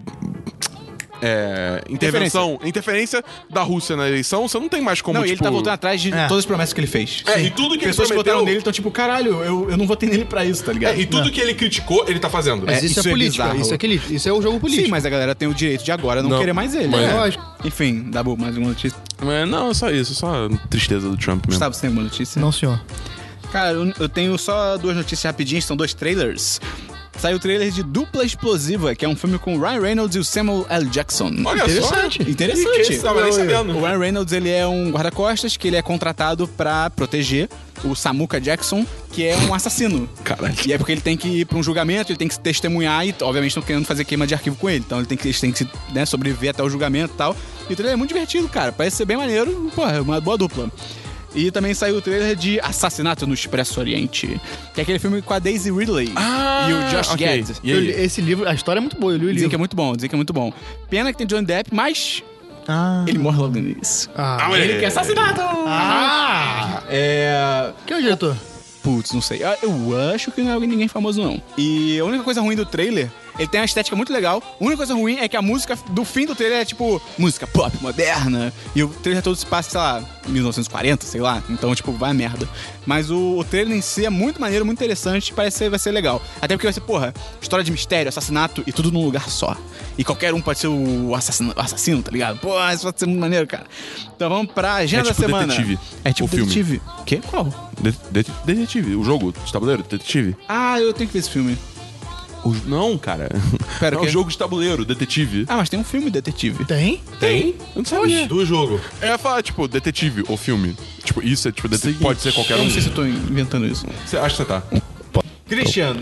É, intervenção, interferência da Rússia na eleição, você não tem mais como. Não, e ele tipo, tá voltando atrás de É. todas as promessas que ele fez. É, e tudo que ele Pessoas que prometeu- votaram nele estão tipo, caralho, eu, eu não votei nele pra isso, tá ligado? É, e tudo que ele criticou, ele tá fazendo. Mas É, isso, isso é é política, bizarro. isso é, aquele, isso é o jogo político. Sim, mas a galera tem o direito de agora não, Não, querer mais ele. mas- né? É, lógico. Enfim, Dabu, mais uma notícia. Mas não, é só isso, só a tristeza do Trump mesmo. Gustavo, você tem alguma notícia? Não, senhor. Cara, eu, eu tenho só duas notícias rapidinhas, são dois trailers. Saiu o trailer de Dupla Explosiva, que é um filme com o Ryan Reynolds e o Samuel L. Jackson. Olha só. Interessante. Que é isso, tava nem sabendo. O Ryan Reynolds, ele é um guarda-costas que ele é contratado pra proteger o Samuka Jackson, que é um assassino. Caralho. E é porque ele tem que ir pra um julgamento, ele tem que se testemunhar e, obviamente, estão querendo fazer queima de arquivo com ele. Então ele tem que, eles têm que se, né, sobreviver até o julgamento e tal. E o trailer é muito divertido, cara. Parece ser bem maneiro. Pô, é uma boa dupla. E também saiu o trailer de Assassinato no Expresso Oriente, que é aquele filme com a Daisy Ridley Ah, e o Josh ok. Gad. E Eu aí? li- esse livro, a história é muito boa, eu li o Dizem livro. que é muito bom, dizem que é muito bom. Pena que tem Johnny Depp, mas Ah, ele morre logo no início. ah, Ele quer assassinato! É. Quem é o diretor? Putz, não sei. Ah, Eu acho que não é ninguém famoso, não. E a única coisa ruim do trailer, ele tem uma estética muito legal. A única coisa ruim é que a música do fim do trailer é tipo música pop moderna. E o trailer todo se passa, sei lá, 1940, sei lá. Então, tipo, vai a merda. Mas o, o trailer em si é muito maneiro, muito interessante. Parece que vai ser legal. Até porque vai ser, porra, história de mistério, assassinato e tudo num lugar só. E qualquer um pode ser o assassino, o assassino tá ligado? Pô, isso pode ser muito maneiro, cara. Então vamos pra agenda É tipo da semana. detetive, É tipo o filme. detetive. Que? Qual? De- de- detetive, o jogo de tabuleiro, detetive. Ah, eu tenho que ver esse filme. O- não, cara. Pera, é o um quê? jogo de tabuleiro, detetive. Ah, mas tem um filme detetive. Tem? Tem? Eu não sabia. Do jogo. Eu ia falar, tipo, detetive ou filme. Tipo, isso é tipo, detetive. pode ser qualquer Eu um. não sei se eu tô inventando isso. Você acha que você tá? Christian,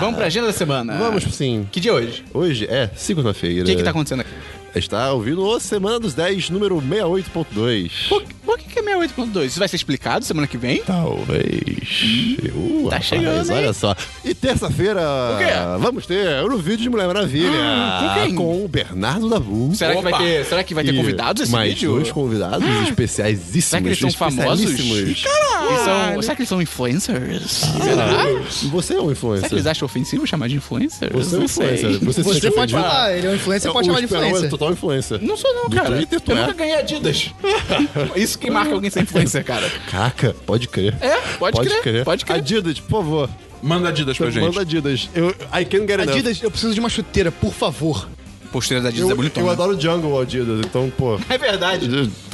vamos pra agenda da semana. Vamos, sim. Que dia é hoje? Hoje é segunda-feira. O que, que tá acontecendo aqui? Está ouvindo o Semana dos 10, número 68.2. Por, por que, que é 8.2. Isso vai ser explicado semana que Tá, vem? Talvez. Uh, Tá chegando, hein? Olha só. E terça-feira quê? vamos ter um vídeo de Mulher Maravilha Ah, com quem? com o Bernardo Dabu. Será que, vai ter, será que vai ter E convidados esse mais vídeo? Ah! dois convidados especiaisíssimos. Será que eles são famosos? especialíssimos. Eles são- será que eles são influencers? Ah, será? Você é Será que um eles influencer. acham ofensivo chamar de influencer? Você é um não sei. influencer. Você, se Você pode ofendido? falar, ele é um influencer, pode O chamar de Esperão influencer. É total influencer. Não sou não, No cara. Twitter, tu eu é. nunca ganhei Adidas. Isso que marca alguém ser influencer, cara. Caraca, pode crer. É, pode, crer, Pode crer. Adidas, por favor. Manda Adidas pra gente. Manda Adidas. Eu, I can get enough. Adidas, eu preciso de uma chuteira, por favor. Posteira da Adidas Eu, é bonitona. né? eu adoro Jungle Adidas, então, pô. É verdade.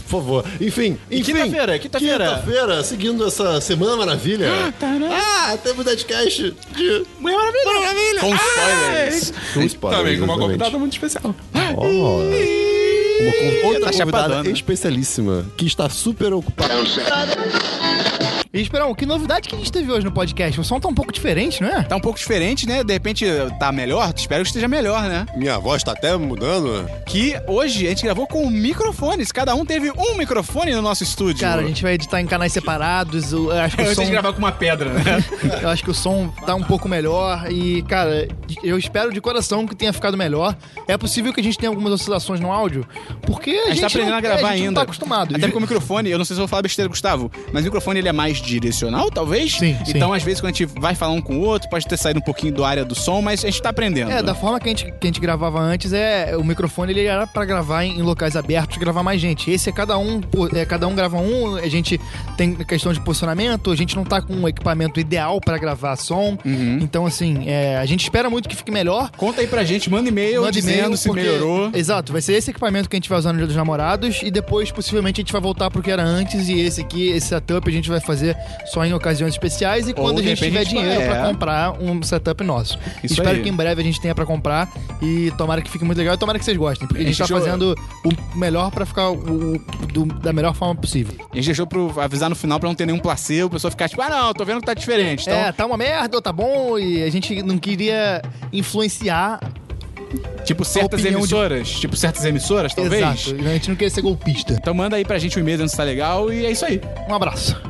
Por favor. Enfim, enfim. quinta-feira, quinta-feira. Quinta-feira, seguindo essa Semana Maravilha. tá. Ah, temos Deadcast de... Mulher Maravilha. Com Ah, spoilers. Com spoilers, Também com uma exatamente. convidada muito especial. Oh. Uma conv- outra Tá chapadona. convidada né? especialíssima, que está super ocupada. E Esperão, que novidade que a gente teve hoje no podcast? O som tá um pouco diferente, não é? Tá um pouco diferente, né? De repente tá melhor. Espero que esteja melhor, né? Minha voz tá até mudando. Que hoje a gente gravou com microfones. Cada um teve um microfone no nosso estúdio. Cara, a gente vai editar em canais separados, eu um- acho que o Antes som, de gravar com uma pedra, né? eu acho que o som tá um pouco melhor e, cara, eu espero de coração que tenha ficado melhor. É possível que a gente tenha algumas oscilações no áudio, porque a, A gente tá aprendendo não, a gravar a gente ainda. não tá acostumado. Até porque o microfone, eu não sei se eu vou falar besteira, Gustavo, mas o microfone ele é mais direcional, talvez? Sim, sim. Então, às vezes, quando a gente vai falar um com o outro, pode ter saído um pouquinho do área do som, mas a gente tá aprendendo. É, da forma que a gente, que a gente gravava antes, é o microfone ele era pra gravar em, em locais abertos, gravar mais gente. Esse é cada um, pô, é, cada um grava um, a gente tem questão de posicionamento, a gente não tá com um equipamento ideal pra gravar som. Então, assim, é, a gente espera muito que fique melhor. Conta aí pra gente, manda e-mail Manda dizendo e-mail, se porque- melhorou. Exato, vai ser esse equipamento que a gente vai usar no Dia dos Namorados e depois possivelmente a gente vai voltar pro que era antes e esse aqui, esse setup a gente vai fazer só em ocasiões especiais e quando a de gente repente tiver a gente dinheiro vai- pra é. comprar um setup nosso. Isso Espero aí. que em breve a gente tenha pra comprar e tomara que fique muito legal e tomara que vocês gostem, porque a gente, A gente tá já- fazendo o melhor pra ficar o- o- do- da melhor forma possível. A gente deixou pra avisar no final pra não ter nenhum placebo, a pessoa ficar tipo, ah, não, tô vendo que tá diferente. Então, é, tá uma merda, ou tá bom e a gente não queria influenciar, tipo, certas opinião de- emissoras. Tipo, certas emissoras, talvez. exato, a gente não queria ser golpista. Então manda aí pra gente um e-mail dizendo se tá legal e é isso aí. Um abraço.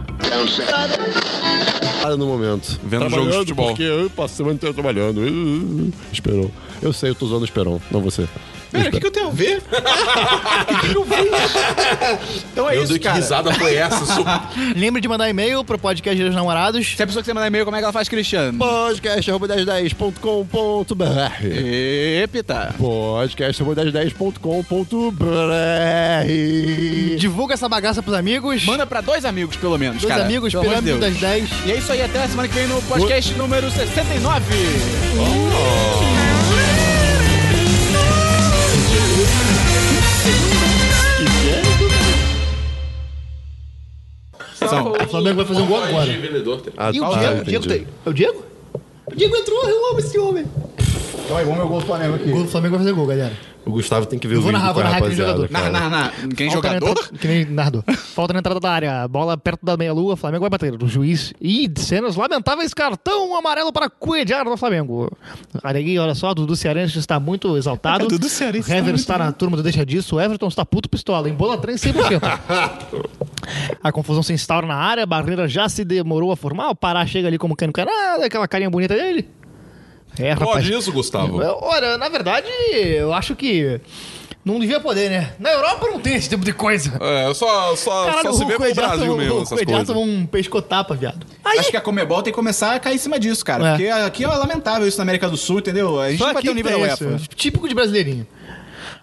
Ocupada no momento. Vendo Trabalhando jogos de futebol. Porque eu passei a semana inteira trabalhando. Uh, uh, Esperon. Eu sei, eu tô usando o Esperon, não você. Pera, o que, que eu tenho a ver? então é Meu isso, Deus, que cara. risada foi essa? Su- Lembre de mandar e-mail pro podcast dos namorados. Se a pessoa quiser mandar e-mail, como é que ela faz, Cristiano? podcast.com.br Epita. podcast.com.br Divulga essa bagaça pros amigos. Manda pra dois amigos, pelo menos, dois cara. amigos, Pelo amor de pirâmide Deus. das 10. E é isso aí, até a semana que vem no podcast número 69. São. O Flamengo vai fazer um gol agora. Ah, E tá, o Diego? o entendi. Diego tem- É o Diego? O Diego entrou, eu amo esse homem. Então aí, vamos ver o gol do Flamengo aqui. O Flamengo vai fazer gol, galera. O Gustavo tem que ver Eu o vou vídeo narrar, com vou a narrar aquele rapaziada, jogador. Narra, cara. narra, narra. Quem Falta na jogador? entrada- Que nem narrador. Falta na entrada da área. Bola perto da meia-lua. Flamengo vai bater. O juiz. Ih, cenas lamentáveis. Cartão amarelo para Cuejar do Flamengo. Olha aí, olha só. Dudu Cearense está muito exaltado. Ah, Dudu Cearense. tá O Hever está na turma do Deixa Disso. O Everton está puto pistola. Em bola 3, 100%. A confusão se instaura na área. A barreira já se demorou a formar. O Pará chega ali como cano caralho. Aquela carinha bonita dele. É, rapaz. Pode isso, Gustavo? Eu- Olha, na verdade, eu acho que não devia poder, né? Na Europa não tem esse tipo de coisa. É, só, só, só se vê pro Cuejá Brasil tomou- mesmo, o essas Cuejá coisas. tomou um pescotapa, viado. Acho que a Comebol tem que começar a cair em cima disso, cara. É. Porque aqui é lamentável isso na América do Sul, entendeu? A gente não vai ter o nível da é UEFA. né? isso, Típico de brasileirinho.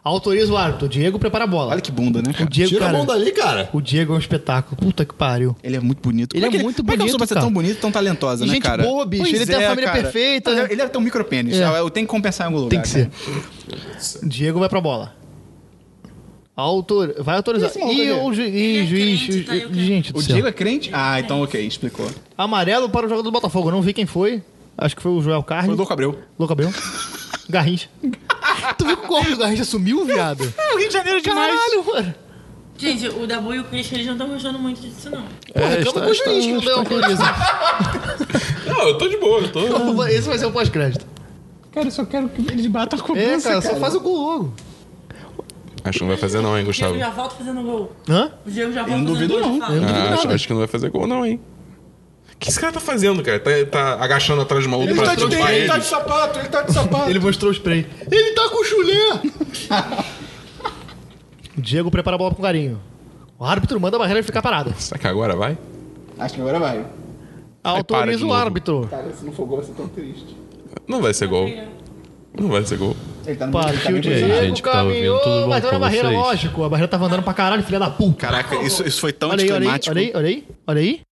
Autoriza o árbitro. Diego prepara a bola. Olha que bunda, né? o cara? Diego, Tira cara, a mão dali, cara. O Diego é um espetáculo. Puta que pariu. Ele é muito bonito. Ele Como é que muito como é que a pessoa bonito, pode ser cara. tão bonita e tão talentosa, E né, gente cara? é, boa, bicho. Ele tem a família perfeita. Ele deve ter um micropênis. É. Eu tenho que compensar em algum lugar. Tem que ser. cara. Diego vai pra bola. Autor... Vai autorizar. Esse maluco Ih, ali? o ju... Ih, juiz. ju- Gente do O céu. Diego é crente? Ah, então ok, explicou. Amarelo para o jogador do Botafogo. Não vi quem foi. Acho que foi o Joel Carne. Foi o Louco Abreu. Louco Abreu. Garrincha. tu viu que o corpo do Garrincha sumiu, viado? É, o Rio de Janeiro é Caralho, mano. Gente, o Dabu e o Christian, eles não estão gostando muito disso, não. Pô, É, reclama com o juiz que não deu autoriza. Não, eu tô de boa, eu tô. Esse vai ser o pós-crédito. Cara, eu só quero que eles batam a É, cobrança, cara, só faz o gol logo. Acho que não vai fazer não, hein, O Diego Gustavo? já volta fazendo gol. Hã? O Diego já volta fazendo duvido gol. não. de falta. Eu não duvido Ah, acho, nada. acho que não vai fazer gol não, hein? O que esse cara tá fazendo, cara? Tá, tá agachando atrás de maluco tá pra tampar ele? sapato, ele tá de sapato. Ele mostrou o spray. Ele tá com chulé! Diego prepara a bola com carinho. O árbitro manda a barreira ficar parada. Será que agora vai? Acho que agora vai. para de Autoriza o novo. árbitro. Cara, se não for gol, vai ser tão triste. Não vai ser gol. É. Não vai ser gol. Ele tá no Partiu de... Diego, gente que tava caminhou, vendo, tudo bom bateu na com barreira, vocês? lógico. A barreira tava andando pra caralho, filha da puta. Caraca, isso, isso foi tão Olha aí, olha aí, anticlimático. olha aí, olha aí, olha aí.